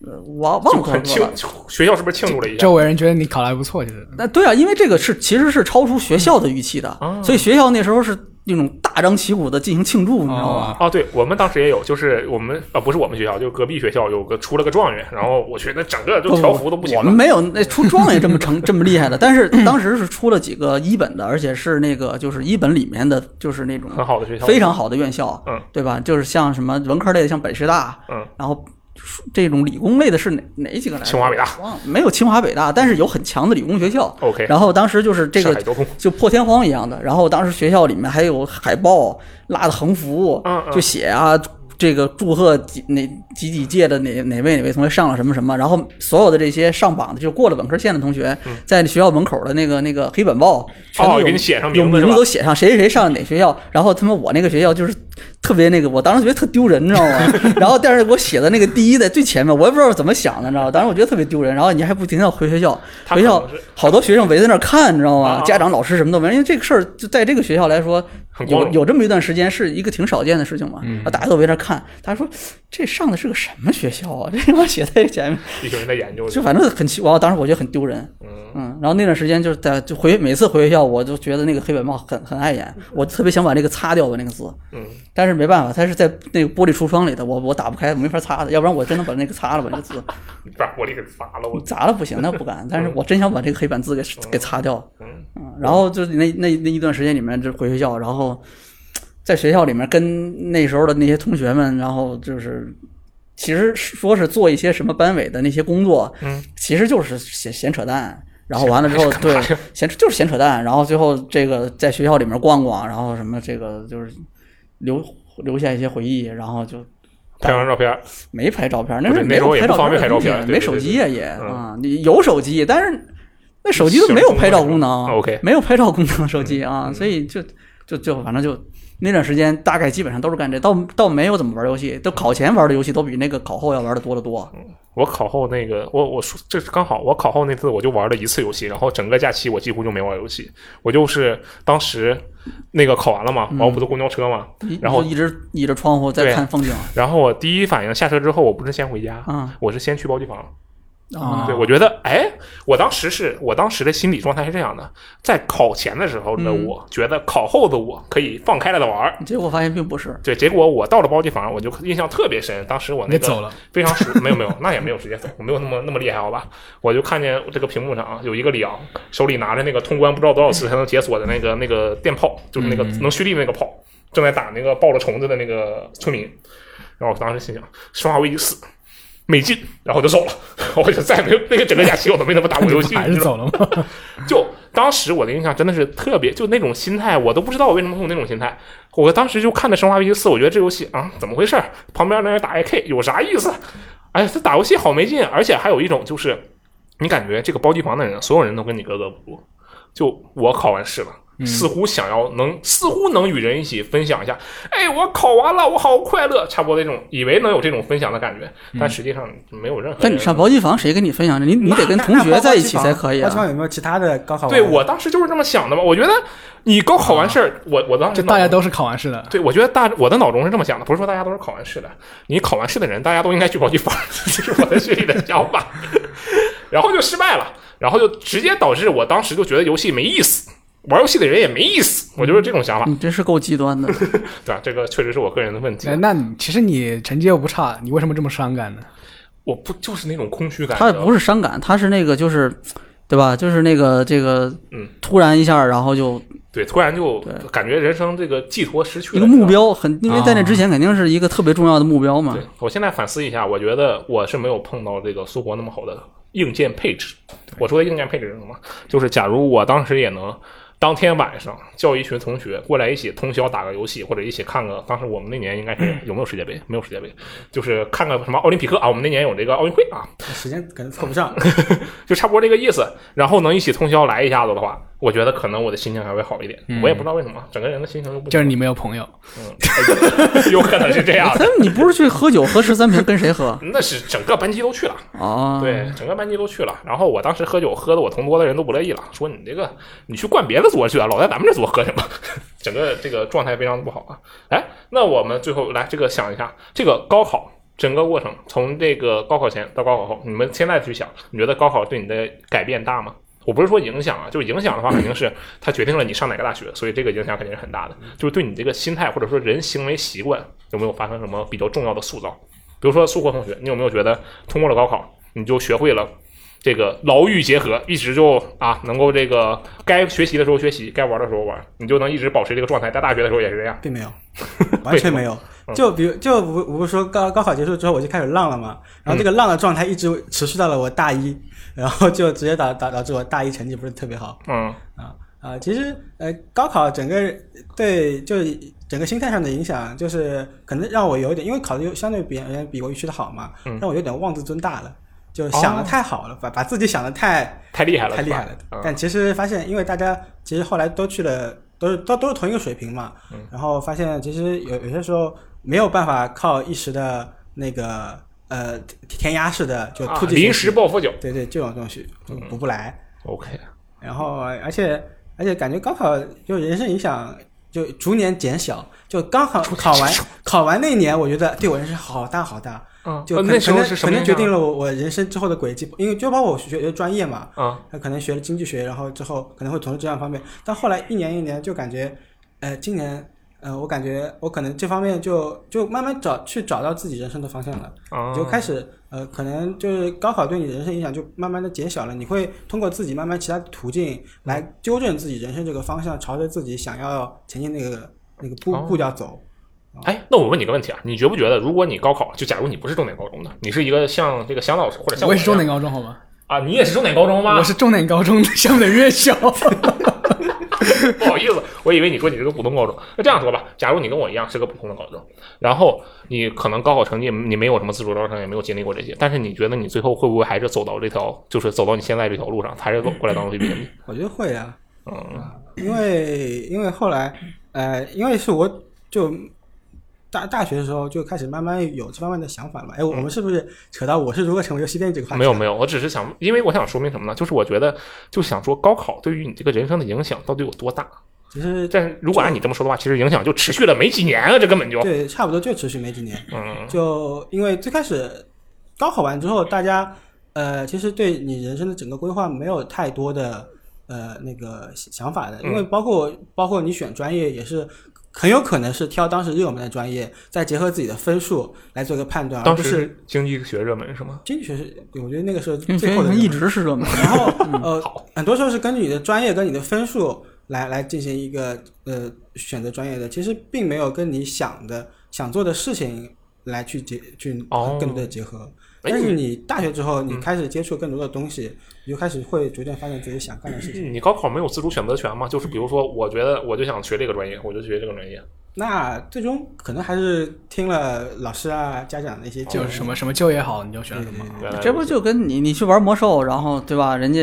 Speaker 4: 呃我
Speaker 2: 就
Speaker 4: 忘
Speaker 2: 很
Speaker 4: 了多少
Speaker 2: 庆
Speaker 4: 了。，
Speaker 2: 学校是不是庆祝了一下
Speaker 3: 周围人觉得你考的还不错，就是
Speaker 4: 那对啊，因为这个是其实是超出学校的预期的，
Speaker 2: 嗯啊
Speaker 4: 所以学校那时候是那种大张旗鼓的进行庆祝，你知道吗？
Speaker 3: 哦，
Speaker 2: 哦，对，我们当时也有，就是我们啊，不是我们学校，就是隔壁学校有个出了个状元，然后我去，那整个就条幅都不行
Speaker 4: 我
Speaker 2: 了
Speaker 4: 们。没有那出状元这么成 [laughs] 这么厉害的，但是当时是出了几个一本的，而且是那个就是一本里面的，就是那种
Speaker 2: 很好的学校，
Speaker 4: 非常好的院校，
Speaker 2: 嗯，
Speaker 4: 对吧？就是像什么文科类的，像北师大，
Speaker 2: 嗯，
Speaker 4: 然后这种理工类的是哪哪几个来着？
Speaker 2: 清华北大哦
Speaker 4: 我忘了，没有清华北大，但是有很强的理工学校。
Speaker 2: OK，
Speaker 4: 然后当时就是这
Speaker 2: 上
Speaker 4: 个
Speaker 2: 海交通，
Speaker 4: 就破天荒一样的。然后当时学校里面还有海报拉的横幅
Speaker 2: 嗯，嗯
Speaker 4: 就写啊。这个祝贺几哪几几届的哪哪位哪位同学上了什么什么，然后所有的这些上榜的就过了本科线的同学，在学校门口的那个那个黑板报，全都
Speaker 2: 嗯哦，
Speaker 4: 有
Speaker 2: 给你写上
Speaker 4: 有
Speaker 2: 名字
Speaker 4: 名
Speaker 2: 是
Speaker 4: 字
Speaker 2: 吧
Speaker 4: 都？写上谁谁谁上哪学校，然后他妈我那个学校就是特别那个，我当时觉得特丢人，你知道吗？ [laughs] 然后但是我写的那个第一在最前面，我也不知道怎么想的，你知道吗？当时我觉得特别丢人，然后你还不停的回学校，
Speaker 2: 他
Speaker 4: 学校
Speaker 2: 可能是
Speaker 4: 好多学生围在那儿看，你知道
Speaker 2: 啊
Speaker 4: 吗？家长老师什么都没，因为这个事儿就在这个学校来说
Speaker 2: 很，光
Speaker 4: 有
Speaker 2: 荣嗯
Speaker 4: 有这么一段时间是一个挺少见的事情嘛，啊，大家都围那儿看，他说这上的是个什么学校啊？这他妈写在前面，
Speaker 2: 一群人在研究的，
Speaker 4: [laughs] 就反正很奇，我当时我觉得很丢人。
Speaker 2: 嗯，
Speaker 4: 嗯，然后那段时间就是在就回每次回学校，我就觉得那个黑板报很很碍眼，我特别想把那个擦掉吧那个字，
Speaker 2: 嗯，
Speaker 4: 但是没办法，它是在那个玻璃橱窗里的，我我打不开，没法擦的，要不然我真能把那个擦了吧那个字，
Speaker 2: 把玻璃给砸了，我
Speaker 4: 砸了不行，那不敢，但是我真想把这个黑板字给给擦掉，
Speaker 2: 嗯
Speaker 4: 嗯，然后就是那那那一段时间里面，就回学校，然后在学校里面跟那时候的那些同学们，然后就是其实说是做一些什么班委的那些工作，
Speaker 2: 嗯，
Speaker 4: 其实就是闲闲扯淡。然后完了之后，对
Speaker 2: 干嘛呀，
Speaker 4: 闲扯就是闲扯淡。然后最后这个在学校里面逛逛，然后什么这个就是留留下一些回忆，然后就
Speaker 2: 拍张照片，
Speaker 4: 没拍照片，那
Speaker 2: 不
Speaker 4: 是
Speaker 2: 是那
Speaker 4: 没
Speaker 2: 时
Speaker 4: 有
Speaker 2: 候也
Speaker 4: 拍
Speaker 2: 不
Speaker 4: 照
Speaker 2: 方
Speaker 4: 片
Speaker 2: 便
Speaker 4: 的东西，啊
Speaker 2: 拍照片对
Speaker 4: 没
Speaker 2: 对
Speaker 4: 手
Speaker 2: 对
Speaker 4: 机呀也
Speaker 2: 嗯
Speaker 4: 啊，你有手机，但是那手机都没有拍照功能
Speaker 2: 行，，OK 嗯
Speaker 4: 没有拍照功能手机啊，所以就就就反正就那段时间大概基本上都是干这，倒倒没有怎么玩游
Speaker 2: 嗯
Speaker 4: 戏，都考前玩的游戏都比那个考后要玩的多得多。
Speaker 2: 我考后那个，我我说这是刚好，我考后那次我就玩了一次游戏，然后整个假期我几乎就没玩游戏。我就是当时那个考完了嘛，
Speaker 3: 嗯
Speaker 2: 完我不坐公交车嘛，
Speaker 4: 你
Speaker 2: 嗯然后
Speaker 4: 你就一直倚着窗户在
Speaker 2: 对
Speaker 4: 看风景
Speaker 2: 然后我第一反应下车之后，我不是先回家，
Speaker 3: 嗯
Speaker 4: 啊，
Speaker 2: 我是先去包机房。
Speaker 4: 然后
Speaker 3: 啊
Speaker 4: 呢
Speaker 2: 对，我觉得，哎，我当时是我当时的心理状态是这样的，在考前的时候的
Speaker 4: 嗯
Speaker 2: 我、觉得考后的我可以放开了的玩儿。
Speaker 4: 结果发现并不是，
Speaker 2: 对，结果我到了包机房，我就印象特别深。当时我
Speaker 3: 你给
Speaker 2: 那个
Speaker 3: 走了，
Speaker 2: 非常熟，没有没有，那也没有直接走，我没有那么那么厉害，好吧？我就看见这个屏幕上啊，有一个里昂手里拿着那个通关不知道多少次才能解锁的那个那个电炮，就是那个能蓄力的那个炮，正在打那个抱着虫子的那个村民。然后我当时心想，《生化危机四》没劲，然后我就走了， [laughs] 我就再也没有那个整个假期我都没怎么打过游
Speaker 3: [laughs]
Speaker 2: 戏，
Speaker 3: 还
Speaker 2: 你
Speaker 3: 是
Speaker 2: 知道吗
Speaker 3: 走了
Speaker 2: [laughs]
Speaker 3: 吗？
Speaker 2: 就当时我的印象真的是特别，就那种心态，我都不知道我为什么会有那种心态。我当时就看的《生化危机四》，我觉得这游戏啊、怎么回事儿？旁边那人打 AK 有啥意思？哎呀，这打游戏好没劲，而且还有一种就是，你感觉这个包机房的人，所有人都跟你格格不入。就我考完试了。似乎想要能，似乎能与人一起分享一下。哎，我考完了，我好快乐，差不多那种，以为能有这种分享的感觉，但实际上没有任何人。
Speaker 4: 但你上包机房谁跟你分享这？你你得跟
Speaker 5: 那
Speaker 4: 同
Speaker 5: 那
Speaker 4: 学
Speaker 5: 包
Speaker 4: 在一
Speaker 5: 机
Speaker 4: 起
Speaker 5: 房
Speaker 4: 才可以
Speaker 5: 包机房
Speaker 4: 啊。
Speaker 5: 有没有其他的高考玩
Speaker 2: 对
Speaker 5: 意？
Speaker 2: 我当时就是这么想的嘛。我觉得你高考完事
Speaker 4: 哦
Speaker 2: 儿，我我当时
Speaker 3: 就大家
Speaker 2: 脑
Speaker 3: 都是考完试的，
Speaker 2: 对，我觉得大我的脑中是这么想的，不是说大家都是考完试的，你考完试的人，大家都应该去跑地方， [laughs] 这是我的心里的想法。 [laughs] 然后就失败了，然后就直接导致我当时就觉得游戏没意思，玩游戏的人也没意思，我就是这种想法，
Speaker 4: 你真是够极端的，
Speaker 2: 对啊吧？这个确实是我个人的问题
Speaker 3: 哎，那你其实你成绩又不差，你为什么这么伤感呢？
Speaker 2: 我不就是那种空虚感，
Speaker 4: 他也
Speaker 2: 你知道
Speaker 4: 不
Speaker 2: 吗
Speaker 4: 是伤感，他是那个就是，对吧？就是那个这个，
Speaker 2: 嗯，
Speaker 4: 突然一下，然后就
Speaker 2: 对，突然就
Speaker 4: 对
Speaker 2: 感觉人生这个寄托失去
Speaker 4: 一
Speaker 2: 了
Speaker 4: 个
Speaker 2: 你知道
Speaker 4: 目。
Speaker 2: 吗
Speaker 4: 标很，因为在那之
Speaker 5: 啊
Speaker 4: 前肯定是一个特别重要的目标嘛
Speaker 2: 对。我现在反思一下，我觉得我是没有碰到这个苏活那么好的硬件配置。我说的硬件配置是什么？就是假如我当时也能。当天晚上叫一群同学过来一起通宵打个游戏，或者一起看个。当时我们那年应该是有没有世界杯？没有世界杯，就是看个什么奥林匹克啊。我们那年有这个奥运会啊，
Speaker 5: 时间可能凑不 [laughs] 上。
Speaker 2: 就差不多这个意思。然后能一起通宵来一下子的话，我觉得可能我的心情还会好一点。我也不知道为什么，整个人的心情就不
Speaker 3: 就是你没有朋友，
Speaker 2: 嗯 [laughs] 有可能是这样
Speaker 4: 哎但
Speaker 2: 的。
Speaker 4: 是你不是去喝酒喝十三瓶，跟谁喝
Speaker 2: 那是整个班级都去了，
Speaker 4: 啊？
Speaker 2: 对，整个班级都去了。然后我当时喝酒喝的我同桌的人都不乐意了，说你这个你去灌别的桌去啊，老在咱们这桌喝什么？ [laughs] 整个这个状态非常不好啊。哎，那我们最后来这个想一下，这个高考整个过程，从这个高考前到高考后，你们现在去想，你觉得高考对你的改变大吗？我不是说影响啊，就是影响的话，肯定是它决定了你上哪个大学，所以这个影响肯定是很大的。就是对你这个心态或者说人行为习惯有没有发生什么比较重要的塑造？比如说苏活同学，你有没有觉得通过了高考，你就学会了这个劳逸结合，一直就啊能够这个该学习的时候学习，该玩的时候玩，你就能一直保持这个状态。在大学的时候也是这样，
Speaker 5: 并没有，完全没有。就比如，就我我不是说高高考结束之后我就开始浪了嘛，然后这个浪的状态一直持续到了我大一，然后就直接导导导致我大一成绩不是特别好
Speaker 2: 嗯
Speaker 5: 啊啊。其实呃，高考整个对就是整个心态上的影响，就是可能让我有一点，因为考的又相对比别人比我预期的好嘛，
Speaker 2: 嗯
Speaker 5: 让我有点妄自尊大了，就想的太好了，把把自己想的太。
Speaker 2: 太厉害了，
Speaker 5: 太厉
Speaker 2: 是吧
Speaker 5: 害了
Speaker 2: 嗯。
Speaker 5: 但其实发现，因为大家其实后来都去了，都是都都是同一个水平嘛，
Speaker 2: 嗯
Speaker 5: 然后发现其实有有些时候没有办法靠一时的那个呃填鸭式的就
Speaker 2: 啊
Speaker 5: 突击、
Speaker 2: 临时，抱佛脚。
Speaker 5: 对对，这种东西就补不来。
Speaker 2: OK，
Speaker 5: 然后而且而且感觉高考就人生影响。就逐年减小，就刚好考完考完那年，我觉得对我人生好大好大，
Speaker 2: 嗯，
Speaker 5: 就
Speaker 2: 呃
Speaker 5: 可
Speaker 2: 那时候
Speaker 5: 可能
Speaker 2: 是什么
Speaker 5: 可
Speaker 2: 样啊？
Speaker 5: 能决定了我我人生之后的轨迹，因为就包括我学的专业嘛，
Speaker 2: 啊，
Speaker 5: 他可能学了经济学，然后之后可能会从事这样方面，但后来一年一年就感觉，呃，今年，呃，我感觉我可能这方面就就慢慢找去找到自己人生的方向了，
Speaker 2: 啊
Speaker 5: 你就开始呃，可能就是高考对你人生影响就慢慢的减小了，你会通过自己慢慢其他的途径来纠正自己人生这个方向，朝着自己想要前进那个那个步
Speaker 2: 哦
Speaker 5: 步调走。
Speaker 2: 哎，那我问你个问题啊，你觉不觉得，如果你高考，就假如你不是重点高中的，你是一个像这个祥老师或者像
Speaker 3: 我也是重
Speaker 2: 这
Speaker 3: 点
Speaker 2: 样
Speaker 3: 高中，好吗？
Speaker 2: 啊，你也是重点高中吗？哦
Speaker 3: 我是重点高中的 [laughs] 相对越
Speaker 2: [laughs]
Speaker 3: 小，
Speaker 2: 不好意思，我以为你说你是个普通高中。那这样说吧，假如你跟我一样是个普通的高中，然后你可能高考成绩你没有什么自主招生，也没有经历过这些，但是你觉得你最后会不会还是走到这条，就是走到你现在这条路上，还是走过来当飞兵？
Speaker 5: 我觉得会啊，
Speaker 2: 嗯
Speaker 5: 因为因为后来，呃，因为是我就大大学的时候就开始慢慢有这方面的想法了嘛。哎，我们是不是扯到我是如何成为游戏编辑这个话
Speaker 2: 嗯
Speaker 5: 题？
Speaker 2: 没有没有，我只是想，因为我想说明什么呢？就是我觉得，就想说高考对于你这个人生的影响到底有多大？
Speaker 5: 其实
Speaker 2: 但是如果按你这么说的话，其实影响就持续了没几年啊，这根本就
Speaker 5: 对，差不多就持续没几年。
Speaker 2: 嗯
Speaker 5: 就因为最开始高考完之后，大家呃，其实对你人生的整个规划没有太多的呃那个想法的，因
Speaker 2: 嗯
Speaker 5: 为包括包括你选专业也是。很有可能是挑当时热门的专业，再结合自己的分数来做一个判断，而
Speaker 2: 当
Speaker 5: 不
Speaker 2: 时
Speaker 5: 是
Speaker 2: 啊是经济学热门是吗？
Speaker 5: 经济学是，我觉得那个是
Speaker 4: 因为
Speaker 5: 最
Speaker 4: 学
Speaker 5: 后的
Speaker 4: 生
Speaker 5: 热门
Speaker 4: 一直是热门。
Speaker 5: 然后
Speaker 2: 嗯
Speaker 5: 呃，很多时候是根据你的专业跟你的分数来来进行一个呃选择专业的，其实并没有跟你想的想做的事情来去结去呃
Speaker 2: 哦
Speaker 5: 更多的结合。
Speaker 2: 哎
Speaker 5: 但是你大学之后，你开始接触更多的东西，你就开始会逐渐发现自己想干的事情。
Speaker 2: 你高考没有自主选择权吗？就是比如说，我觉得我就想学这个专业，我就学这个专业。
Speaker 5: 那最终可能还是听了老师啊、家长的一些建
Speaker 3: 就是
Speaker 5: 议。
Speaker 3: 什么什么就业好，你就选什么。
Speaker 2: 原来
Speaker 4: 这不就跟你你去玩魔兽，然后对吧？人家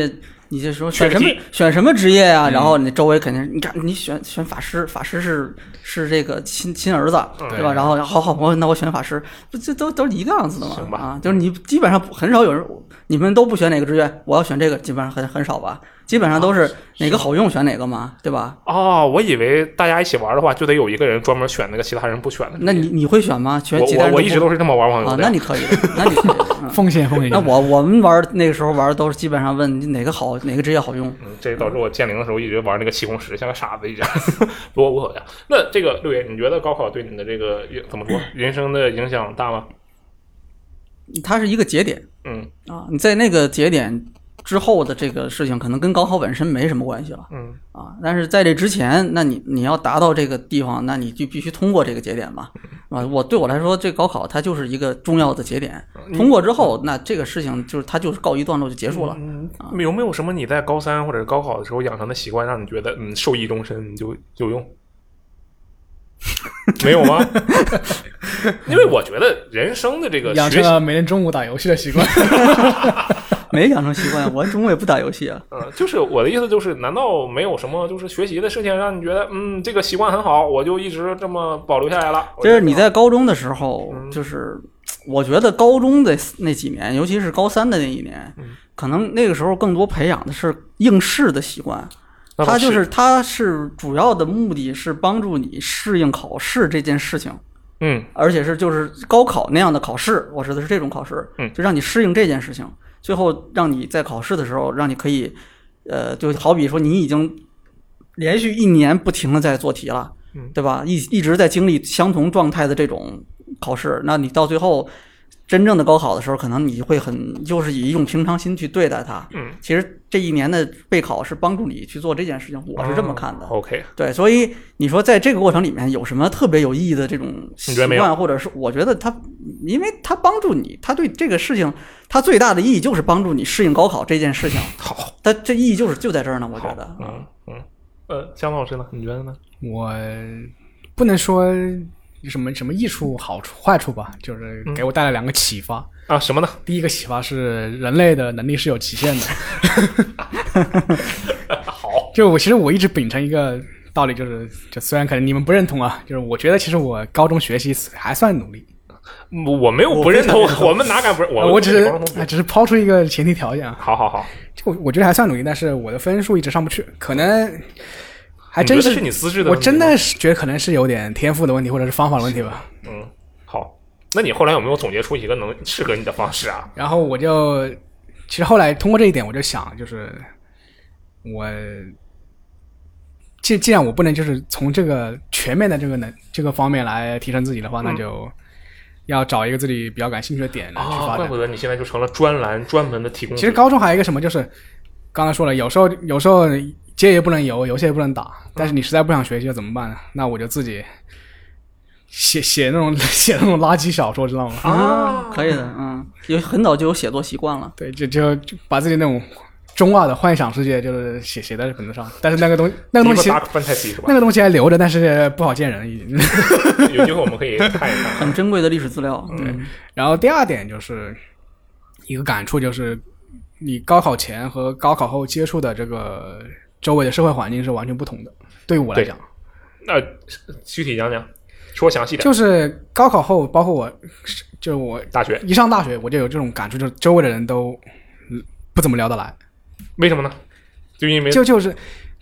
Speaker 4: 你这时候选
Speaker 2: 选
Speaker 4: 什
Speaker 2: 题
Speaker 4: 么选什么职业
Speaker 2: 嗯
Speaker 4: 呀、然后你周围肯定是你看你选选法师，法师是是这个亲亲儿子，
Speaker 2: 嗯
Speaker 4: 对吧？
Speaker 3: 对
Speaker 4: 然后好好我那我选法师，不这都都是一个样子的
Speaker 2: 行
Speaker 4: 嘛
Speaker 2: 吧
Speaker 4: 啊，就是你基本上不很少有人，你们都不选哪个职业，我要选这个，基本上很很少吧，基本上都
Speaker 2: 啊
Speaker 4: 是哪个好用选哪个嘛，对吧？
Speaker 2: 哦，我以为大家一起玩的话，就得有一个人专门选那个其他人不选的。
Speaker 4: 那你你会选吗？选
Speaker 2: 嗯我
Speaker 4: 其他
Speaker 2: 我
Speaker 4: 人
Speaker 2: 我
Speaker 4: 不
Speaker 2: 一直都是这么玩网游的。
Speaker 4: 啊，那你可以的，那你可以的。嗯
Speaker 2: [laughs]
Speaker 3: 奉献奉献。
Speaker 4: 那我我们玩那个时候玩的都是基本上问你哪个好哪个职业好用，
Speaker 2: 嗯，这也导致我建零的时候一直玩那个七红石，像个傻子一样。 [laughs] 不过无所谓啊。那这个六爷，你觉得高考对你的这个怎么说人生的影响大吗？
Speaker 4: 它是一个节点
Speaker 2: 嗯
Speaker 4: 啊，你在那个节点之后的这个事情，可能跟高考本身没什么关系了
Speaker 2: 嗯
Speaker 4: 啊。但是在这之前，那你你要达到这个地方，那你就必须通过这个节点嘛，啊，我对我来说，这高考它就是一个重要的节点，通过之后，那这个事情就是它就是告一段落就结束
Speaker 2: 嗯
Speaker 4: 了。
Speaker 2: 有没有什么你在高三或者是高考的时候养成的习惯，让你觉得嗯受益终身，你就有用？ [laughs] 没有吗？ [laughs] 因为我觉得人生的这个
Speaker 3: 养
Speaker 2: 学
Speaker 3: 成
Speaker 2: 习，
Speaker 3: 了每天中午打游戏的习惯。
Speaker 4: [laughs] 没养成习惯，我中午也不打游戏啊。
Speaker 2: 嗯，就是我的意思就是，难道没有什么就是学习的事情让你觉得嗯这个习惯很好，我就一直这么保留下来了？
Speaker 4: 就是你
Speaker 2: 我觉得
Speaker 4: 在高中的时候，就是我觉得高中的那几年，尤其是高三的那一年，可能那个时候更多培养的是应试的习惯。
Speaker 2: 那倒
Speaker 4: 它就是是它是主要的目的是帮助你适应考试这件事情，
Speaker 2: 嗯
Speaker 4: 而且是就是高考那样的考试，我指的是这种考试
Speaker 2: 嗯，
Speaker 4: 就让你适应这件事情，最后让你在考试的时候，让你可以，呃，就好比说你已经连续一年不停的在做题了
Speaker 2: 嗯，
Speaker 4: 对吧？一一直在经历相同状态的这种考试，那你到最后真正的高考的时候，可能你会很就是以一种平常心去对待它。
Speaker 2: 嗯，
Speaker 4: 其实这一年的备考是帮助你去做这件事情，我是这
Speaker 2: 哦
Speaker 4: 么看的。
Speaker 2: 嗯 OK，
Speaker 4: 对，所以你说在这个过程里面有什么特别有意义的这种
Speaker 2: 你
Speaker 4: 习
Speaker 2: 觉得没有
Speaker 4: 惯，或者是我觉得他，因为他帮助你，他对这个事情，他最大的意义就是帮助你适应高考这件事情，
Speaker 2: [laughs] 好，
Speaker 4: 他这意义就是就在这儿呢，我觉
Speaker 2: 好
Speaker 4: 得，。
Speaker 2: 嗯嗯，呃，江老师呢？你觉得呢？
Speaker 3: 我不能说有什么什么益处、好处、坏处吧， [laughs] 就是给我带来两个启发。
Speaker 2: 啊，什么呢？
Speaker 3: 第一个启发是人类的能力是有极限的。
Speaker 2: [laughs] 好，
Speaker 3: [laughs] 就我其实我一直秉承一个道理，就是就虽然可能你们不认同啊，就是我觉得其实我高中学习还算努力，
Speaker 2: 我没有不认同，我们哪敢不？
Speaker 3: 啊
Speaker 2: 我
Speaker 3: 我只是
Speaker 2: 我认同
Speaker 3: 啊只是抛出一个前提条件啊，
Speaker 2: 好好好，
Speaker 3: 就我我觉得还算努力，但是我的分数一直上不去，可能还
Speaker 2: 你
Speaker 3: 真
Speaker 2: 觉得
Speaker 3: 是
Speaker 2: 是你资质的
Speaker 3: 我
Speaker 2: 问题
Speaker 3: 真
Speaker 2: 吗
Speaker 3: 的是觉得可能是有点天赋的问题，或者是方法的问题吧。
Speaker 2: 嗯，好。那你后来有没有总结出一个能适合你的方式啊？
Speaker 3: 然后我就其实后来通过这一点，我就想，就是我既既然我不能就是从这个全面的这个能这个方面来提升自己的话，
Speaker 2: 嗯
Speaker 3: 那就要找一个自己比较感兴趣的点来去
Speaker 2: 啊，
Speaker 3: 发
Speaker 2: 怪
Speaker 3: 展。
Speaker 2: 不得你现在就成了专栏专门的提供者。
Speaker 3: 其实高中还有一个什么，就是刚才说了，有时候有时候街也不能游，游戏也不能打，但是你实在不想学习了怎么办呢？那我就自己写写那种 [laughs] 写那种垃圾小说，知道吗？
Speaker 4: 啊，可以的，嗯，有很早就有写作习惯了，
Speaker 3: 对，就就就把自己那种中二的幻想世界，就是写写在本子上。但是那个东那个东西
Speaker 2: d，a fantasy 是吧
Speaker 3: 那？个东西还留着，但是不好见人已经。 [laughs]
Speaker 2: 有机会我们可以看一看。啊
Speaker 4: 很珍贵的历史资料，
Speaker 2: 嗯
Speaker 4: 嗯对，
Speaker 3: 然后第二点就是一个感触，就是你高考前和高考后接触的这个周围的社会环境是完全不同的。对于我来
Speaker 2: 对
Speaker 3: 讲，
Speaker 2: 那具体讲讲，说详细点。
Speaker 3: 就是高考后，包括我，就是我
Speaker 2: 大学
Speaker 3: 一上大学我就有这种感触，就是周围的人都嗯不怎么聊得来。
Speaker 2: 为什么呢？就因为
Speaker 3: 就就是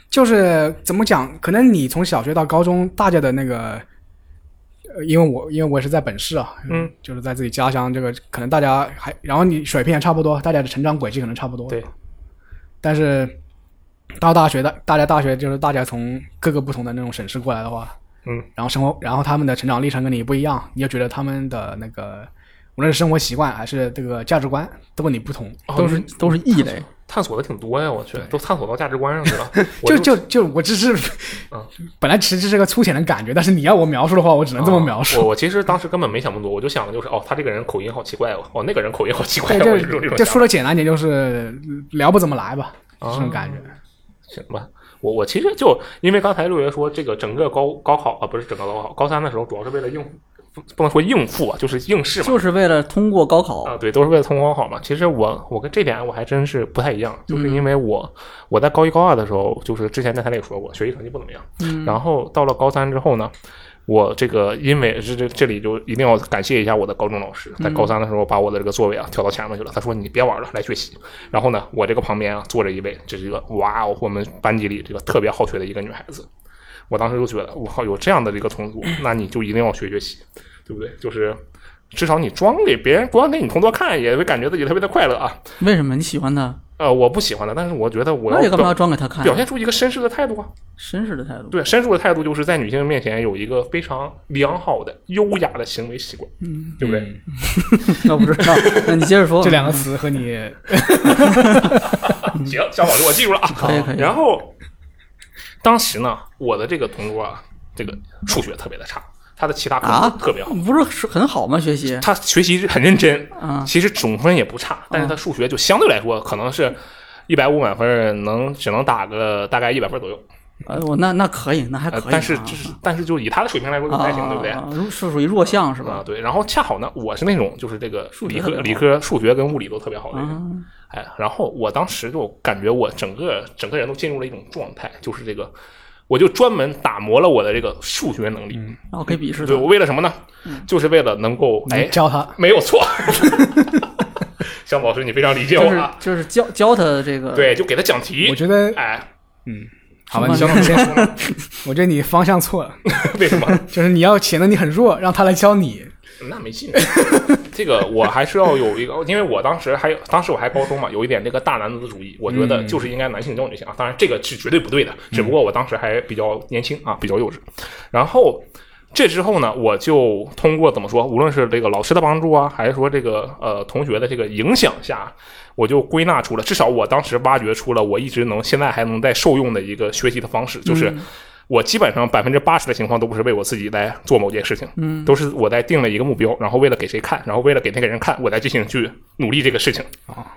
Speaker 3: 就是怎么讲？可能你从小学到高中，大家的那个，呃，因为我因为我也是在本市啊，
Speaker 2: 嗯，
Speaker 3: 就是在自己家乡，这个可能大家还，然后你水平也差不多，大家的成长轨迹可能差不多，
Speaker 2: 对。
Speaker 3: 但是到大学，大大家大学就是大家从各个不同的那种省市过来的话，
Speaker 2: 嗯，
Speaker 3: 然后生活，然后他们的成长历程跟你不一样，你就觉得他们的那个。无论是生活习惯还是这个价值观，都跟你不同，
Speaker 2: 哦
Speaker 3: 都
Speaker 2: 你
Speaker 3: 是
Speaker 4: 都是异类，
Speaker 2: 探索的挺多呀，我去
Speaker 3: 对，
Speaker 2: 都探索到价值观上去了。
Speaker 3: [laughs]
Speaker 2: 我
Speaker 3: 就就就我只是，
Speaker 2: 嗯
Speaker 3: [laughs] 本来其实是个粗浅的感觉，但是你要我描述的话，我只能这么描述。
Speaker 2: 啊哦我我其实当时根本没想那么多，我就想的就是哦，他这个人口音好奇怪哦，哦那个人口音好奇怪
Speaker 3: 对，
Speaker 2: 哦，我这种
Speaker 3: 就
Speaker 2: 这
Speaker 3: 就
Speaker 2: 种想
Speaker 3: 说
Speaker 2: 法
Speaker 3: 的简单点，就是聊不怎么来吧，这种感觉。
Speaker 2: 啊行吧。我我其实就因为刚才六爷说这个整个高高考啊，不是整个高考，高三的时候主要是为了应付，不不能说应付啊，就是应试嘛。
Speaker 4: 就是为了通过高考，
Speaker 2: 啊，对，都是为了通过高考嘛。其实我我跟这点我还真是不太一样，就是因为我、我在高一高二的时候，就是之前在台里也说过，学习成绩不怎么样。嗯、然后到了高三之后呢，我这个因为这这这里就一定要感谢一下我的高中老师，在高三的时候把我的这个座位啊调到前面去了。他说你别玩了，来学习。然后呢，我这个旁边啊坐着一位，这是一个哇哦，我们班级里这个特别好学的一个女孩子。我当时就觉得，我靠，有这样的这个同组，那你就一定要学学习，对不对？就是至少你装给别人，光给你同桌看，也会感觉自己特别的快乐啊。
Speaker 4: 为什么你喜欢他？
Speaker 2: 呃，我不喜欢他，但是我觉得我
Speaker 4: 那你
Speaker 2: 要
Speaker 4: 干嘛要
Speaker 2: 表
Speaker 4: 啊装给他看？
Speaker 2: 表现出一个绅士的态度啊。
Speaker 4: 绅士的态度。
Speaker 2: 对，绅士的态度就是在女性面前有一个非常良好的、优雅的行为习惯，
Speaker 4: 嗯，
Speaker 2: 对不对？
Speaker 3: 嗯
Speaker 4: 那我不知
Speaker 2: [laughs]
Speaker 4: 道，那你接着说。
Speaker 3: 这两个词和你
Speaker 2: 行，小伙子，我记住了啊。
Speaker 4: [laughs] 可以可以。
Speaker 2: 然后当时呢，我的这个同桌啊，这个数学特别的差，他的其他科
Speaker 4: 啊
Speaker 2: 目特别好，
Speaker 4: 不是很好吗？学习
Speaker 2: 他学习很认真，
Speaker 4: 啊，
Speaker 2: 其实总分也不
Speaker 4: 嗯
Speaker 2: 差，但是他数学就相对来说可能是。一百五满分能只能打个大概一百分左右，
Speaker 4: 呃，我那那可以，那还可
Speaker 2: 呃
Speaker 4: 以啊。
Speaker 2: 但是就是但是就以他的水平来说就
Speaker 4: 啊
Speaker 2: 不太行，对不对？
Speaker 4: 啊？啊是属于弱项是
Speaker 2: 啊
Speaker 4: 吧？，
Speaker 2: 对。然后恰好呢，我是那种就是这个
Speaker 4: 数学
Speaker 2: 理
Speaker 4: 特
Speaker 2: 科
Speaker 4: 别好
Speaker 2: 理科数学跟物理都特别好的人，
Speaker 4: 啊，
Speaker 2: 哎，然后我当时就感觉我整个整个人都进入了一种状态，就是这个，我就专门打磨了我的这个数学能力。
Speaker 4: 然后可以鄙视他
Speaker 2: 对我为了什么呢？
Speaker 4: 嗯
Speaker 2: 就是为了能够 [laughs] 哎，
Speaker 3: 教他，
Speaker 2: 没有错。 [laughs] 向老师，你非常理解我
Speaker 4: 就是
Speaker 2: 啊。
Speaker 4: 就是教教他这个，
Speaker 2: 对，就给他讲
Speaker 3: 嗯
Speaker 2: 题
Speaker 3: 我。觉得
Speaker 2: 哎， [laughs]
Speaker 3: 好吧，
Speaker 4: 什么
Speaker 3: 你先，你先 [laughs] 我觉得你方向错了，
Speaker 2: 为什么？
Speaker 3: 就是你要显得你很弱，让他来教你。
Speaker 2: 那
Speaker 3: [laughs]
Speaker 2: 没劲。这个我还是要有一个，因为我当时还有，当时我还高中嘛，有一点这个大男子主义，我觉
Speaker 3: 嗯
Speaker 2: 得就是应该男性教女性啊。当然这个是绝对不对的，只不过我当时还比较年轻啊，比较幼稚。然后这之后呢，我就通过怎么说，无论是这个老师的帮助啊，还是说这个呃同学的这个影响下，我就归纳出了，至少我当时挖掘出了我一直能现在还能在受用的一个学习的方式，
Speaker 3: 嗯
Speaker 2: 就是。我基本上百分之八十的情况都不是为我自己来做某件事情，嗯，都是我在定了一个目标，然后为了给谁看，然后为了给那个人看，我再进行去努力这个事情啊。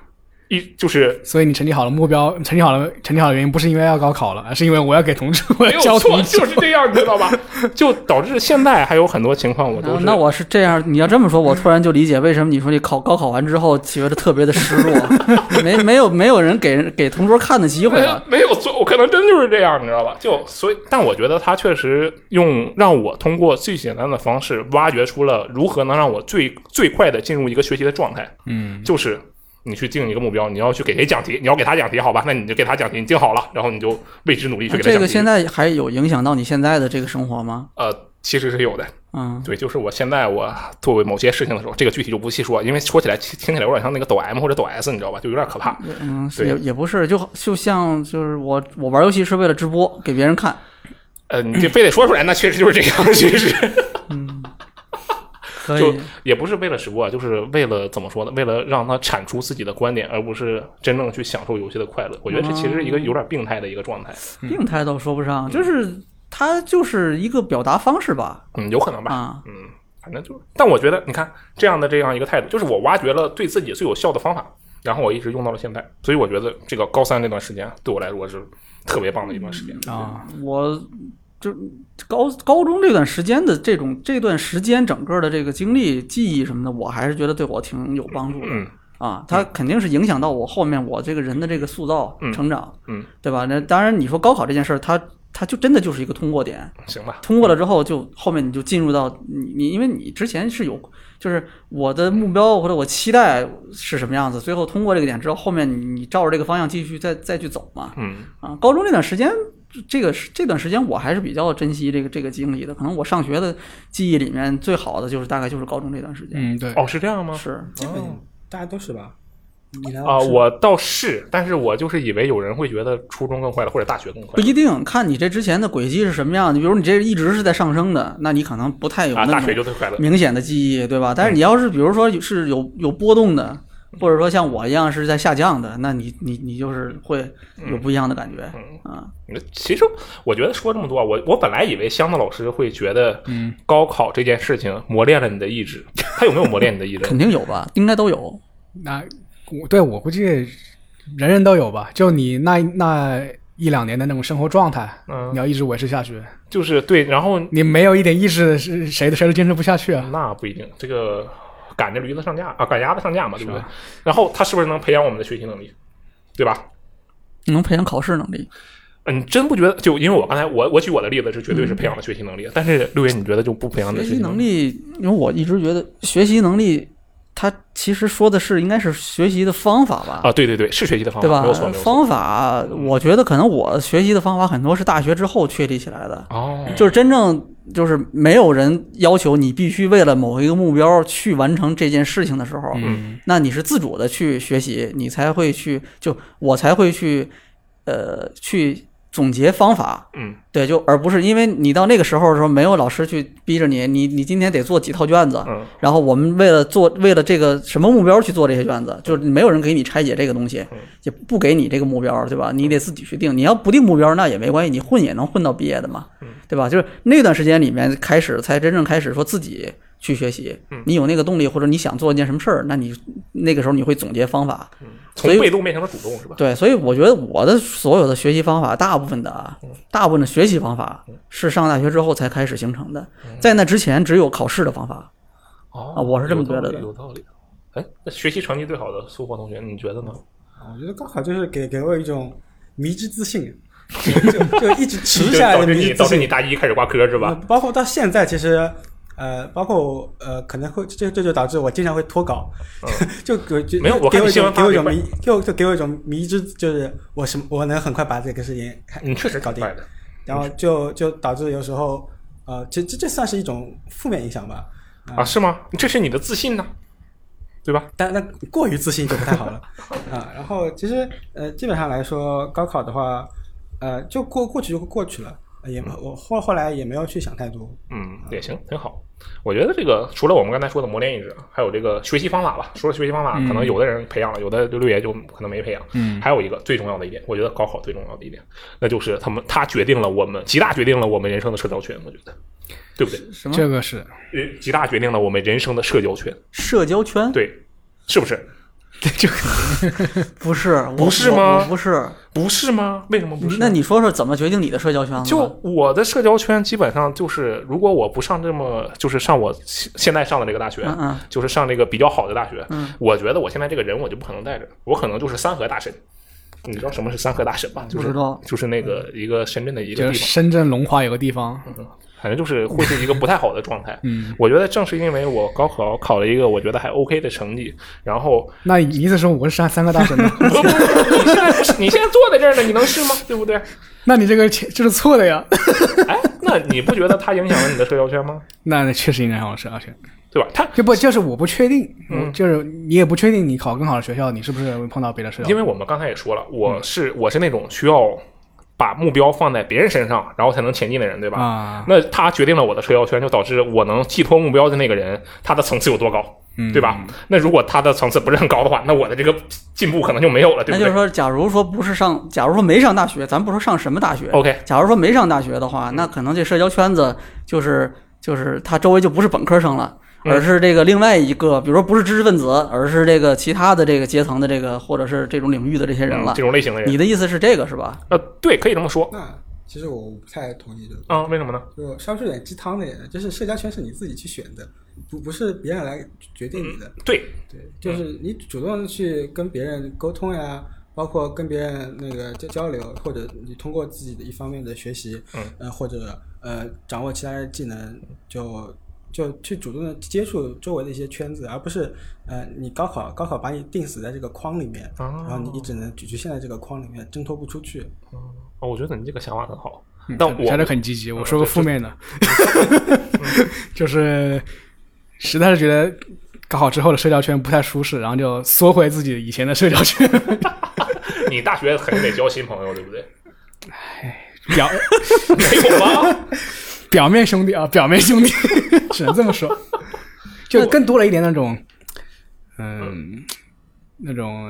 Speaker 2: 一就是
Speaker 3: 所以你成绩好了，目标成绩好了，成绩好的原因不是因为要高考了，而是因为我要给同志，我
Speaker 2: 没
Speaker 3: 要
Speaker 2: 有
Speaker 3: 教
Speaker 2: 错，
Speaker 3: 同志
Speaker 2: 就。是这样，你知道吧？就导致现在还有很多情况，我
Speaker 4: 然
Speaker 2: 都是
Speaker 4: 后啊哦那我是这样，你要这么说，我突然就理解为什么你说你考高考完之后觉得特别的失落， [laughs] 没没有没有人给人给同桌看的机会
Speaker 2: 没有
Speaker 4: 了。
Speaker 2: [laughs] 没有错，我可能真就是这样，你知道吧？就所以，但我觉得他确实用让我通过最简单的方式挖掘出了如何能让我最最快的进入一个学习的状态。嗯，就是你去定一个目标，你要去给谁讲题，你要给他讲题，好吧？那你就给他讲题，你定好了，然后你就为之努力去
Speaker 4: 那
Speaker 2: 给他
Speaker 4: 啊这
Speaker 2: 讲
Speaker 4: 个
Speaker 2: 题。
Speaker 4: 现在还有影响到你现在的这个生活吗？
Speaker 2: 呃，其实是有的，
Speaker 4: 嗯，
Speaker 2: 对，就是我现在我做某些事情的时候，这个具体就不细说，因为说起来听听起来有点像那个抖 M 或者抖 S，你知道吧？就有点可怕。
Speaker 4: 嗯，是
Speaker 2: 对
Speaker 4: 也也不是，就就像就是我我玩游戏是为了直播给别人看，
Speaker 2: 呃，你就非得说出来，那确实就是这样， [laughs] 确实。
Speaker 4: 可
Speaker 2: 就
Speaker 4: 以
Speaker 2: 也不是为了直播啊，就是为了怎么说呢？为了让他产出自己的观点，而不是真正去享受游戏的快乐。我觉得这其实是一
Speaker 4: 哦
Speaker 2: 个有点病态的一个状态，
Speaker 4: 病态倒说不上，就是它就是一个表达方式吧。
Speaker 2: 嗯，有可能吧，
Speaker 4: 啊，
Speaker 2: 嗯，反正就，但我觉得你看这样的这样一个态度，就是我挖掘了对自己最有效的方法，然后我一直用到了现在，所以我觉得这个高三这段时间啊对我来说是特别棒的一段时间。
Speaker 4: 嗯
Speaker 2: 嗯
Speaker 3: 啊，
Speaker 4: 我就高高中这段时间的这种这段时间整个的这个经历、记忆什么的，我还是觉得对我挺有帮助的。
Speaker 2: 嗯
Speaker 4: 啊，它肯定是影响到我后面我这个人的这个塑造、
Speaker 2: 嗯
Speaker 4: 成长，
Speaker 2: 嗯，
Speaker 4: 对吧？那当然，你说高考这件事儿，它它就真的就是一个通过点，
Speaker 2: 嗯行吧，
Speaker 4: 通过了之后就，后面你就进入到你你，因为你之前是有，就是我的目标或者我期待是什么样子，最后通过这个点之后，后面你你照着这个方向继续再再去走嘛。
Speaker 2: 嗯
Speaker 4: 啊，高中这段时间，这个是这段时间我还是比较珍惜这个这个经历的。可能我上学的记忆里面最好的就是大概就是高中这段时间。
Speaker 3: 嗯，对，
Speaker 2: 哦，是这样吗？
Speaker 4: 是，
Speaker 5: 基本大家都是吧？你难
Speaker 2: 啊、
Speaker 5: 道是
Speaker 2: 我倒是，但是我就是以为有人会觉得初中更快乐，或者大学更快
Speaker 4: 不一定看你这之前的轨迹是什么样的。比如你这一直是在上升的，那你可能不太有
Speaker 2: 乐啊，
Speaker 4: 那
Speaker 2: 大嗯
Speaker 4: 种
Speaker 2: 学就最快乐。
Speaker 4: 明显的记忆，对吧？但是你要是比如说有是有有波动的，或者说像我一样是在下降的，那你你你就是会有不一样的感觉
Speaker 2: 嗯
Speaker 4: 啊。
Speaker 2: 其实我觉得说这么多啊，我我本来以为箱子老师会觉得，嗯，高考这件事情磨练了你的意志，他有没有磨练你的意志？
Speaker 4: [laughs] 肯定有吧，应该都有。
Speaker 3: 那我对我估计人人都有吧，就你那那一两年的那种生活状态，
Speaker 2: 嗯
Speaker 3: 你，要一直维持下去，
Speaker 2: 就是对，然后
Speaker 3: 你没有一点意志，是谁都谁都坚持不下去啊。
Speaker 2: 那不一定，这个赶着驴子上架啊，赶鸭子上架嘛，对不对
Speaker 3: 是啊？
Speaker 2: 然后他是不是能培养我们的学习能力，对吧？
Speaker 4: 你能培养考试能力，
Speaker 2: 嗯，真不觉得？就因为我刚才我我举我的例子是绝对是培养了学习能力，但是六爷你觉得就不培养你
Speaker 4: 嗯学
Speaker 2: 的
Speaker 4: 习
Speaker 2: 能
Speaker 4: 能力，因为我一直觉得学习能力它它其实说的是应该是学习的方法吧，
Speaker 2: 啊，对对对，是学习的方法，
Speaker 4: 对吧
Speaker 2: 没有错，没？有错。
Speaker 4: 方法，我觉得可能我学习的方法很多是大学之后确立起来的，
Speaker 2: 哦，
Speaker 4: 就是真正就是没有人要求你必须为了某一个目标去完成这件事情的时候，
Speaker 2: 嗯
Speaker 4: 那你是自主的去学习，你才会去就我才会去呃去总结方法，
Speaker 2: 嗯，
Speaker 4: 对，就而不是因为你到那个时候的时候没有老师去逼着你，你你今天得做几套卷子，
Speaker 2: 嗯
Speaker 4: 然后我们为了做为了这个什么目标去做这些卷子，就是没有人给你拆解这个东西，也不给你这个目标，对吧？你得自己去定。你要不定目标那也没关系，你混也能混到毕业的嘛，对吧？就是那段时间里面开始才真正开始说自己去学习，你有那个动力或者你想做一件什么事儿，那你那个时候你会总结方法，
Speaker 2: 嗯从
Speaker 4: 所以
Speaker 2: 被动变成了主动是吧？
Speaker 4: 对，所以我觉得我的所有的学习方法，大部分的啊，
Speaker 2: 嗯
Speaker 4: 大部分的学习方法是上大学之后才开始形成的，
Speaker 2: 嗯
Speaker 4: 在那之前只有考试的方法。
Speaker 2: 哦
Speaker 4: 啊我是这么
Speaker 2: 有道
Speaker 4: 觉得
Speaker 2: 理
Speaker 4: 的
Speaker 2: 有道理。哎，那学习成绩最好的苏霍同学，你觉得呢？
Speaker 5: 我觉得高考就是给给我一种迷之自信，就就就一直
Speaker 2: [laughs]
Speaker 5: 持
Speaker 2: 就
Speaker 5: 下来
Speaker 2: 导
Speaker 5: 的
Speaker 2: 致
Speaker 5: 迷
Speaker 2: 你
Speaker 5: 之自
Speaker 2: 导致
Speaker 5: 信
Speaker 2: 你。大一开始挂科是吧？
Speaker 5: 嗯包括到现在，其实呃，包括我呃，可能会这这就导致我经常会脱稿， [laughs] 就给我就
Speaker 2: 嗯没有我
Speaker 5: 给
Speaker 2: 看
Speaker 5: 我
Speaker 2: 你
Speaker 5: 一
Speaker 2: 新
Speaker 5: 种
Speaker 2: 闻
Speaker 5: 给我一种
Speaker 2: 发的
Speaker 5: 迷，给我就给我一种迷之，就是我什么我能很快把这个事情看
Speaker 2: 你确实
Speaker 5: 搞
Speaker 2: 挺
Speaker 5: 定
Speaker 2: 快，的。
Speaker 5: 然后就就导致有时候呃，这这这算是一种负面影响吧。
Speaker 2: 啊，是吗？这是你的自信呢、对吧？
Speaker 5: 但那过于自信就不太好了 [laughs] 啊。然后其实呃，基本上来说，高考的话，呃，就过过去就过去了，呃也我后后来也没有去想太多。
Speaker 2: 嗯，也行，挺好。我觉得这个除了我们刚才说的磨练意志，还有这个学习方法吧。除了学习方法，可能有的人培养了，有的六六爷就可能没培养。嗯，还有一个最重要的一点，我觉得高考最重要的一点，那就是他们他决定了我们极大决定了我们人生的社交圈，我觉得，对不对？
Speaker 4: 什么
Speaker 3: 这个是
Speaker 2: 人极大决定了我们人生的社交圈，
Speaker 4: 社交圈？
Speaker 2: 对，是不是？
Speaker 4: 不是，我
Speaker 2: 不是吗
Speaker 4: 我我不是。
Speaker 2: 不是吗？为什么不是？
Speaker 4: 那你说说怎么决定你的社交圈的吧？
Speaker 2: 就我的社交圈基本上就是，如果我不上这么，就是上我现现在上的这个大学，
Speaker 4: 嗯嗯
Speaker 2: 就是上这个比较好的大学，
Speaker 4: 嗯
Speaker 2: 我觉得我现在这个人我就不可能带着，我可能就是三河大神。你知道什么是三河大神吧？就
Speaker 4: 不
Speaker 2: 是
Speaker 4: 知道
Speaker 2: 就是那个一个深圳的一个
Speaker 3: 就
Speaker 2: 地
Speaker 3: 是
Speaker 2: 方，嗯
Speaker 3: 深圳龙华有个地方，
Speaker 2: 反正就是会是一个不太好的状
Speaker 4: [laughs]
Speaker 2: 态。嗯，我觉得正是因为我高考考了一个我觉得还 OK 的成绩，然
Speaker 4: [laughs]
Speaker 2: 后
Speaker 3: 那你意思说我是三三个大神的？
Speaker 2: 不不不你现在你现在坐在这儿呢，你能是吗？对不对？
Speaker 3: [laughs] 那你这个切这是错的呀？ [laughs]
Speaker 2: 哎，那你不觉得它影响了你的社交圈吗？
Speaker 3: 那确实应该让我是而且
Speaker 2: 对吧？它
Speaker 3: 啊
Speaker 4: 啊
Speaker 3: 就不就是我不确定，
Speaker 2: 嗯
Speaker 3: 我就是你也不确定你考更好的学校，你是不是会碰到别的社交？
Speaker 2: 因为我们刚才也说了，
Speaker 4: 嗯
Speaker 2: 我是、我是那种需要把目标放在别人身上，然后才能前进的人，对吧？
Speaker 3: 啊
Speaker 2: 那他决定了我的社交圈，就导致我能寄托目标的那个人，他的层次有多高，
Speaker 3: 嗯
Speaker 4: 嗯
Speaker 2: 对吧？那如果他的层次不是很高的话，那我的这个进步可能就没有了，对
Speaker 4: 那
Speaker 2: 不对
Speaker 4: 就是说，假如说不是上，假如说没上大学，咱不说上什么大学
Speaker 2: OK
Speaker 4: 假如说没上大学的
Speaker 3: 嗯
Speaker 4: 话，那可能这社交圈子就是就是他周围就不是本科生了。
Speaker 2: 嗯
Speaker 4: 而是这个另外一个，比如说不是知识分子，而是这个其他的这个阶层的这个，或者是这种领域的这些人
Speaker 2: 嗯
Speaker 4: 了
Speaker 2: 这。种类型的人
Speaker 4: 你，的意思是这个是吧？
Speaker 2: 呃，对，可以这么说。
Speaker 5: 那其实我不太同意这个，
Speaker 2: 啊、为什么呢？
Speaker 5: 就稍微有点鸡汤的人，就是社交圈是你自己去选的，不不是别人来决定你的。
Speaker 2: 对，
Speaker 5: 对，就是你主动去跟别人沟通呀，包括跟别人那个交交流，或者你通过自己的一方面的学习，
Speaker 2: 嗯
Speaker 5: 呃，或者呃掌握其他的技能，就就去主动的接触周围的一些圈子，而不是呃你高考高考把你定死在这个框里面，
Speaker 2: 哦
Speaker 5: 然后你只能局局限在这个框里面，挣脱不出去。
Speaker 2: 哦，我觉得你这个想法很好，
Speaker 4: 嗯
Speaker 2: 但我嗯
Speaker 3: 还是很积极。我说个负面的， [laughs] 就是实在是觉得高考之后的社交圈不太舒适，然后就缩回自己以前的社交圈，
Speaker 2: 你大学肯定得交新朋友，对 [laughs] 不对？
Speaker 3: 表
Speaker 2: 没有吗？
Speaker 3: 表面兄弟啊，表面兄弟， [laughs] 只能这么说，就更多了一点那种，嗯，那种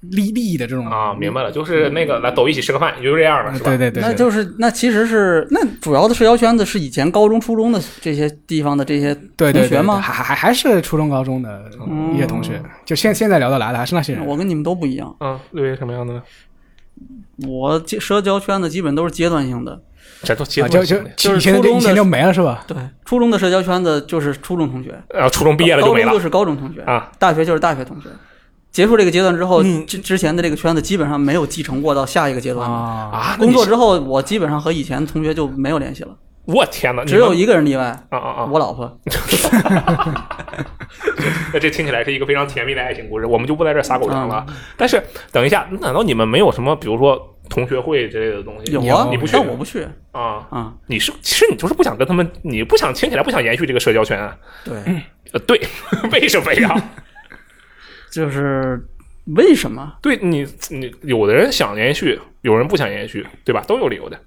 Speaker 3: 利利益的这种
Speaker 2: 啊，明白了，就是那个来走一起吃个饭，也就这样
Speaker 4: 啊
Speaker 2: 了，是吧？
Speaker 3: 对对对，
Speaker 4: 那
Speaker 3: 对
Speaker 4: 就是那其实是那主要的社交圈子是以前高中、初中的这些地方的这些
Speaker 3: 对对
Speaker 4: 同学吗
Speaker 3: 对对还还还还是初中高中的一些同学，就现现在聊得来的嗯还是那些人。啊
Speaker 4: 我跟你们都不一样，
Speaker 2: 嗯，六爷什么样的呢？
Speaker 4: 我这社交圈子基本都是阶段性的。
Speaker 2: 这都结
Speaker 3: 啊，
Speaker 2: 婚
Speaker 3: 就
Speaker 2: 了
Speaker 3: 就
Speaker 4: 就是
Speaker 3: 以前
Speaker 4: 初中的
Speaker 3: 以前就没了是吧？
Speaker 4: 对，初中的社交圈子就是初中同学，
Speaker 2: 啊，初中毕业了就没
Speaker 4: 高
Speaker 2: 了
Speaker 4: 中就是高中同学
Speaker 2: 啊，嗯
Speaker 4: 大学就是大学同学。结束这个阶段之后，之之前的这个圈子基本上没有继承过到下一个阶段了。
Speaker 3: 啊，
Speaker 2: 啊！那
Speaker 4: 工
Speaker 2: 你
Speaker 4: 作之后，我基本上和以前同学就没有联系了。
Speaker 2: 我天啊哪，你
Speaker 4: 只
Speaker 2: 们
Speaker 4: 有一个人例外，
Speaker 2: 啊啊啊！
Speaker 4: 我老婆。
Speaker 2: 那这听起来是一个非常甜蜜的爱情故事，我们就不在这儿撒狗粮
Speaker 4: 嗯
Speaker 2: 了。但是等一下，难道你们没有什么，比如说同学会之类的东西？
Speaker 4: 有啊，
Speaker 2: 你不去
Speaker 4: 但我不去
Speaker 2: 啊？
Speaker 4: 啊。
Speaker 2: 你是其实你就是不想跟他们，你不想听起来不想延续这个社交圈啊？
Speaker 4: 对，
Speaker 2: 呃，对， [laughs] 为什么呀？
Speaker 4: 就是为什么？
Speaker 2: 对你，你有的人想延续，有人不想延续，对吧？都有理由的。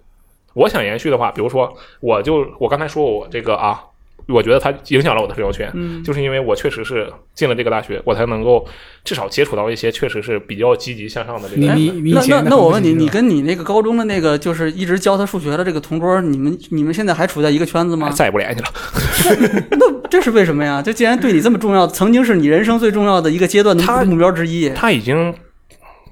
Speaker 2: 我想延续的话，比如说，我就我刚才说我这个啊，我觉得它影响了我的社交圈，
Speaker 4: 嗯
Speaker 2: 就是因为我确实是进了这个大学，我才能够至少接触到一些确实是比较积极向上的这个
Speaker 3: 你
Speaker 2: 人。
Speaker 3: 你你以
Speaker 4: 哎那那
Speaker 3: 前的
Speaker 4: 那我
Speaker 3: 同
Speaker 4: 问
Speaker 3: 学
Speaker 4: 你，
Speaker 3: 是吧
Speaker 4: 你跟你那个高中的那个就是一直教他数学的这个同桌，你们你们现在还处在一个圈子吗
Speaker 2: 哎？再也不联系了。哎
Speaker 4: 那这是为什么呀？这既然对你这么重要，曾经是你人生最重要的一个阶段
Speaker 2: 他
Speaker 4: 的目标之一，
Speaker 2: 他已经，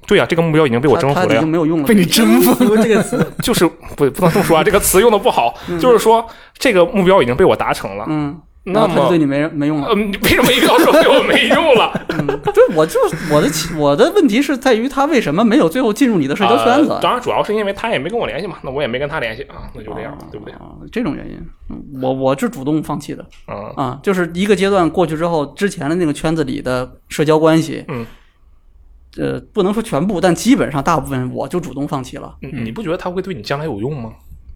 Speaker 2: 对啊，这个目标已经被我征服
Speaker 4: 他
Speaker 2: 了
Speaker 4: 他已
Speaker 2: 呀
Speaker 4: 经。没有用了
Speaker 3: 被。你征服，
Speaker 4: [laughs]
Speaker 5: 服这个词，
Speaker 2: [laughs] 就是不不能这么说啊，这个词用的不好，就是说这个目标已经被我达成了。
Speaker 4: 嗯，然
Speaker 2: 那
Speaker 4: 后他就
Speaker 2: 么
Speaker 4: 对，你没人没用了。
Speaker 2: 嗯，你为什么一定要说对我没用了？
Speaker 4: 对，我呃就是我的起我的问题是在于他为什么没有最后进入你的社交圈子
Speaker 2: 呃？当然，主要是因为他也没跟我联系嘛，那我也没跟他联系啊，那就这样
Speaker 4: 啊，
Speaker 2: 对不对？
Speaker 4: 啊这种原因，嗯我我是主动放弃的
Speaker 2: 啊，
Speaker 4: 啊，就是一个阶段过去之后，之前的那个圈子里的社交关系，
Speaker 2: 嗯，
Speaker 4: 呃，不能说全部，但基本上大部分我就主动放弃了，
Speaker 2: 你你不觉得他会对你将来有用吗？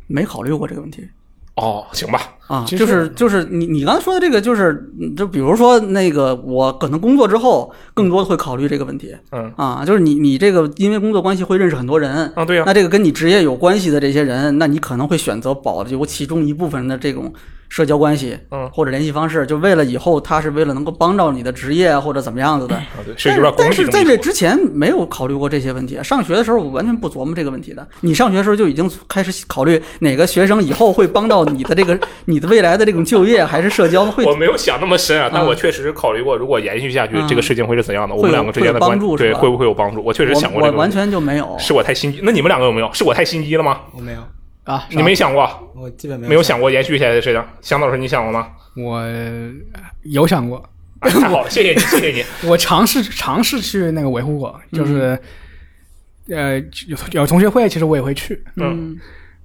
Speaker 4: 没考虑过这个问题。
Speaker 2: 哦，行吧，
Speaker 4: 啊，
Speaker 3: 其
Speaker 4: 就是就是你你刚才说的这个，就是嗯就比如说那个，我可能工作之后更多的会考虑这个问题
Speaker 2: 嗯
Speaker 4: 啊，就是你你这个因为工作关系会认识很多人，
Speaker 2: 啊，对呀、
Speaker 4: 那这个跟你职业有关系的这些人，那你可能会选择保留其中一部分人的这种社交关系，
Speaker 2: 嗯
Speaker 4: 或者联系方式，就为了以后他是为了能够帮到你的职业或者怎么样子的。
Speaker 2: 啊，对，是
Speaker 4: 但
Speaker 2: 有点功
Speaker 4: 是但
Speaker 2: 利
Speaker 4: 是
Speaker 2: 的
Speaker 4: 在
Speaker 2: 那
Speaker 4: 这
Speaker 2: 种
Speaker 4: 之前没有考虑过这些问题。上学的时候我完全不琢磨这个问题的。你上学的时候就已经开始考虑哪个学生以后会帮到你的这个 [laughs] 你的未来的这种就业还是社交会
Speaker 2: 我没有想那么深啊，但
Speaker 4: 嗯
Speaker 2: 我确实考虑过，如果延续下去，
Speaker 4: 嗯
Speaker 2: 这个事情会是怎样的？我们
Speaker 4: 会有
Speaker 2: 两个之间的关
Speaker 4: 会有帮助
Speaker 2: 对
Speaker 4: 是吧
Speaker 2: 会不会有帮助？我确实想过
Speaker 4: 我
Speaker 2: 这
Speaker 4: 我
Speaker 2: 个
Speaker 4: 完
Speaker 2: 问题。
Speaker 4: 全就没有。
Speaker 2: 是我太心机，那你们两个有没有？是我太心机了吗？
Speaker 5: 我没有
Speaker 3: 啊！
Speaker 2: 你没想过，
Speaker 5: 我基本没有
Speaker 2: 没有想过延续下来的事情。香老师，你想过吗？
Speaker 3: 我有想过，
Speaker 2: 啊，太好了，谢谢你，谢
Speaker 5: [laughs]
Speaker 2: 谢你。
Speaker 3: 我尝试尝试去那个维护过，就是、
Speaker 4: 嗯
Speaker 3: 呃有有同学会，其实我也会去，
Speaker 2: 嗯，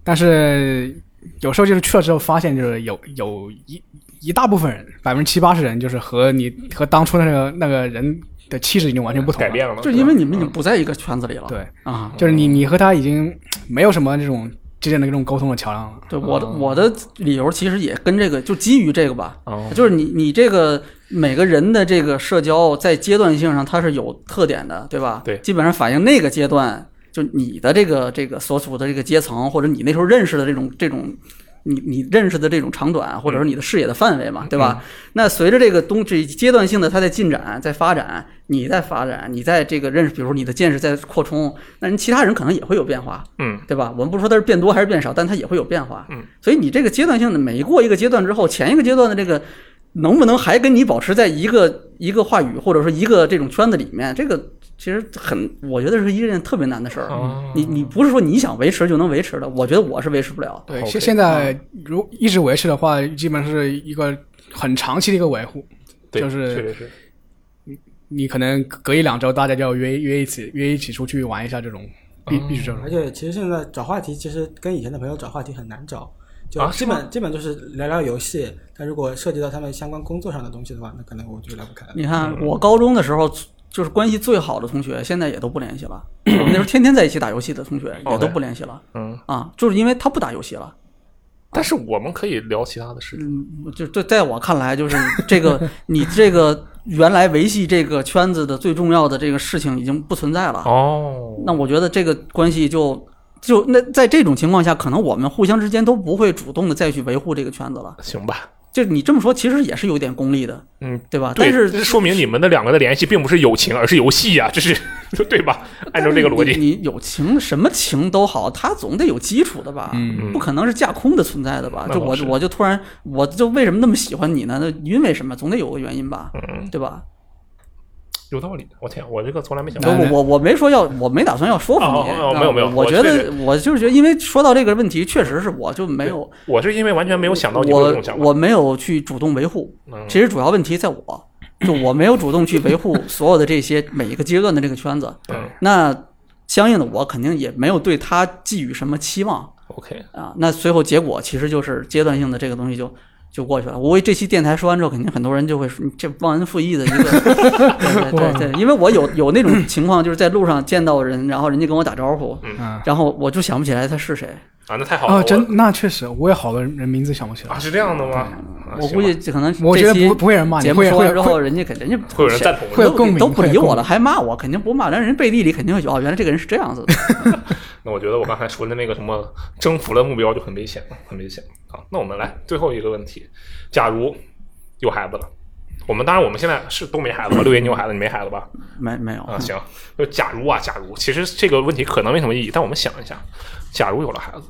Speaker 3: 但是有时候就是去了之后，发现就是有有一一大部分人，百分之七八十人，就是和你和当初那个那个人的气质已经完全不同了
Speaker 2: 改变了吗？嗯
Speaker 4: 就因为你们已经不在一个圈子里了。
Speaker 3: 对，
Speaker 4: 啊，
Speaker 3: 就是你你和他已经没有什么这种之间的这种沟通的桥梁了。
Speaker 2: 嗯
Speaker 4: 对我的我的理由其实也跟这个就基于这个吧，
Speaker 2: 哦
Speaker 4: 就是你你这个每个人的这个社交在阶段性上它是有特点的，对吧？
Speaker 2: 对
Speaker 4: 基本上反映那个阶段就你的这个这个所处的这个阶层，或者你那时候认识的这种这种。你你认识的这种长短，或者说你的视野的范围
Speaker 2: 嗯
Speaker 4: 嘛，对吧？那随着这个东这阶段性的它在进展，在发展，你在发展，你在这个认识，比如说你的见识在扩充，那人其他人可能也会有变化，
Speaker 2: 嗯，
Speaker 4: 对吧？我们不说它是变多还是变少，但它也会有变化。
Speaker 2: 嗯，
Speaker 4: 所以你这个阶段性的每过一个阶段之后，前一个阶段的这个能不能还跟你保持在一个一个话语或者说一个这种圈子里面，这个其实很，我觉得是一件特别难的事儿。
Speaker 2: 哦
Speaker 4: 你你不是说你想维持就能维持的，我觉得我是维持不了。
Speaker 3: 对，
Speaker 2: OK，
Speaker 3: 现现
Speaker 2: 啊
Speaker 3: 在如一直维持的话，基本是一个很长期的一个维护，
Speaker 2: 对
Speaker 3: 就是
Speaker 2: 确实是。
Speaker 3: 你可能隔一两周大家就要约约一起约一起出去玩一下这种，
Speaker 2: 哦
Speaker 3: 必必须这种
Speaker 5: 而。且其实现在找话题，其实跟以前的朋友找话题很难找，就
Speaker 2: 啊是
Speaker 5: 基本、基本就是聊聊游戏。但如果涉及到他们相关工作上的东西的话，那可能我就聊不开了。
Speaker 4: 你看，我
Speaker 2: 嗯
Speaker 4: 高中的时候就是关系最好的同学，现在也都不联系了。我们那时候天天在一起打游戏的同学也都不联系了
Speaker 2: 嗯，
Speaker 4: 啊，就是因为他不打游戏了。
Speaker 2: 但是我们可以聊其他的事情。
Speaker 4: 嗯，就对，在我看来，就是 [laughs] 这个你这个原来维系这个圈子的最重要的这个事情已经不存在了。
Speaker 2: 哦，
Speaker 4: 那我觉得这个关系就就那在这种情况下，可能我们互相之间都不会主动的再去维护这个圈子了。
Speaker 2: 行吧。
Speaker 4: 就是你这么说，其实也是有点功利的，
Speaker 2: 嗯，
Speaker 4: 对吧？
Speaker 2: 对，
Speaker 4: 啊但是
Speaker 2: 这说明你们的两个的联系并不是友情，而是游戏呀、这是 [laughs] 对吧？按照这个逻
Speaker 4: 但是
Speaker 2: 辑，
Speaker 4: 你你有情什么情都好，它总得有基础的吧？
Speaker 3: 嗯
Speaker 4: 不可能是架空的存在的吧？
Speaker 2: 那
Speaker 4: 就
Speaker 2: 倒
Speaker 4: 我
Speaker 2: 是
Speaker 4: 我就突然我就为什么那么喜欢你呢？那因为什么？总得有个原因吧？
Speaker 2: 嗯，
Speaker 4: 对吧？
Speaker 2: 有道理。我天，我这个从来没想
Speaker 3: 那
Speaker 2: 过。
Speaker 4: 我我我没说要，我没打算要说服
Speaker 2: 哦
Speaker 4: 你
Speaker 2: 哦，哦没有没有
Speaker 4: 我
Speaker 2: 我
Speaker 4: 觉
Speaker 2: 确
Speaker 4: 得我就是觉得，因为说到这个问题，确实是我就没有，
Speaker 2: 我是因为完全没有想到你会有这
Speaker 4: 我
Speaker 2: 种想法。
Speaker 4: 我没有去主动维护。
Speaker 2: 嗯
Speaker 4: 其实主要问题在我，就我没有主动去维护所有的这些每一个阶段的这个圈子。
Speaker 2: 嗯
Speaker 4: 那相应的，我肯定也没有对他寄予什么期望。
Speaker 2: OK，
Speaker 4: 啊，那最后结果其实就是阶段性的这个东西就就过去了。我为这期电台说完之后，肯定很多人就会说你这忘恩负义的一个， [laughs] 对对对对，因为我有有那
Speaker 3: [laughs]
Speaker 4: 种情况，就是在路上见到人，然后人家跟我打招呼，
Speaker 3: 嗯，
Speaker 4: 然后我就想不起来他是谁，
Speaker 2: 啊，那太好了，
Speaker 3: 哦，真
Speaker 2: 我
Speaker 3: 那确实，我也好多人名字想不起来
Speaker 2: 啊，。是这样的吗？啊
Speaker 4: 我
Speaker 2: 行吧
Speaker 4: 估计这可能
Speaker 3: 我觉
Speaker 4: 这
Speaker 3: 得
Speaker 4: 期
Speaker 3: 不不会有人骂你，
Speaker 4: 节目
Speaker 3: 会
Speaker 4: 说
Speaker 3: 会
Speaker 4: 完之后，
Speaker 3: 会
Speaker 4: 人家肯人家
Speaker 2: 会有人赞同
Speaker 3: 会有
Speaker 4: 都
Speaker 3: 共鸣
Speaker 4: 都不
Speaker 3: 会有
Speaker 4: 理我
Speaker 3: 共
Speaker 4: 了，
Speaker 3: 鸣
Speaker 4: 还骂我，肯定不骂，但是人背地里肯定会觉得哦，原来这个人是这样子的。
Speaker 2: 那我觉得我刚才说的那个什么征服了目标就很危险了，很危险啊。那我们来最后一个问题：假如有孩子了，我们当然我们现在是都没孩子吧？六爷你有孩子，你没孩子吧？
Speaker 4: 没没有嗯
Speaker 2: 啊，行，就假如啊，假如，其实这个问题可能没什么意义，但我们想一下，假如有了孩子，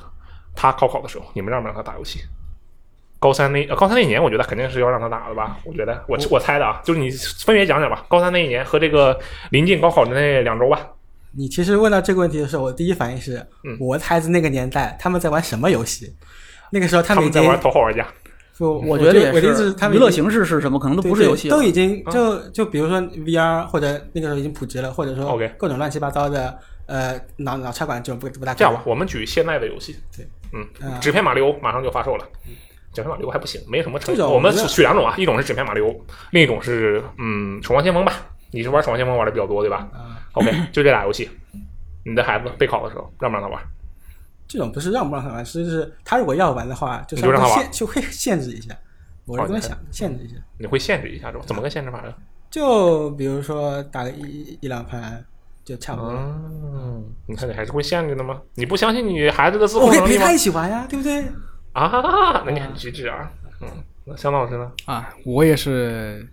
Speaker 2: 他高考的时候，你们让不让他打游戏？高三那、呃高三那一年，我觉得肯定是要让他打的吧？我觉得我我猜的啊，就是你分别讲讲吧。高三那一年和这个临近高考的那两周吧，
Speaker 5: 你其实问到这个问题的时候，我第一反应是，
Speaker 2: 嗯
Speaker 5: 我的孩子那个年代他们在玩什么游戏？那个时候
Speaker 2: 他
Speaker 5: 他们
Speaker 2: 们
Speaker 5: 已
Speaker 2: 在
Speaker 5: 经，
Speaker 2: 玩《头号玩家
Speaker 5: 不我
Speaker 4: 我觉得也
Speaker 5: 我的意思是他们
Speaker 4: 娱
Speaker 5: 已
Speaker 4: 乐
Speaker 5: 经
Speaker 4: 形式是什么，可能都
Speaker 5: 对
Speaker 4: 不是
Speaker 5: 对
Speaker 4: 游戏了
Speaker 5: 都已经
Speaker 2: 啊
Speaker 5: 就就比如说 VR 或者那个时候已经普及了，或者说
Speaker 2: OK
Speaker 5: 各种乱七八糟的呃脑脑插管这种不不大》。
Speaker 2: 这
Speaker 5: 可
Speaker 2: 样
Speaker 5: 能
Speaker 2: 吧，。我们举现在的游戏，
Speaker 5: 对，
Speaker 2: 嗯，
Speaker 5: 嗯
Speaker 2: 纸片马里奥马上就发售了。纸片马里奥还不行，没什么成
Speaker 5: 这
Speaker 2: 就。
Speaker 5: 种
Speaker 2: 我们
Speaker 5: 我觉得
Speaker 2: 举两种啊，一种是纸片马里奥，另一种是嗯《守望先锋》吧。你是玩《守望先锋》玩的比较多对吧？
Speaker 5: 啊
Speaker 2: OK，就这俩游戏。你的孩子备考的时候让不让他玩？
Speaker 5: 这种不是让不让他玩，是就是他如果要玩的话，就
Speaker 2: 你
Speaker 5: 是
Speaker 2: 就让他玩
Speaker 5: 限就会限制一下。我是这么想，限制一下。
Speaker 2: 你会限制一下是吧？怎么个限制法呢？
Speaker 5: 就比如说打个一一两盘，就差不多了。
Speaker 2: 嗯，你看你还是会限制的吗？你不相信你孩子的自控
Speaker 5: 我可以
Speaker 2: 能力
Speaker 5: 陪
Speaker 2: 吗
Speaker 5: 他？一起玩呀，对不对？
Speaker 2: 啊，那你很机智啊。嗯，那香老师呢？
Speaker 3: 啊，我也是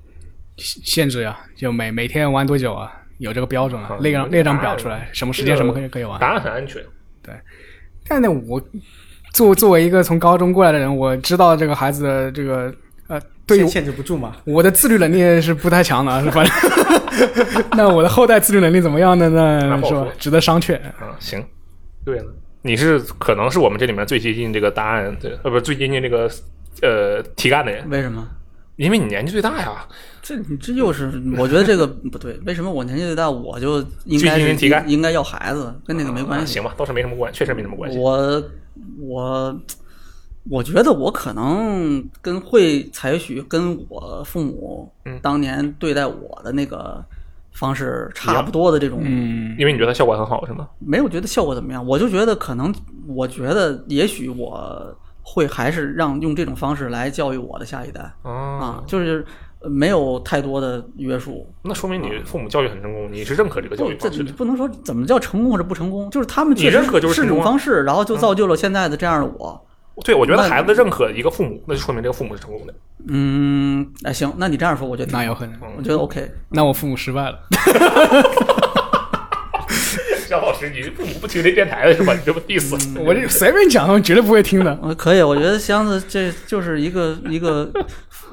Speaker 3: 限限制呀，就每每天玩多久啊，有这个标准
Speaker 2: 好
Speaker 3: 了，列张列张表出
Speaker 2: 答
Speaker 3: 来
Speaker 2: 案，
Speaker 3: 什么时间什么可以可以玩。
Speaker 2: 答案很安全。
Speaker 3: 但那我作作为一个从高中过来的人，我知道这个孩子的这个呃，对于
Speaker 5: 限限制不住嘛。
Speaker 3: 我的自律能力是不太强的， [laughs] 反正那我的后代自律能力怎么样的
Speaker 2: 那
Speaker 3: 呢？
Speaker 2: 不好
Speaker 3: 是吧
Speaker 2: 说？
Speaker 3: 值得商榷。
Speaker 2: 啊，行，对了，你是可能是我们这里面最接近这个答案，对，呃，不是最接近这个呃题干的人，
Speaker 4: 为什么？
Speaker 2: 因为你年纪最大呀。
Speaker 4: 这你这又是，我觉得这个不对。为什么我年纪最大，我就应
Speaker 2: 具
Speaker 4: 该
Speaker 2: 体
Speaker 4: 是
Speaker 2: 能提干
Speaker 4: 应该要孩子，跟那个没关
Speaker 2: 啊
Speaker 4: 系。
Speaker 2: 行吧，倒是没什么关，确实没什么关系。
Speaker 4: 我我我觉得我可能跟会采取跟我父母
Speaker 2: 嗯
Speaker 4: 当年对待我的那个方式差不多的这种，
Speaker 3: 嗯，
Speaker 2: 因为你觉得效果很好是吗？
Speaker 4: 没有觉得效果怎么样。我就觉得可能，我觉得也许我会还是让用这种方式来教育我的下一代
Speaker 2: 啊
Speaker 4: 啊，就是没有太多的约束。
Speaker 2: 那说明你父母教育很成功，你是认可这个教
Speaker 4: 不
Speaker 2: 育，
Speaker 4: 这
Speaker 2: 方式的。
Speaker 4: 不能说怎么叫成功或者不成功，就是他们确
Speaker 2: 你
Speaker 4: 实
Speaker 2: 认可就是
Speaker 4: 是
Speaker 2: 成功
Speaker 4: 种
Speaker 2: 啊
Speaker 4: 方式，然后就造就了现在的这样的我。
Speaker 2: 对，我觉得
Speaker 4: 那
Speaker 2: 孩子认可一个父母，那就说明这个父母是成功的。 [laughs]
Speaker 4: 嗯，哎，行，那你这样说，我觉得挺
Speaker 3: 那有可能。
Speaker 4: 我觉得 OK。
Speaker 3: 那我父母失败
Speaker 2: [laughs]
Speaker 3: 了，
Speaker 2: 肖老师，你父母不听这电台的是吧？你这么 diss，
Speaker 4: 嗯
Speaker 3: 我就随便讲，他们绝对不会听的。
Speaker 4: 我可以，我觉得箱子这就是一个一个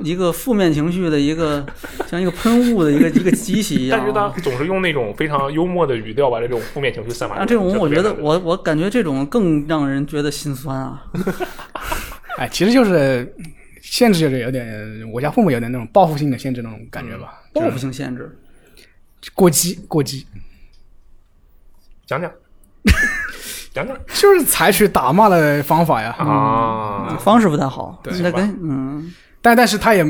Speaker 4: 一个负面情绪的一个像一个喷雾的一个一个机器一样
Speaker 2: [laughs] 但是他
Speaker 4: 啊。
Speaker 2: 总是用那种非常幽默的语调把这种负面情绪散发出
Speaker 4: 啊，
Speaker 2: 来。
Speaker 4: 这种我觉得
Speaker 2: 就特别难
Speaker 4: 我我感觉这种更让人觉得心酸啊。
Speaker 2: [laughs]
Speaker 3: 哎，其实就是限制，就是有点，我家父母有点那种报复性的限制那种感觉吧，
Speaker 2: 嗯
Speaker 4: 报复性限制，
Speaker 3: 过激过激，
Speaker 2: 讲
Speaker 4: [laughs]
Speaker 2: 讲讲讲
Speaker 3: 就是采取打骂的方法呀。嗯
Speaker 2: 啊，
Speaker 4: 方式不太好。
Speaker 3: 对
Speaker 4: 那跟嗯，
Speaker 3: 但但是他也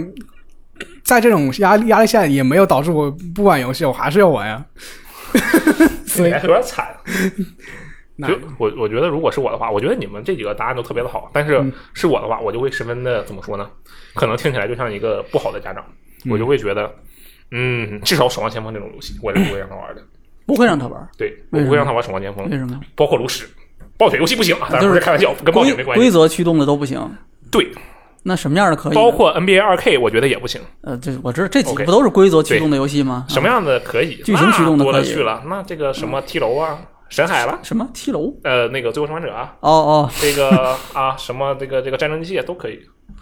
Speaker 3: 在这种压力压力下，也没有导致我不玩游戏，我还是要玩呀。 [laughs] 所以
Speaker 2: 还有点
Speaker 4: [laughs]
Speaker 2: 惨。啊
Speaker 3: 那
Speaker 2: 就我我觉得，如果是我的话，我觉得你们这几个答案都特别的好，但
Speaker 4: 嗯
Speaker 2: 是是我的话，我就会十分的怎么说呢？可能听起来就像一个不好的家长，我就会觉得，嗯，至少《守望先锋》这种游戏，我是不会让他玩的。
Speaker 4: 不会让他玩，
Speaker 2: 对，我不会让他玩《守望先锋
Speaker 4: 为》，什么？
Speaker 2: 包括炉石、暴雪游戏不行啊，当然
Speaker 4: 就
Speaker 2: 不
Speaker 4: 是
Speaker 2: 是开玩笑，跟暴雪没
Speaker 4: 规
Speaker 2: 关系
Speaker 4: 规。则驱动的都不行，
Speaker 2: 对，
Speaker 4: 那什么样的可以呢？
Speaker 2: 包括 NBA 二 K，我觉得也不行。
Speaker 4: 呃，这我知道这几
Speaker 2: OK
Speaker 4: 个不都是规则驱动的游戏吗？
Speaker 2: 什么样的可以？
Speaker 4: 剧情驱动
Speaker 2: 那
Speaker 4: 的
Speaker 2: 多了
Speaker 4: 可以
Speaker 2: 去了。那这个什么踢楼啊，神海了，
Speaker 4: 什么踢楼？
Speaker 2: 呃，那个最后生还者啊，
Speaker 4: 哦哦，
Speaker 2: 这个啊什么这个这个战争机械都可
Speaker 3: [laughs]
Speaker 2: 以。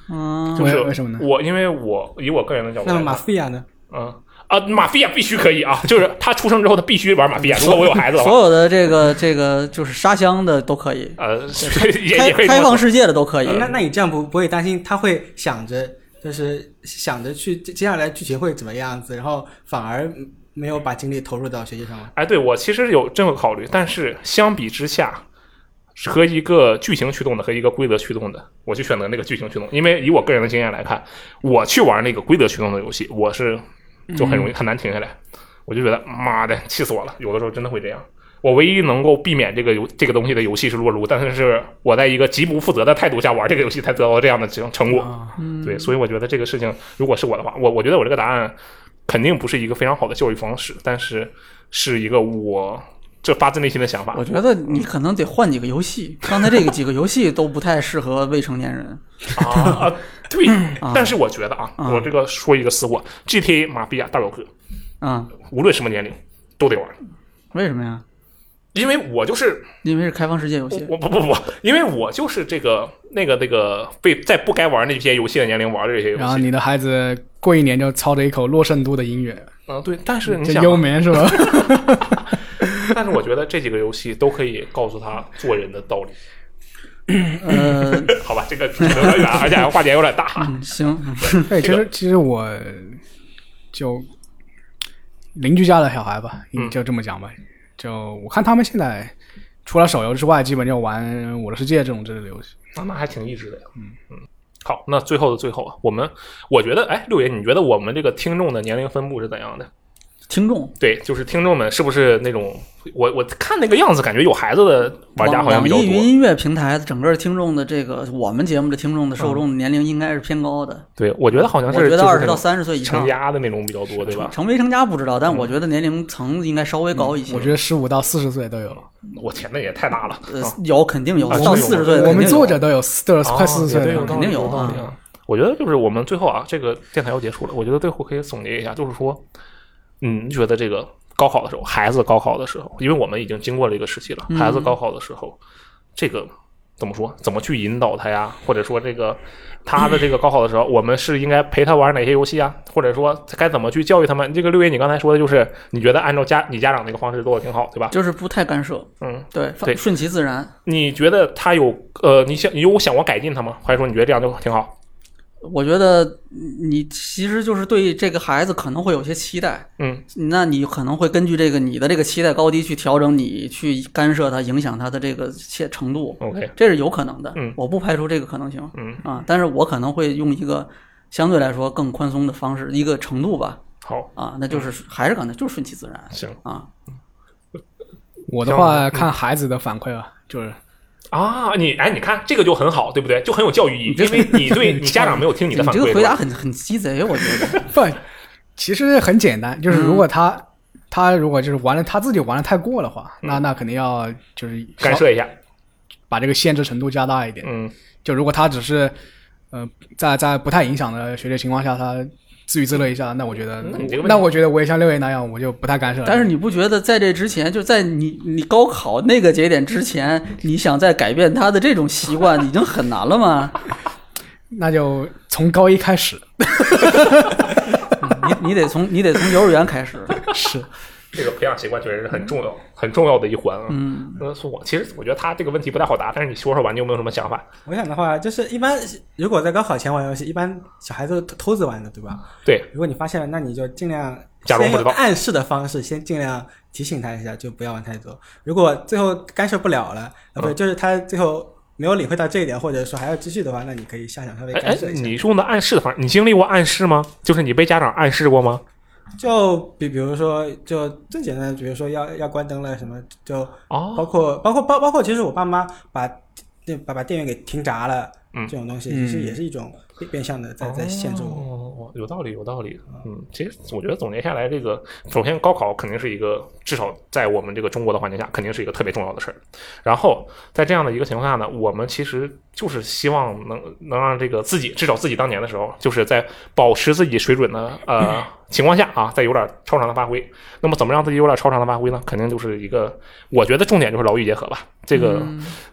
Speaker 4: 嗯，
Speaker 2: 就是
Speaker 3: 为为什么呢
Speaker 2: 我因为我以我个人的角度
Speaker 5: 那
Speaker 2: 来看，
Speaker 5: 么马菲亚呢？
Speaker 2: 嗯啊，马菲亚必须可以啊，就是他出生之后他必须玩马菲亚。如果我有孩子的话，
Speaker 4: 所有的这个这个就是沙箱的都可以，
Speaker 2: 呃，是也
Speaker 4: 开
Speaker 2: 也可以这么
Speaker 4: 开
Speaker 2: 说嗯
Speaker 4: 放世界的都可以。
Speaker 5: 那那你这样不不会担心他会想着就是想着去接接下来剧情会怎么样子，然后反而没有把精力投入到学习上吗？
Speaker 2: 哎，对我其实有这么考虑，但是相比之下，是和一个剧情驱动的和一个规则驱动的，我去选择那个剧情驱动，因为以我个人的经验来看，我去玩那个规则驱动的游戏，我是就很
Speaker 4: 嗯
Speaker 2: 容易很难停下来，我就觉得妈的气死我了，有的时候真的会这样。我唯一能够避免这个游这个东西的游戏是落入，但是是我在一个极不负责的态度下玩这个游戏才得到这样的成成果。
Speaker 4: 啊
Speaker 2: 对，所以我觉得这个事情，如果是我的话，我我觉得我这个答案肯定不是一个非常好的教育方式，但是是一个我这发自内心的想法
Speaker 4: 我。觉得你可能得换几个游戏，刚才这个几个游戏都不太适合未成年人。
Speaker 2: 啊， [laughs] 对，但是我觉得啊，我这个说一个私货，GTA 马比亚大表哥，
Speaker 4: 嗯，
Speaker 2: 无论什么年龄都得玩，
Speaker 4: 为什么呀？
Speaker 2: 因为我就是
Speaker 4: 因为是开放世界游戏。
Speaker 2: 我不不不，因为我就是这个那个那个被在不该玩那些游戏的年龄玩这些游
Speaker 3: 然后
Speaker 2: 戏。
Speaker 3: 你的孩子过一年就操着一口洛圣都的音乐，
Speaker 2: 嗯，对，但是你
Speaker 3: 这
Speaker 2: 想
Speaker 3: 幽冥是
Speaker 2: [laughs]
Speaker 3: 吧？
Speaker 2: 啊，但是我觉得这几个游戏都可以告诉他做人的 [laughs] 道理。
Speaker 4: 呃，
Speaker 2: 好吧，这个扯得有点远，而且话题有点大。
Speaker 4: 嗯行，嗯
Speaker 3: 对，其实其实我就邻居家的小孩吧，
Speaker 2: 嗯
Speaker 3: 就这么讲吧。就我看他们现在除了手游之外，基本就玩《我的世界》这种之类的游戏。
Speaker 2: 那那还挺益智的呀。嗯嗯。好，那最后的最后啊，我们我觉得，哎，六爷，你觉得我们这个听众的年龄分布是怎样的？
Speaker 4: 听众
Speaker 2: 对，就是听众们是不是那种我我看那个样子，感觉有孩子的玩家好像
Speaker 4: 网
Speaker 2: 比较
Speaker 4: 易云
Speaker 2: 多。
Speaker 4: 音乐平台整个听众的这个我们节目的听众的受众的年龄应该是偏高的，
Speaker 2: 对，我觉得好像
Speaker 4: 我
Speaker 2: 是就
Speaker 4: 觉
Speaker 2: 是
Speaker 4: 得二十
Speaker 2: 那
Speaker 4: 到
Speaker 2: 种
Speaker 4: 三十岁以上
Speaker 2: 成。家的那种比较多，对吧？嗯
Speaker 4: 成没成家不知道，但我觉得年龄层应该稍微高一些。
Speaker 3: 我觉得十五到四十岁都有，
Speaker 2: 我天，那也太大了。
Speaker 4: 呃
Speaker 2: 啊
Speaker 4: 有肯定有，
Speaker 2: 啊
Speaker 4: 到
Speaker 2: 是有
Speaker 4: 四十岁的
Speaker 3: 我
Speaker 4: 肯定
Speaker 3: 们
Speaker 4: 有
Speaker 3: 作者都有都有 [laughs] 快四十岁
Speaker 2: 哦也对
Speaker 3: 了。
Speaker 4: 肯定有啊
Speaker 2: 道理啊。我觉得就是我们最后啊，这个电台要结束了，我觉得最后可以总结一下，就是说，嗯，你觉得这个高考的时候，孩子高考的时候，因为我们已经经过这个时期了，
Speaker 4: 嗯
Speaker 2: 孩子高考的时候，这个怎么说？怎么去引导他呀？或者说这个他的这个高考的时候，我们是应该陪他玩哪些游戏啊？或者说该怎么去教育他们？这个六爷，你刚才说的就是你觉得按照家你家长那个方式做的挺好，对吧？
Speaker 4: 就是不太干涉，
Speaker 2: 嗯，
Speaker 4: 对，
Speaker 2: 对
Speaker 4: 顺其自然。
Speaker 2: 你觉得他有呃，你想你有想过改进他吗？还是说你觉得这样就挺好？
Speaker 4: 我觉得你其实就是对这个孩子可能会有些期待，
Speaker 2: 嗯，
Speaker 4: 那你可能会根据这个你的这个期待高低去调整你去干涉他、影响他的这个切程度，
Speaker 2: OK，
Speaker 4: 这是有可能的。
Speaker 2: 嗯
Speaker 4: 我不排除这个可能性
Speaker 2: 嗯，
Speaker 4: 啊，但是我可能会用一个相对来说更宽松的方式，一个程度吧，
Speaker 2: 好，
Speaker 4: 啊，那就是还是刚才就是顺其自然
Speaker 2: 嗯行
Speaker 4: 啊，
Speaker 3: 我的
Speaker 2: 嗯
Speaker 3: 话看孩子的反馈吧，就是
Speaker 2: 啊，你哎，你看这个就很好，对不对？就很有教育意义，因为你对你家长没有听你的反
Speaker 4: 这
Speaker 2: 馈，
Speaker 4: 个回
Speaker 2: 对
Speaker 4: 答
Speaker 2: 吧
Speaker 4: 很很鸡贼，我觉
Speaker 3: [laughs]
Speaker 4: 得
Speaker 3: 不，其实很简单，就是如
Speaker 2: 嗯
Speaker 3: 果他、他如果就是玩的他自己玩的太过的话，
Speaker 2: 嗯
Speaker 3: 那那肯定要就是
Speaker 2: 干涉一下，
Speaker 3: 把这个限制程度加大一点。
Speaker 2: 嗯
Speaker 3: 就如果他只是呃在在不太影响的学习情况下，他自娱自乐一下，那我觉得
Speaker 2: 那你这个问题
Speaker 3: 那我觉得我也像六爷那样，我就不太干涉了。
Speaker 4: 但是你不觉得在这之前，就在你你高考那个节点之前，你想再改变他的这种习惯，已经很难了吗？
Speaker 3: 那就从高一开始，
Speaker 4: 你你得从你得从幼儿园开始，
Speaker 3: 是
Speaker 2: 这个培养习惯确实是很重要、很重要的一环啊。嗯，那是我其实我觉得他这个问题不太好答，但是你说说吧，你有没有什么想法？
Speaker 5: 我想的话，就是一般如果在高考前玩游戏，一般小孩子都偷着玩的，对吧？
Speaker 2: 对，
Speaker 5: 如果你发现了，那你就尽量
Speaker 2: 假装
Speaker 5: 先
Speaker 2: 不知
Speaker 5: 用
Speaker 2: 道
Speaker 5: 暗示的方式，先尽量提醒他一下，就不要玩太多。如果最后干涉不了了，啊，
Speaker 2: 嗯
Speaker 5: 不是，就是他最后没有领会到这一点，或者说还要继续的话，那你可以下场稍微
Speaker 2: 哎
Speaker 5: 干
Speaker 2: 哎
Speaker 5: 涉，一下。
Speaker 2: 你用的暗示的方式，你经历过暗示吗？就是你被家长暗示过吗？
Speaker 5: 就比比如说，就最简单的，比如说要要关灯了什么，就
Speaker 2: 哦，
Speaker 5: 包括包括包包括，其实我爸妈把电把把电源给停闸了，
Speaker 2: 嗯
Speaker 5: 这种东西
Speaker 3: 嗯
Speaker 5: 其实也是一种变变相的在在啊限制我。
Speaker 2: 哦，有道理，有道理。嗯，其实我觉得总结下来，这个首先高考肯定是一个，至少在我们这个中国的环境下，肯定是一个特别重要的事儿。然后在这样的一个情况下呢，我们其实就是希望能能让这个自己，至少自己当年的时候，就是在保持自己水准的呃情况下啊，再有点超常的发挥。那么怎么让自己有点超常的发挥呢？肯定就是一个，我觉得重点就是劳逸结合吧。这个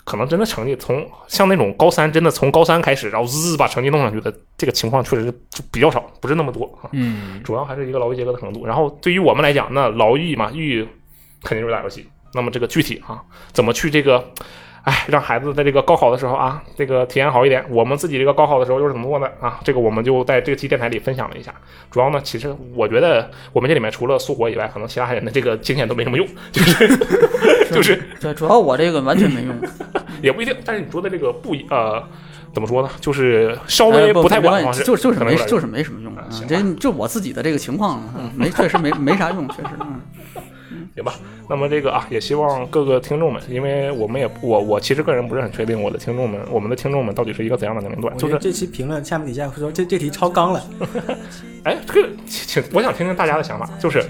Speaker 2: 可能真的成绩从像那种高三，真的从高三开始，然后滋把成绩弄上去的这个情况，确实就比较少，不是那么多啊。
Speaker 3: 嗯，
Speaker 2: 主要还是一个劳逸结合的程度。然后对于我们来讲，那劳逸嘛，逸嗯肯定就是打游戏。那么这个具体啊，怎么去这个，哎，让孩子在这个高考的时候啊，这个体验好一点。我们自己这个高考的时候又是怎么做呢？啊，这个我们就在这期电台里分享了一下。主要呢，其实我觉得我们这里面除了苏活以外，可能其他人的这个经验都没什么用，就是就是
Speaker 4: 对，主要我这个完全没用，
Speaker 2: 也不一定。但是你说的这个不一呃，怎么说呢？就是 [laughs] 稍微
Speaker 4: 呃不
Speaker 2: 太管的方式，
Speaker 4: 就就是
Speaker 2: 可能
Speaker 4: 没
Speaker 2: 有点嗯
Speaker 4: 就是没什么用啊
Speaker 2: 行，吧
Speaker 4: 这就我自己的这个情况，嗯没确实没没啥用，确实，嗯，
Speaker 2: 行吧，那么这个啊，也希望各个听众们，因为我们也我我其实个人不是很确定我的听众们，我们的听众们到底是一个怎样的年龄段，
Speaker 5: 我
Speaker 2: 就
Speaker 5: 觉得
Speaker 2: 是
Speaker 5: 这期评论下面底下会说这这题超纲了，
Speaker 2: 哎，这个请我想听听大家的想法，就是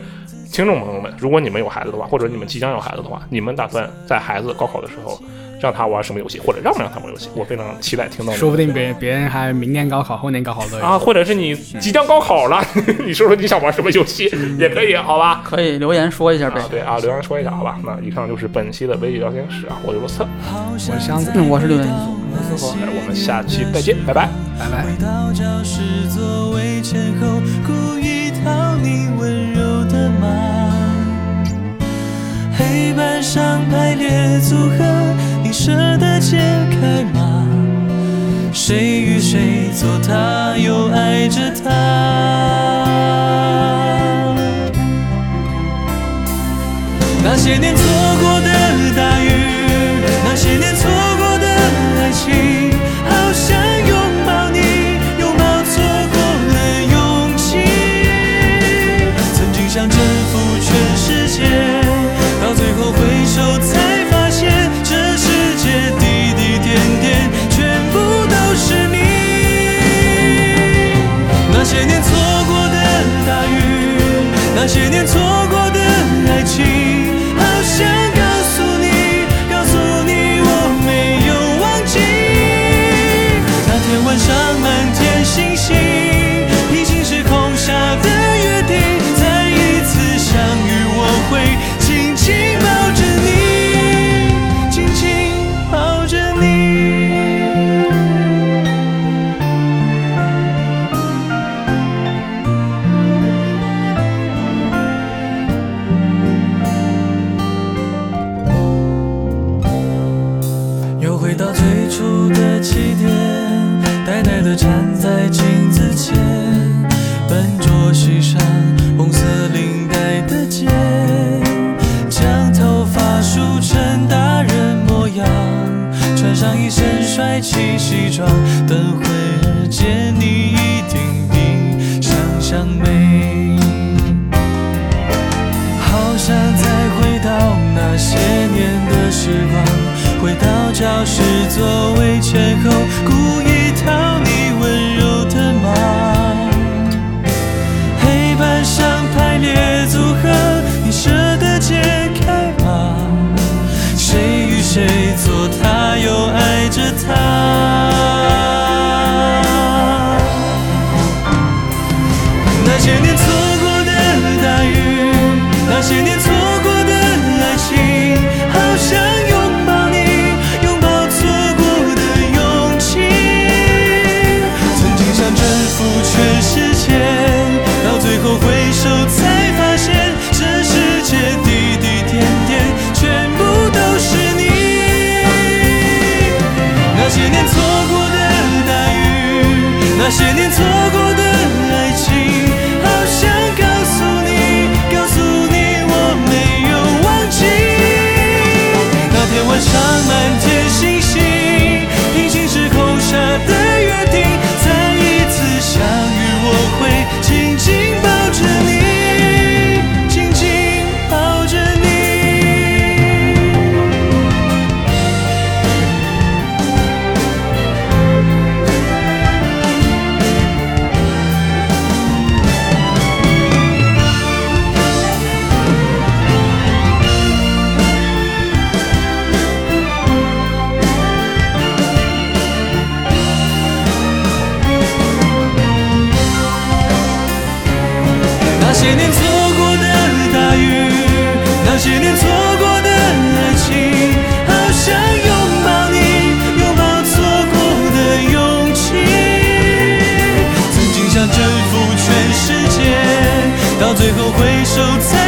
Speaker 2: 听众朋友们，如果你们有孩子的话，或者你们即将有孩子的话，你们打算在孩子高考的时候让他玩什么游戏，或者让不让他玩游戏？我非常期待听到你。
Speaker 3: 说不定别人别人还明年高考、后年高考都有。
Speaker 2: 啊，或者是你即将高考了， [laughs] 你说说你想玩什么游戏也可以，好吧？
Speaker 4: 可以留言说一下呗
Speaker 2: 啊，。对啊，留言说一下，好吧？那以上就是本期的微语聊天室啊，我是罗策，
Speaker 1: 好
Speaker 3: 我
Speaker 1: 想
Speaker 3: 箱子，
Speaker 4: 嗯，我是刘元一。
Speaker 2: 哎我们下期再见，拜拜。
Speaker 3: 拜拜。
Speaker 1: 回到教室座位前后，故意讨你温柔的骂。黑板上排列组合，你舍得解开吗？谁与谁左他右爱着他？那些年错过的大雨，那些年错过的爱情，好想拥抱你，拥抱错过了勇气。曾经想征服全世界，到最后回首才发现，这世界滴滴点点全部都是你。那些年错过的大雨，那些年错过的爱情，好想告诉你，告诉你我没有忘记。那天晚上满天星星，平行时空下的约定，再一次相遇，我会紧紧抱着你，紧紧抱着你。又回到最初的起点，呆呆地站在镜子前，笨拙系上红色领带的结，将头发梳成大人模样，穿上一身帅气西装，等会儿见你一定比想象美。好想再回到那些年的时光，回到教室座位前后，故意讨你温柔的骂。黑板上排列组合，你舍得解开吗？谁与谁左他右爱着他？那些年错过的大雨，那些年错过的爱情，好想拥抱你，拥抱错过的勇气。曾经想征服全世界，到最后回首才发现，这世界滴滴点点，全部都是你。那些年错过的大雨，那些年错过的爱情，好想告诉你，告诉你我没有忘记。那天晚上满天星星，平行时空下的约定，再一次相遇，我会紧紧抱着你，紧紧抱着你。那些年错过的大雨，那些年错过的爱情，好想拥抱你，拥抱错过的勇气。曾经想征服全世界，到最后回首才